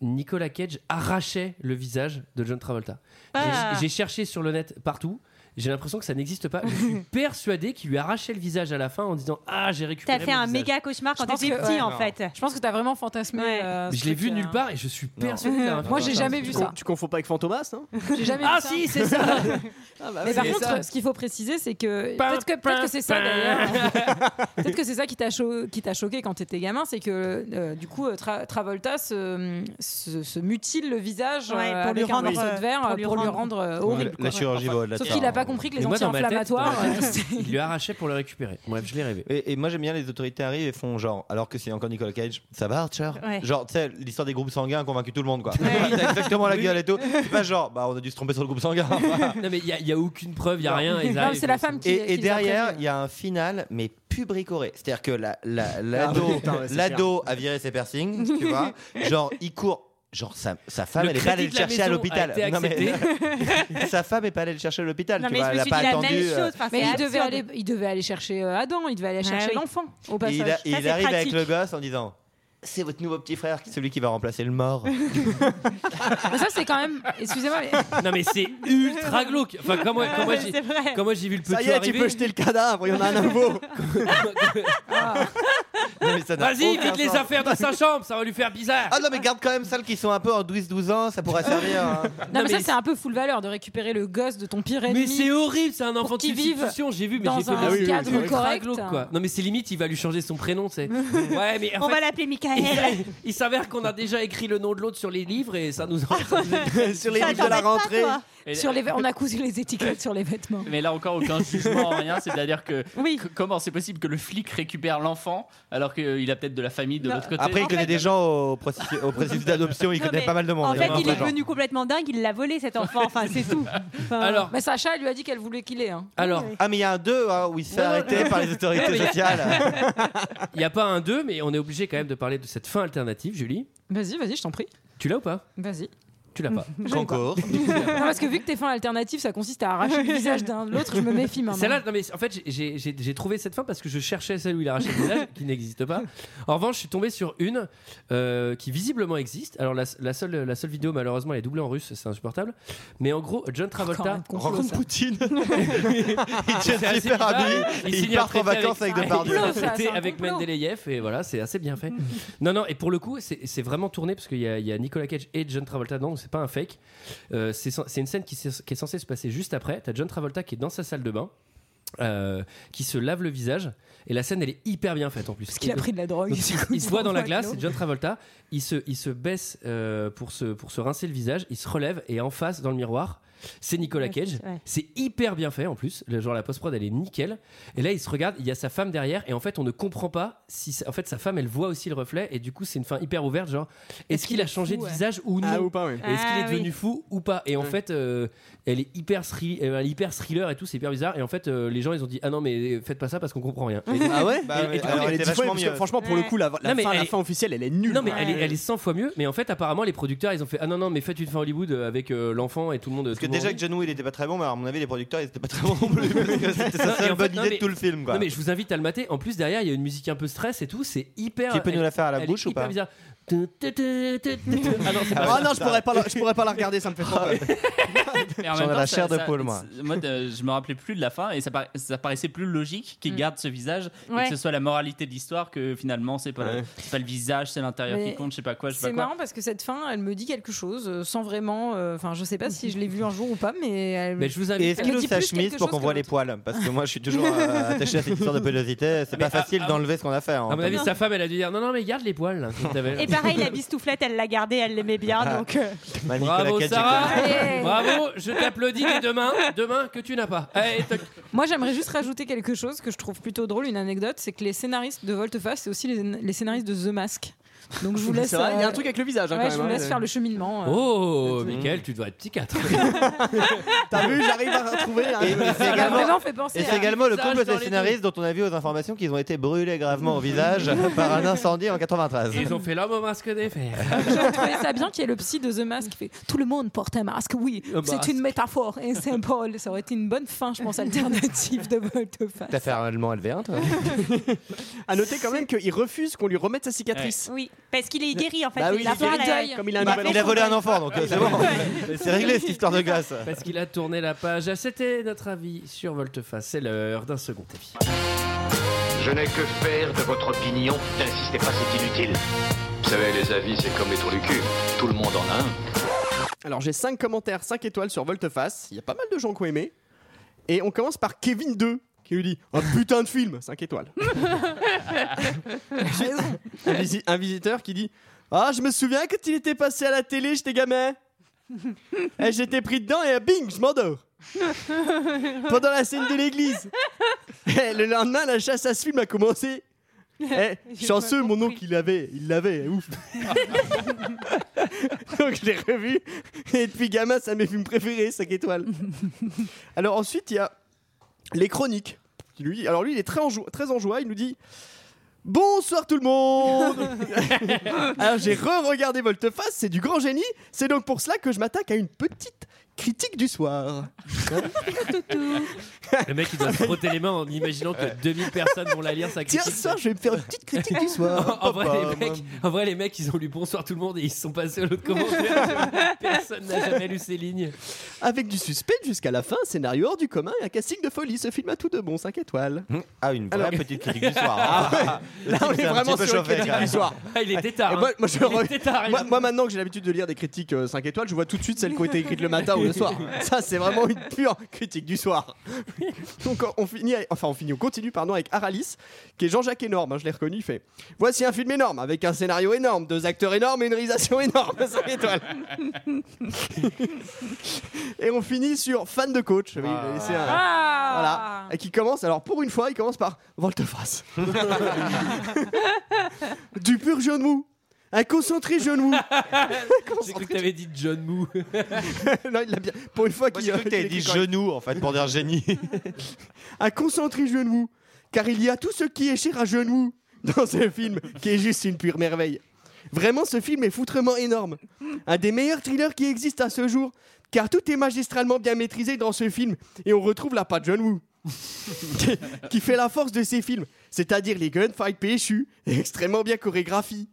A: Nicolas Cage arrachait le visage de John Travolta. J'ai-
L: Ah.
A: J'ai cherché sur le net partout. J'ai l'impression que ça n'existe pas. Je suis persuadé qu'il lui arrachait le visage à la fin en disant Ah, j'ai récupéré.
L: T'as fait
A: mon
L: un
A: visage.
L: méga cauchemar quand
K: Je pense
L: t'étais
K: que-
L: petit
K: ouais.
L: en fait.
K: Je pense que t'as vraiment fantasmé. euh,
A: Mais
K: ce
A: je l'ai
K: truc,
A: vu
K: euh,
A: nulle part et je suis persuadé.
K: Non.
A: d'avoir
K: Moi,
A: fait
K: j'ai
A: ça.
K: jamais vu
F: tu,
K: ça.
F: con- tu confonds pas avec Fantomas, hein non
K: J'ai jamais
A: Ah,
K: vu ça. Ah bah
A: si, c'est ça
K: Mais par
A: c'est
K: contre,
A: ça.
K: ce qu'il faut préciser, c'est que
A: Pin,
K: peut-être que, peut-être
A: pin,
K: que c'est ça
A: pin.
K: d'ailleurs. peut-être que c'est ça qui t'a cho- qui t'a choqué quand t'étais gamin, c'est que euh, du coup euh, Tra- Travolta se, se- se mutile le visage
L: Ouais,
K: euh,
L: pour lui
K: avec un
L: rendre,
K: morceau
L: euh,
K: de verre euh, pour lui rendre, euh,
G: Ouais,
K: horrible.
G: La
K: quoi.
G: chirurgie vole.
K: Sauf qu'il n'a pas compris que
A: Mais
K: les
A: moi, dans ma tête,
K: anti-inflammatoires.
A: dans ma
K: euh,
A: tête, il lui arrachait pour le récupérer. Bref, je l'ai rêvé.
G: Et, et moi j'aime bien les autorités arrivent et font genre, alors que c'est encore Nicolas Cage, ça va Archer
A: Ouais.
G: Genre, tu sais, l'histoire des groupes sanguins a convaincu tout le monde quoi. Il a exactement la
A: Oui.
G: gueule et tout. C'est pas genre, bah on a dû se tromper sur le groupe sanguin.
A: non, mais il n'y a, aucune preuve, il n'y a rien. ils arrivent.
G: Et, et derrière, il y a un final, mais pubricoré. C'est-à-dire que la- la- l'ado
A: Ah oui, putain, ouais, c'est
G: l'ado a viré ses piercings, tu vois. Genre, il court. Genre, sa, sa femme,
A: Le
G: elle est pas
A: crédit
G: allée le
A: de la
G: chercher à
A: maison a
G: l'hôpital.
A: été
G: mais... sa femme est pas allée le chercher à l'hôpital.
K: Non,
G: tu
K: mais
G: vois,
K: je me
G: bah, elle
K: suis
G: a pas
K: dit la
G: attendu.
K: même chose.
G: euh,
K: mais il devait, aller, il devait aller chercher euh, Adam, il devait aller chercher
G: oui.
K: l'enfant au
G: Et
K: passage.
G: il, a- il arrive avec le gosse en disant C'est votre nouveau petit frère, celui qui va remplacer le mort.
K: Mais ça, c'est quand même. Excusez-moi, mais.
A: Non, mais c'est ultra glauque. Enfin, quand moi, quand moi, j'ai,
K: C'est vrai.
A: quand moi, j'ai vu le petit
F: Ça y est, tu
A: arriver-
F: peux jeter le cadavre, il y en a un nouveau.
A: Vas-y, vite les affaires dans sa chambre, ça va lui faire bizarre.
G: Ah non, mais garde quand même celles qui sont un peu en 12-12 ans, ça pourra servir. hein.
K: Non, mais, ça, c'est un peu full valeur de récupérer le gosse de ton pire ennemi.
A: Mais c'est horrible, c'est un enfant
K: pour
A: de
K: qu'il vive
A: substitution, j'ai vu, mais
K: dans
A: j'ai
K: un
A: fait le
K: cadre
A: c'est ultra
K: correct.
A: glauque, quoi. Non, mais c'est limite, il va lui changer son prénom, c'est. Ouais, mais en
L: On
A: fait,
L: va l'appeler Michael.
A: il- Il s'avère qu'on a déjà écrit le nom de l'autre sur les livres et ça nous en...
F: sur
K: les Ça livres de la t'embête pas, rentrée. toi
J: Et-
K: Sur les... On a cousé les étiquettes sur les vêtements.
J: Mais là encore, aucun jugement, rien. C'est-à-dire que que- comment c'est possible que le flic récupère l'enfant alors qu'il a peut-être de la famille de
L: Non.
J: l'autre côté
G: Après, il connaît des gens au processus, au processus d'adoption, il
L: Non,
G: connaît
L: mais
G: pas mal de monde.
L: En fait,
G: hein,
L: il est
G: genre.
L: devenu complètement dingue, il l'a volé cet enfant, enfin c'est tout. Enfin,
A: Alors-
K: Mais Bah, Sacha, elle lui a dit qu'elle voulait qu'il ait. Hein.
A: Alors,
G: Ah, mais il y a un 2 où il se fait
A: Non, non.
G: arrêter par les
A: Ouais, mais
G: autorités
A: il y a-
G: sociales.
A: Il n'y a pas un 2, mais on est obligé quand même de parler de cette fin alternative, Julie.
K: Vas-y, vas-y, je t'en prie.
A: Tu l'as ou pas
K: Vas-y.
A: Tu l'as pas.
G: Encore.
K: Non, parce que vu que tes fins alternatives, ça consiste à arracher le visage d'un de l'autre, je me méfie maintenant.
A: Celle-là, non, mais en fait, j'ai- j'ai j'ai trouvé cette fin parce que je cherchais celle où il arrachait le visage, qui n'existe pas. En revanche, je suis tombé sur une euh, qui visiblement existe. Alors, la, la seule, la seule vidéo, malheureusement, elle est doublée en russe, c'est insupportable. Mais en gros, John Travolta.
G: Rencontre Poutine. il
A: C'est
G: tient
A: assez
G: super
A: bizarre.
G: habillé. Il
A: signe un
G: part en
A: traité
G: vacances avec Depardieu.
A: un traité avec Mendeleïev et voilà, c'est assez bien fait. non, non, et pour le coup, c'est c'est vraiment tourné parce qu'il y, a- il y a Nicolas Cage et John Travolta dedans, donc c'est pas un fake. Euh, c'est sen- c'est une scène qui, s'est- qui est censée se passer juste après. T'as John Travolta qui est dans sa salle de bain. euh, qui se lave le visage et la scène elle est hyper bien faite en plus
K: Parce qu'il a
A: Et donc-
K: pris de la drogue.
A: donc, il, il se voit dans la glace, c'est
K: déjà
A: John Travolta. Il se, il se baisse euh, pour, se, pour se rincer le visage, il se relève et en face, dans le miroir, c'est Nicolas Cage.
L: Ouais.
A: C'est hyper bien fait en plus. Le- genre la post-prod, elle est nickel. Et là, il se regarde, il y a sa femme derrière et en fait, on ne comprend pas si. ça- En fait, sa femme, elle voit aussi le reflet et du coup, c'est une fin hyper ouverte. Genre, est-ce qu'il a changé de visage ou non
F: Ah, ou pas, oui.
A: Et Est-ce qu'il est
F: Ah,
A: devenu
F: oui.
A: fou ou pas Et en
F: Ouais.
A: fait, euh, elle est hyper, thri- euh, elle est hyper thriller et tout, c'est hyper bizarre. Et en fait, euh, les gens, ils ont dit Ah non, mais faites pas ça parce qu'on comprend rien. Et-
F: Ah ouais
G: Bah
A: Et- et du coup,
F: Alors,
A: elle
F: elle
A: était
F: est dix fois,
A: vachement
F: parce que
A: mieux.
F: Franchement, pour le coup, la, la
A: Non, mais
F: fin, la
A: elle-
F: fin officielle, elle est nulle.
A: Non, mais elle, est,
F: Ouais.
A: elle est 100 fois mieux. Mais en fait, apparemment, les producteurs, ils ont fait Ah non, non, mais faites une fin Hollywood avec euh, l'enfant et tout le monde.
G: Parce que déjà que John Woo il était pas très bon, mais à mon avis les producteurs ils étaient pas très bons non plus. parce que C'était sa seule bonne idée de tout le film. Quoi.
A: Non, mais je vous invite à le mater. En plus, derrière, il y a une musique un peu stress et tout. C'est hyper.
G: Tu peux nous
A: elle-
G: la faire à la
A: elle est
G: bouche ou
A: hyper
G: pas
A: bizarre. Ah non, c'est pas
F: Ah
A: vrai.
F: non, je pourrais pas, la- je pourrais pas la regarder, ça me fait trop peur.
J: Mais en
G: J'en
J: même
G: ai
J: temps,
G: la
J: ça-
G: chair de
J: ça-
G: poule, moi.
J: c'est- Moi, de- je me rappelais plus de la fin et ça, para- ça paraissait plus logique
L: Mm.
J: qu'il garde ce visage et
K: Ouais.
J: que ce soit la moralité de l'histoire que finalement c'est pas, le- c'est pas le visage, c'est l'intérieur
K: Mais
J: qui compte, je sais pas quoi, je sais
K: C'est
J: pas quoi.
K: marrant parce que cette fin, elle me dit quelque chose euh, sans vraiment. euh, Enfin, je sais pas si je l'ai vue un jour ou pas, mais. Elle...
G: Et est-ce
K: elle
G: qu'il
K: me
G: ouvre
K: dit
G: sa
K: plus quelque
G: chemise pour
K: chose
G: qu'on
K: que
G: voit
K: l'autre.
G: les poils Parce que moi je suis toujours euh, attaché à cette histoire de pelosité. C'est pas facile d'enlever ce qu'on a fait. hein.
A: À mon avis, sa femme, elle a dû dire Non, non, mais garde les poils. hein, là, que t'avais.
L: Et pareil, la bistouflette, elle l'a gardée, elle l'aimait
F: Ah.
L: bien, donc. euh,
G: Bah, Nicolas
A: Bravo,
G: Cage,
A: Sarah.
K: Allez.
A: Bravo, je t'applaudis dès demain. Demain, que tu n'as pas. Allez, toc.
K: Moi, j'aimerais juste rajouter quelque chose que je trouve plutôt drôle, une anecdote c'est que les scénaristes de Volteface, c'est aussi les, les scénaristes de The Mask. Donc je vous laisse.
F: C'est vrai, il y a
K: euh,
F: un truc avec le visage, hein,
K: ouais,
F: quand
K: je
F: même, hein,
K: vous laisse
F: le-
K: faire le cheminement.
G: Ah.
K: euh.
A: Oh, Michael, tu dois être petit 4.
F: T'as vu, j'arrive à retrouver. hein,
G: Et-
F: le-
G: et c'est également-
K: Vraiment, fait penser
G: Et
K: à-
G: c'est également le
K: Visage
G: couple
K: dans
G: de
K: les
G: scénaristes dont on a vu aux informations qu'ils ont été brûlés gravement au visage par un incendie en 93.
A: Ils ont fait l'homme au masque des fers.
K: J'ai trouvé ça bien qu'il y ait le psy de The Mask qui fait Tout le monde porte un masque, oui,
F: Oh, bah,
A: Un masque.
K: c'est une métaphore et c'est un symbole. Ça aurait été une bonne fin, je pense, alternative de Volteface.
G: T'as fait un allemand LV1 toi
F: À noter quand même qu'il refuse qu'on lui remette sa cicatrice.
L: Oui, parce qu'il est guéri en fait.
F: Bah oui,
L: la
F: il est
L: fin,
F: guéri,
L: elle-
F: comme il a un
L: fait
F: nouvel
G: Il a
L: son
G: volé un
L: deuil.
G: enfant donc euh, c'est bon. C'est réglé cette histoire de gosse.
A: Parce qu'il a tourné la page. C'était notre avis sur Volteface. C'est l'heure d'un second avis.
B: Je n'ai que faire de votre opinion. N'insistez pas, c'est inutile. Vous savez, les avis, c'est comme les trous du cul. Tout le monde en a un.
F: Alors j'ai 5 commentaires, 5 étoiles sur Volteface. Il y a pas mal de gens qui ont aimé. Et on commence par Kevin 2 qui lui dit Un putain de film 5 étoiles. un, visi- un visiteur qui dit Ah, je me souviens
J: Eh,
F: quand il était passé à la télé, j'étais gamin. Et j'étais pris dedans et euh, bing, je m'endors.
J: Pendant la scène de l'église. Eh, le lendemain, la chasse à ce film a commencé. Eh,
Q: J'ai
J: chanceux, mon oncle, il l'avait. Il l'avait, hein, ouf. Donc je l'ai revu. Et depuis gamin, c'est un de mes films préférés, 5 étoiles. Alors ensuite, il y a les chroniques. Qui lui, alors lui, il est très en joie, très en joie. Il nous dit Bonsoir tout le monde Alors j'ai re-regardé Volteface, c'est du grand génie. C'est donc pour cela que je m'attaque à une petite critique du soir.
A: Le mec, il doit se frotter les mains en imaginant que 2000 personnes vont la lire sa
J: Tiens,
A: critique.
J: ce soir, je vais me faire une petite critique du soir.
A: En, en vrai,
J: Papa,
A: les mecs, en vrai, les mecs, ils ont lu bonsoir tout le monde et ils se sont passés à l'autre commentaire. Personne n'a jamais lu ces lignes.
J: Avec du suspense jusqu'à la fin, scénario hors du commun et un casting de folie, ce film a tout de bon, 5 étoiles.
G: Ah, une vraie petite critique du soir. hein.
J: Ah ouais. Là, on
G: C'est
J: est
G: un
J: vraiment
G: petit peu
J: sur une
G: chauffé,
J: critique
G: quand
J: du
G: même.
J: soir.
A: Ah, il est tétard,
J: Et
A: hein.
J: moi, moi, je
A: Il est
J: re-
A: tétard, il
J: moi-
A: est-
J: moi, maintenant que j'ai l'habitude de lire des critiques 5 étoiles, je vois tout de suite celles qui ont été écrites le matin ou le soir. Ça, c'est vraiment une pure critique du soir. Donc, on- on finit, avec- enfin, on finit, on continue, pardon, avec Aralis, qui est Jean-Jacques Énorme. hein, je l'ai reconnu, il fait Voici un film énorme, avec un scénario énorme, deux acteurs énormes et une réalisation énorme, 5 étoiles. Et on finit sur fan de coach. Oui, il a laissé un-
Q: Ah.
J: Voilà. Et qui commence, alors pour une fois, il commence par Volteface. du pur John Woo. Un concentré John Woo.
A: J'ai cru que t'avais dit John Moo.
J: non, il l'a bien. Pour une fois
G: Moi,
J: qu'il
G: j'ai cru que t'avais dit genou, en fait, pour dire génie.
J: Un concentré John Woo. Car il y a tout ce qui est cher à John Woo dans ce film, qui est juste une pure merveille. Vraiment, ce film est foutrement énorme. Un des meilleurs thrillers qui existent à ce jour, car tout est magistralement bien maîtrisé dans ce film, et on retrouve la patte John Woo. qui- qui fait la force de ces films, c'est-à-dire les gunfights PSU, extrêmement bien chorégraphies,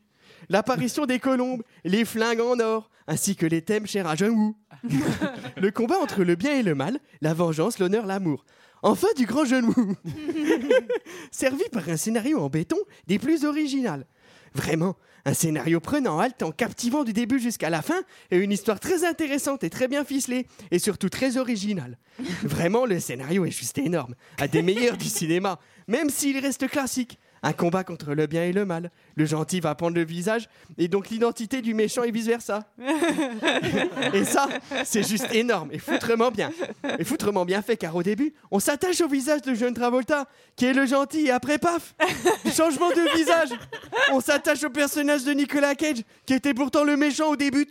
J: l'apparition des colombes, les flingues en or, ainsi que les thèmes chers à John Woo. le combat entre le bien et le mal, la vengeance, l'honneur, l'amour. Enfin du grand John Woo Servi par un scénario en béton des plus originales. Vraiment, un scénario prenant, haletant, captivant du début jusqu'à la fin, et une histoire très intéressante et très bien ficelée, et surtout très originale. Vraiment, le scénario est juste énorme, à des meilleurs du cinéma, même s'il reste classique. Un combat contre le bien et le mal. Le gentil va prendre le visage, et donc l'identité du méchant et vice-versa. Et ça, c'est juste énorme et foutrement bien. Et foutrement bien fait car au début, on s'attache au visage de John Travolta, qui est le gentil, et après, paf Changement de visage On s'attache au personnage de Nicolas Cage, qui était pourtant le méchant au début.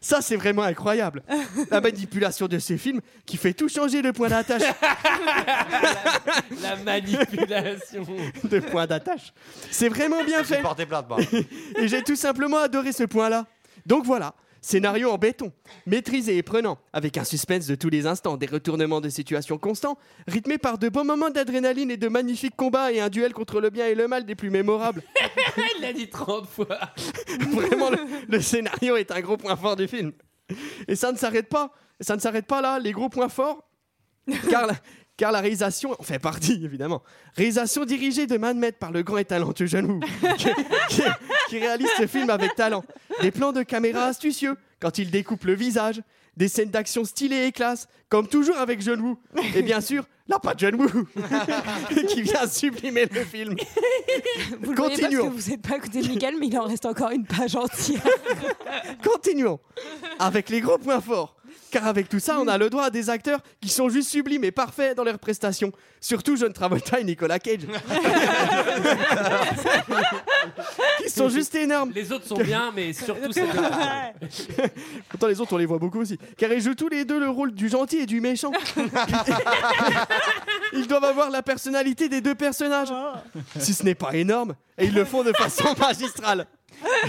J: Ça, c'est vraiment incroyable. La manipulation de ce film qui fait tout changer de point d'attache.
A: La manipulation.
J: de point d'attache. C'est vraiment bien fait. et j'ai tout simplement adoré ce point-là. Donc voilà, scénario en béton, maîtrisé et prenant, avec un suspense de tous les instants, des retournements de situation constants, rythmé par de bons moments d'adrénaline et de magnifiques combats et un duel contre le bien et le mal des plus mémorables.
A: il l'a dit 30 fois.
J: Vraiment, le, le scénario est un gros point fort du film. Et ça ne s'arrête pas. Ça ne s'arrête pas là. Les gros points forts, car la, car la réalisation en fait partie, évidemment. Réalisation dirigée de main de maître par le grand et talentueux Janou, qui, qui- qui réalise ce film avec talent. Des plans de caméra astucieux quand il découpe le visage. Des scènes d'action stylées et classe, comme toujours avec John Woo. Et bien sûr, la patte John Woo, qui vient sublimer le film.
K: Vous le voyez pas parce que
J: Continuons.
K: vous n'êtes pas à côté de Michael, mais il en reste encore une page entière.
J: Continuons avec les gros points forts. Car avec tout ça, on a le droit à des acteurs qui sont juste sublimes et parfaits dans leurs prestations. Surtout John Travolta et Nicolas Cage. qui sont juste énormes.
A: Les autres sont bien, mais surtout c'est
J: Pourtant, les autres, on les voit beaucoup aussi. Car ils jouent tous les deux le rôle du gentil et du méchant. ils doivent avoir la personnalité des deux personnages. Si ce n'est pas énorme, et ils le font de façon magistrale.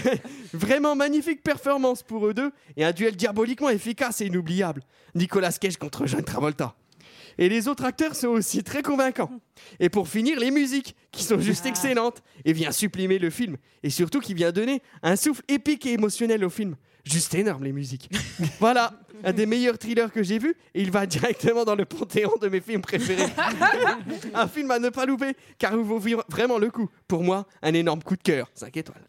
J: Vraiment magnifique performance pour eux deux et un duel diaboliquement efficace et inoubliable. Nicolas Cage contre John Travolta. Et les autres acteurs sont aussi très convaincants. Et pour finir, les musiques, qui sont juste
G: Ah.
J: excellentes, et vient supprimer le film, et surtout qui vient donner un souffle épique et émotionnel au film. Juste énorme, les musiques. voilà, un des meilleurs thrillers que j'ai vu, et il va directement dans le panthéon de mes films préférés. un film à ne pas louper, car il vaut vivre vraiment le coup. Pour moi, un énorme coup de cœur. 5 étoiles.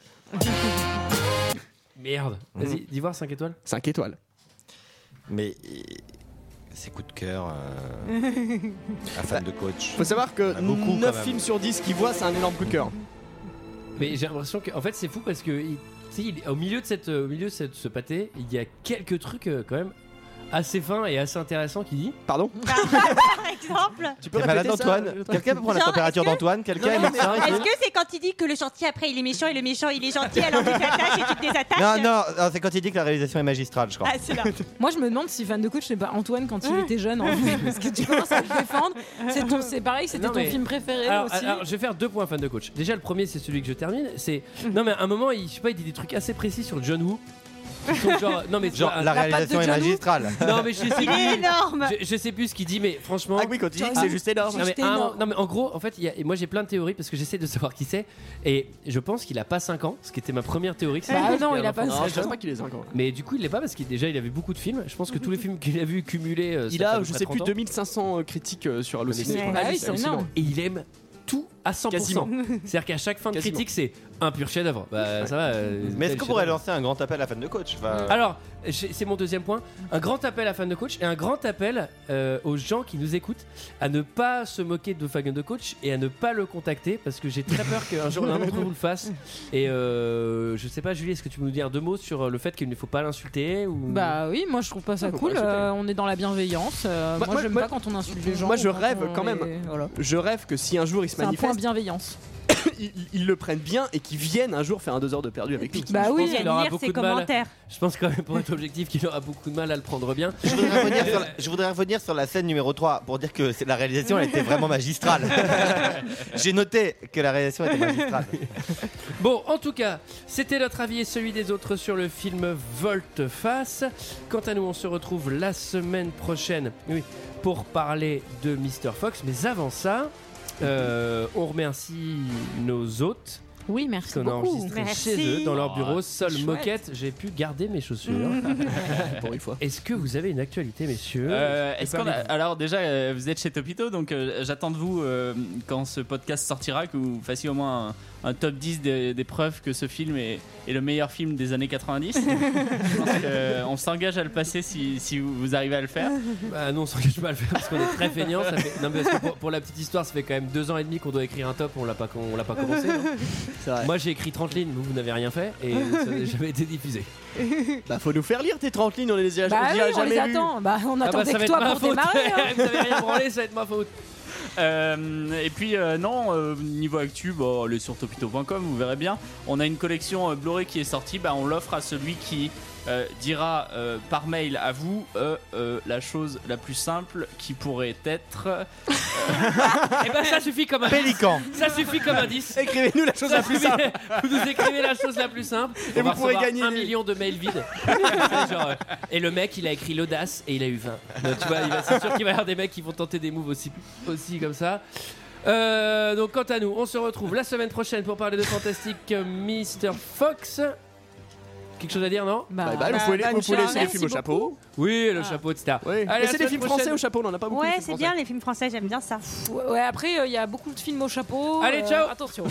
A: Merde. Vas-y, dis voir 5 étoiles.
J: 5 étoiles.
G: Mais c'est coup de cœur. euh, un fan de coach.
J: Faut savoir
G: Il y en
J: que
G: a beaucoup, quand
J: 9
G: même.
J: films sur 10 qui voient, c'est un énorme coup de cœur.
A: Mais j'ai l'impression que, en fait, c'est fou parce que, il- tu sais, il- au milieu de cette, au milieu de cette- ce pâté, il y a quelques trucs euh, quand même assez fin et assez intéressant qui dit
F: Pardon
L: Par exemple.
A: Tu
G: T'es malade, Antoine Quelqu'un peut prendre la
L: Genre,
G: température
L: est-ce que-
G: d'Antoine Quelqu'un est
L: Non, non,
G: médecin
L: mais Est-ce que c'est quand il dit que le gentil après il est méchant et le méchant il est gentil alors tu t'attaches et tu te désattaches
G: Non, non, non, c'est quand il dit que la réalisation est magistrale, je crois.
K: Moi, je me demande si fan de coach, c'est pas Antoine quand il était jeune, en fait, parce que tu commences à le défendre. C'est ton- C'est pareil, c'était
A: Non,
K: ton
A: mais-
K: film préféré
A: alors,
K: aussi.
A: alors, je vais faire deux points fan de coach. Déjà, le premier, c'est celui que je termine. C'est non, mais à un moment, il, je sais pas, il dit des trucs assez précis sur John Woo. qui sont Genre, non, mais
G: Genre,
A: tu vois,
G: Euh, la réalisation est
A: John Woo.
G: magistrale.
A: Non, mais je sais
G: Il
A: plus-
G: est énorme.
A: Je, je sais plus ce qu'il dit, mais franchement.
G: Ah oui, quand il dit que c'est juste énorme.
A: Non, mais,
G: Juste
A: un-
G: énorme.
A: non, mais en gros, en fait, il y a- et moi j'ai plein de théories parce que j'essaie de savoir qui c'est. Et je pense qu'il a pas 5 ans, ce qui était ma première théorie. que c'est-
K: Bah non, il a pas
A: Non,
K: cinq
A: je pense
K: ans.
F: qu'il est 5 ans.
A: Mais du coup, il l'est pas parce qu'il déjà il avait beaucoup de films. Je pense que tous les films qu'il a vu cumulés. euh,
F: Il
A: ça fait à
F: a,
A: peu
F: je
A: près
F: sais plus,
A: 30 ans.
F: 2500 critiques euh, sur Allociné.
A: Mais
F: je
A: c'est
F: crois.
A: hallucinant. Et il aime tout à 100%.
F: Quasiment.
A: C'est-à-dire qu'à chaque fin de
G: Quasiment.
A: critique, c'est un pur chef-d'œuvre. Bah, ça va. euh,
G: Mais est-ce
A: tel
G: qu'on pourrait
A: chef-d'œuvre.
G: lancer un grand appel à fan de coach Enfin,
A: Alors, j'ai- c'est mon deuxième point. Un grand appel à fans de coach et un grand appel euh, aux gens qui nous écoutent à ne pas se moquer de Fagan de coach et à ne pas le contacter parce que j'ai très peur qu'un jour l'un d'entre vous le fasse. Et euh, je sais pas, Julie, est-ce que tu peux nous dire deux mots sur le fait qu'il ne faut pas l'insulter ou...
K: Bah oui, moi je trouve pas ça
A: Ah, faut
K: cool.
A: pas
K: euh, on est dans la bienveillance. euh,
F: Bah,
K: moi,
F: moi-
K: j'aime
F: moi-
K: pas quand on insulte les gens.
F: Moi, je
K: ou quand
F: rêve
K: on
F: quand même.
K: les- voilà.
F: Je rêve que si un jour il se
K: C'est un point
F: manifeste,
K: bienveillance.
F: ils- ils le prennent bien et qu'ils viennent un jour faire un 2 heures de perdu avec nous.
K: Bah
A: Je
K: oui,
A: pense qu'il aura
K: lire
A: ah, beaucoup
K: ses
A: de mal-
K: commentaires.
A: Je pense quand même, pour être objectif, qu'il aura beaucoup de mal à le prendre bien.
G: je voudrais revenir sur la- je voudrais revenir sur la scène numéro 3 pour dire que c'est- la réalisation elle était vraiment magistrale. J'ai noté que la réalisation était magistrale.
A: Bon, en tout cas, c'était notre avis et celui des autres sur le film Volteface. Quant à nous, on se retrouve la semaine prochaine oui, pour parler de Mr. Fox. Mais avant ça, euh, on remercie nos hôtes.
K: Oui, merci
A: Qu'on a
K: beaucoup.
A: enregistré
K: Merci.
A: chez eux, dans leur bureau,
K: Oh,
A: seule
K: chouette.
A: moquette. J'ai pu garder mes chaussures.
F: Pour une fois.
A: Est-ce que vous avez une actualité, messieurs
J: Euh, est-ce qu'on a-
A: Parlez-vous.
J: Alors déjà, euh, vous êtes chez Topito, donc euh, j'attends de vous, euh, quand ce podcast sortira, que vous fassiez au moins un, un top 10 des, des preuves que ce film est, est le meilleur film des années 90. Je pense que, euh, on s'engage à le passer si, si vous, vous arrivez à le faire.
A: Bah non, on s'engage pas à le faire parce qu'on est très feignant. Ça fait- non, mais parce que pour, pour la petite histoire, ça fait quand même deux ans et demi qu'on doit écrire un top, on l'a pas, on l'a pas commencé. non Moi j'ai écrit 30 lignes, vous, vous n'avez rien fait et ça n'a jamais été diffusé.
F: Bah, faut nous faire lire tes 30 lignes, on les a,
K: Bah
A: ah,
F: on
K: oui,
F: les a
K: on
F: jamais
K: les
F: lues.
K: attend. Bah on
A: bah,
K: attendait
A: ça va
K: que
A: être
K: toi
A: ma
K: pour
A: faute.
K: démarrer. hein.
A: Vous avez rien branlé, ça va être ma faute.
J: Euh, et puis euh, non, euh, niveau actu, bon, allez sur topito.com, vous verrez bien. On a une collection euh, Blu-ray qui est sortie, bah, on l'offre à celui qui euh, dira euh, par mail à vous euh, euh, la chose la plus simple qui pourrait être.
A: Et ben ça suffit comme indice.
G: Pélican.
A: Ça suffit comme indice.
F: Écrivez-nous la chose la plus simple.
A: Vous nous écrivez la chose la plus simple.
F: Et
A: on
F: vous
A: va
F: pourrez
A: recevoir
F: gagner
A: un
F: des-
A: million de mails vides. C'est genre, euh, et le mec, il a écrit l'audace et il a eu 20. Donc, tu vois, il va- c'est sûr qu'il va y avoir des mecs qui vont tenter des moves aussi, aussi comme ça. Euh, donc quant à nous, on se retrouve la semaine prochaine pour parler de fantastique euh, Mr Fox. Quelque chose à dire, non
F: Bah, bah, vous pouvez, les- vous pouvez laisser les films au chapeau.
A: Oui, le chapeau, etc.
F: Oui.
A: Allez, à la
F: Laissez les
A: semaine
F: films
A: prochaine.
F: français au chapeau, on en a pas beaucoup. les
L: Ouais,
F: films
L: c'est
F: français.
L: bien les films français, j'aime bien ça.
K: euh, Ouais, après il y a beaucoup de films au chapeau.
A: Allez,
K: euh,
A: ciao.
K: Attention.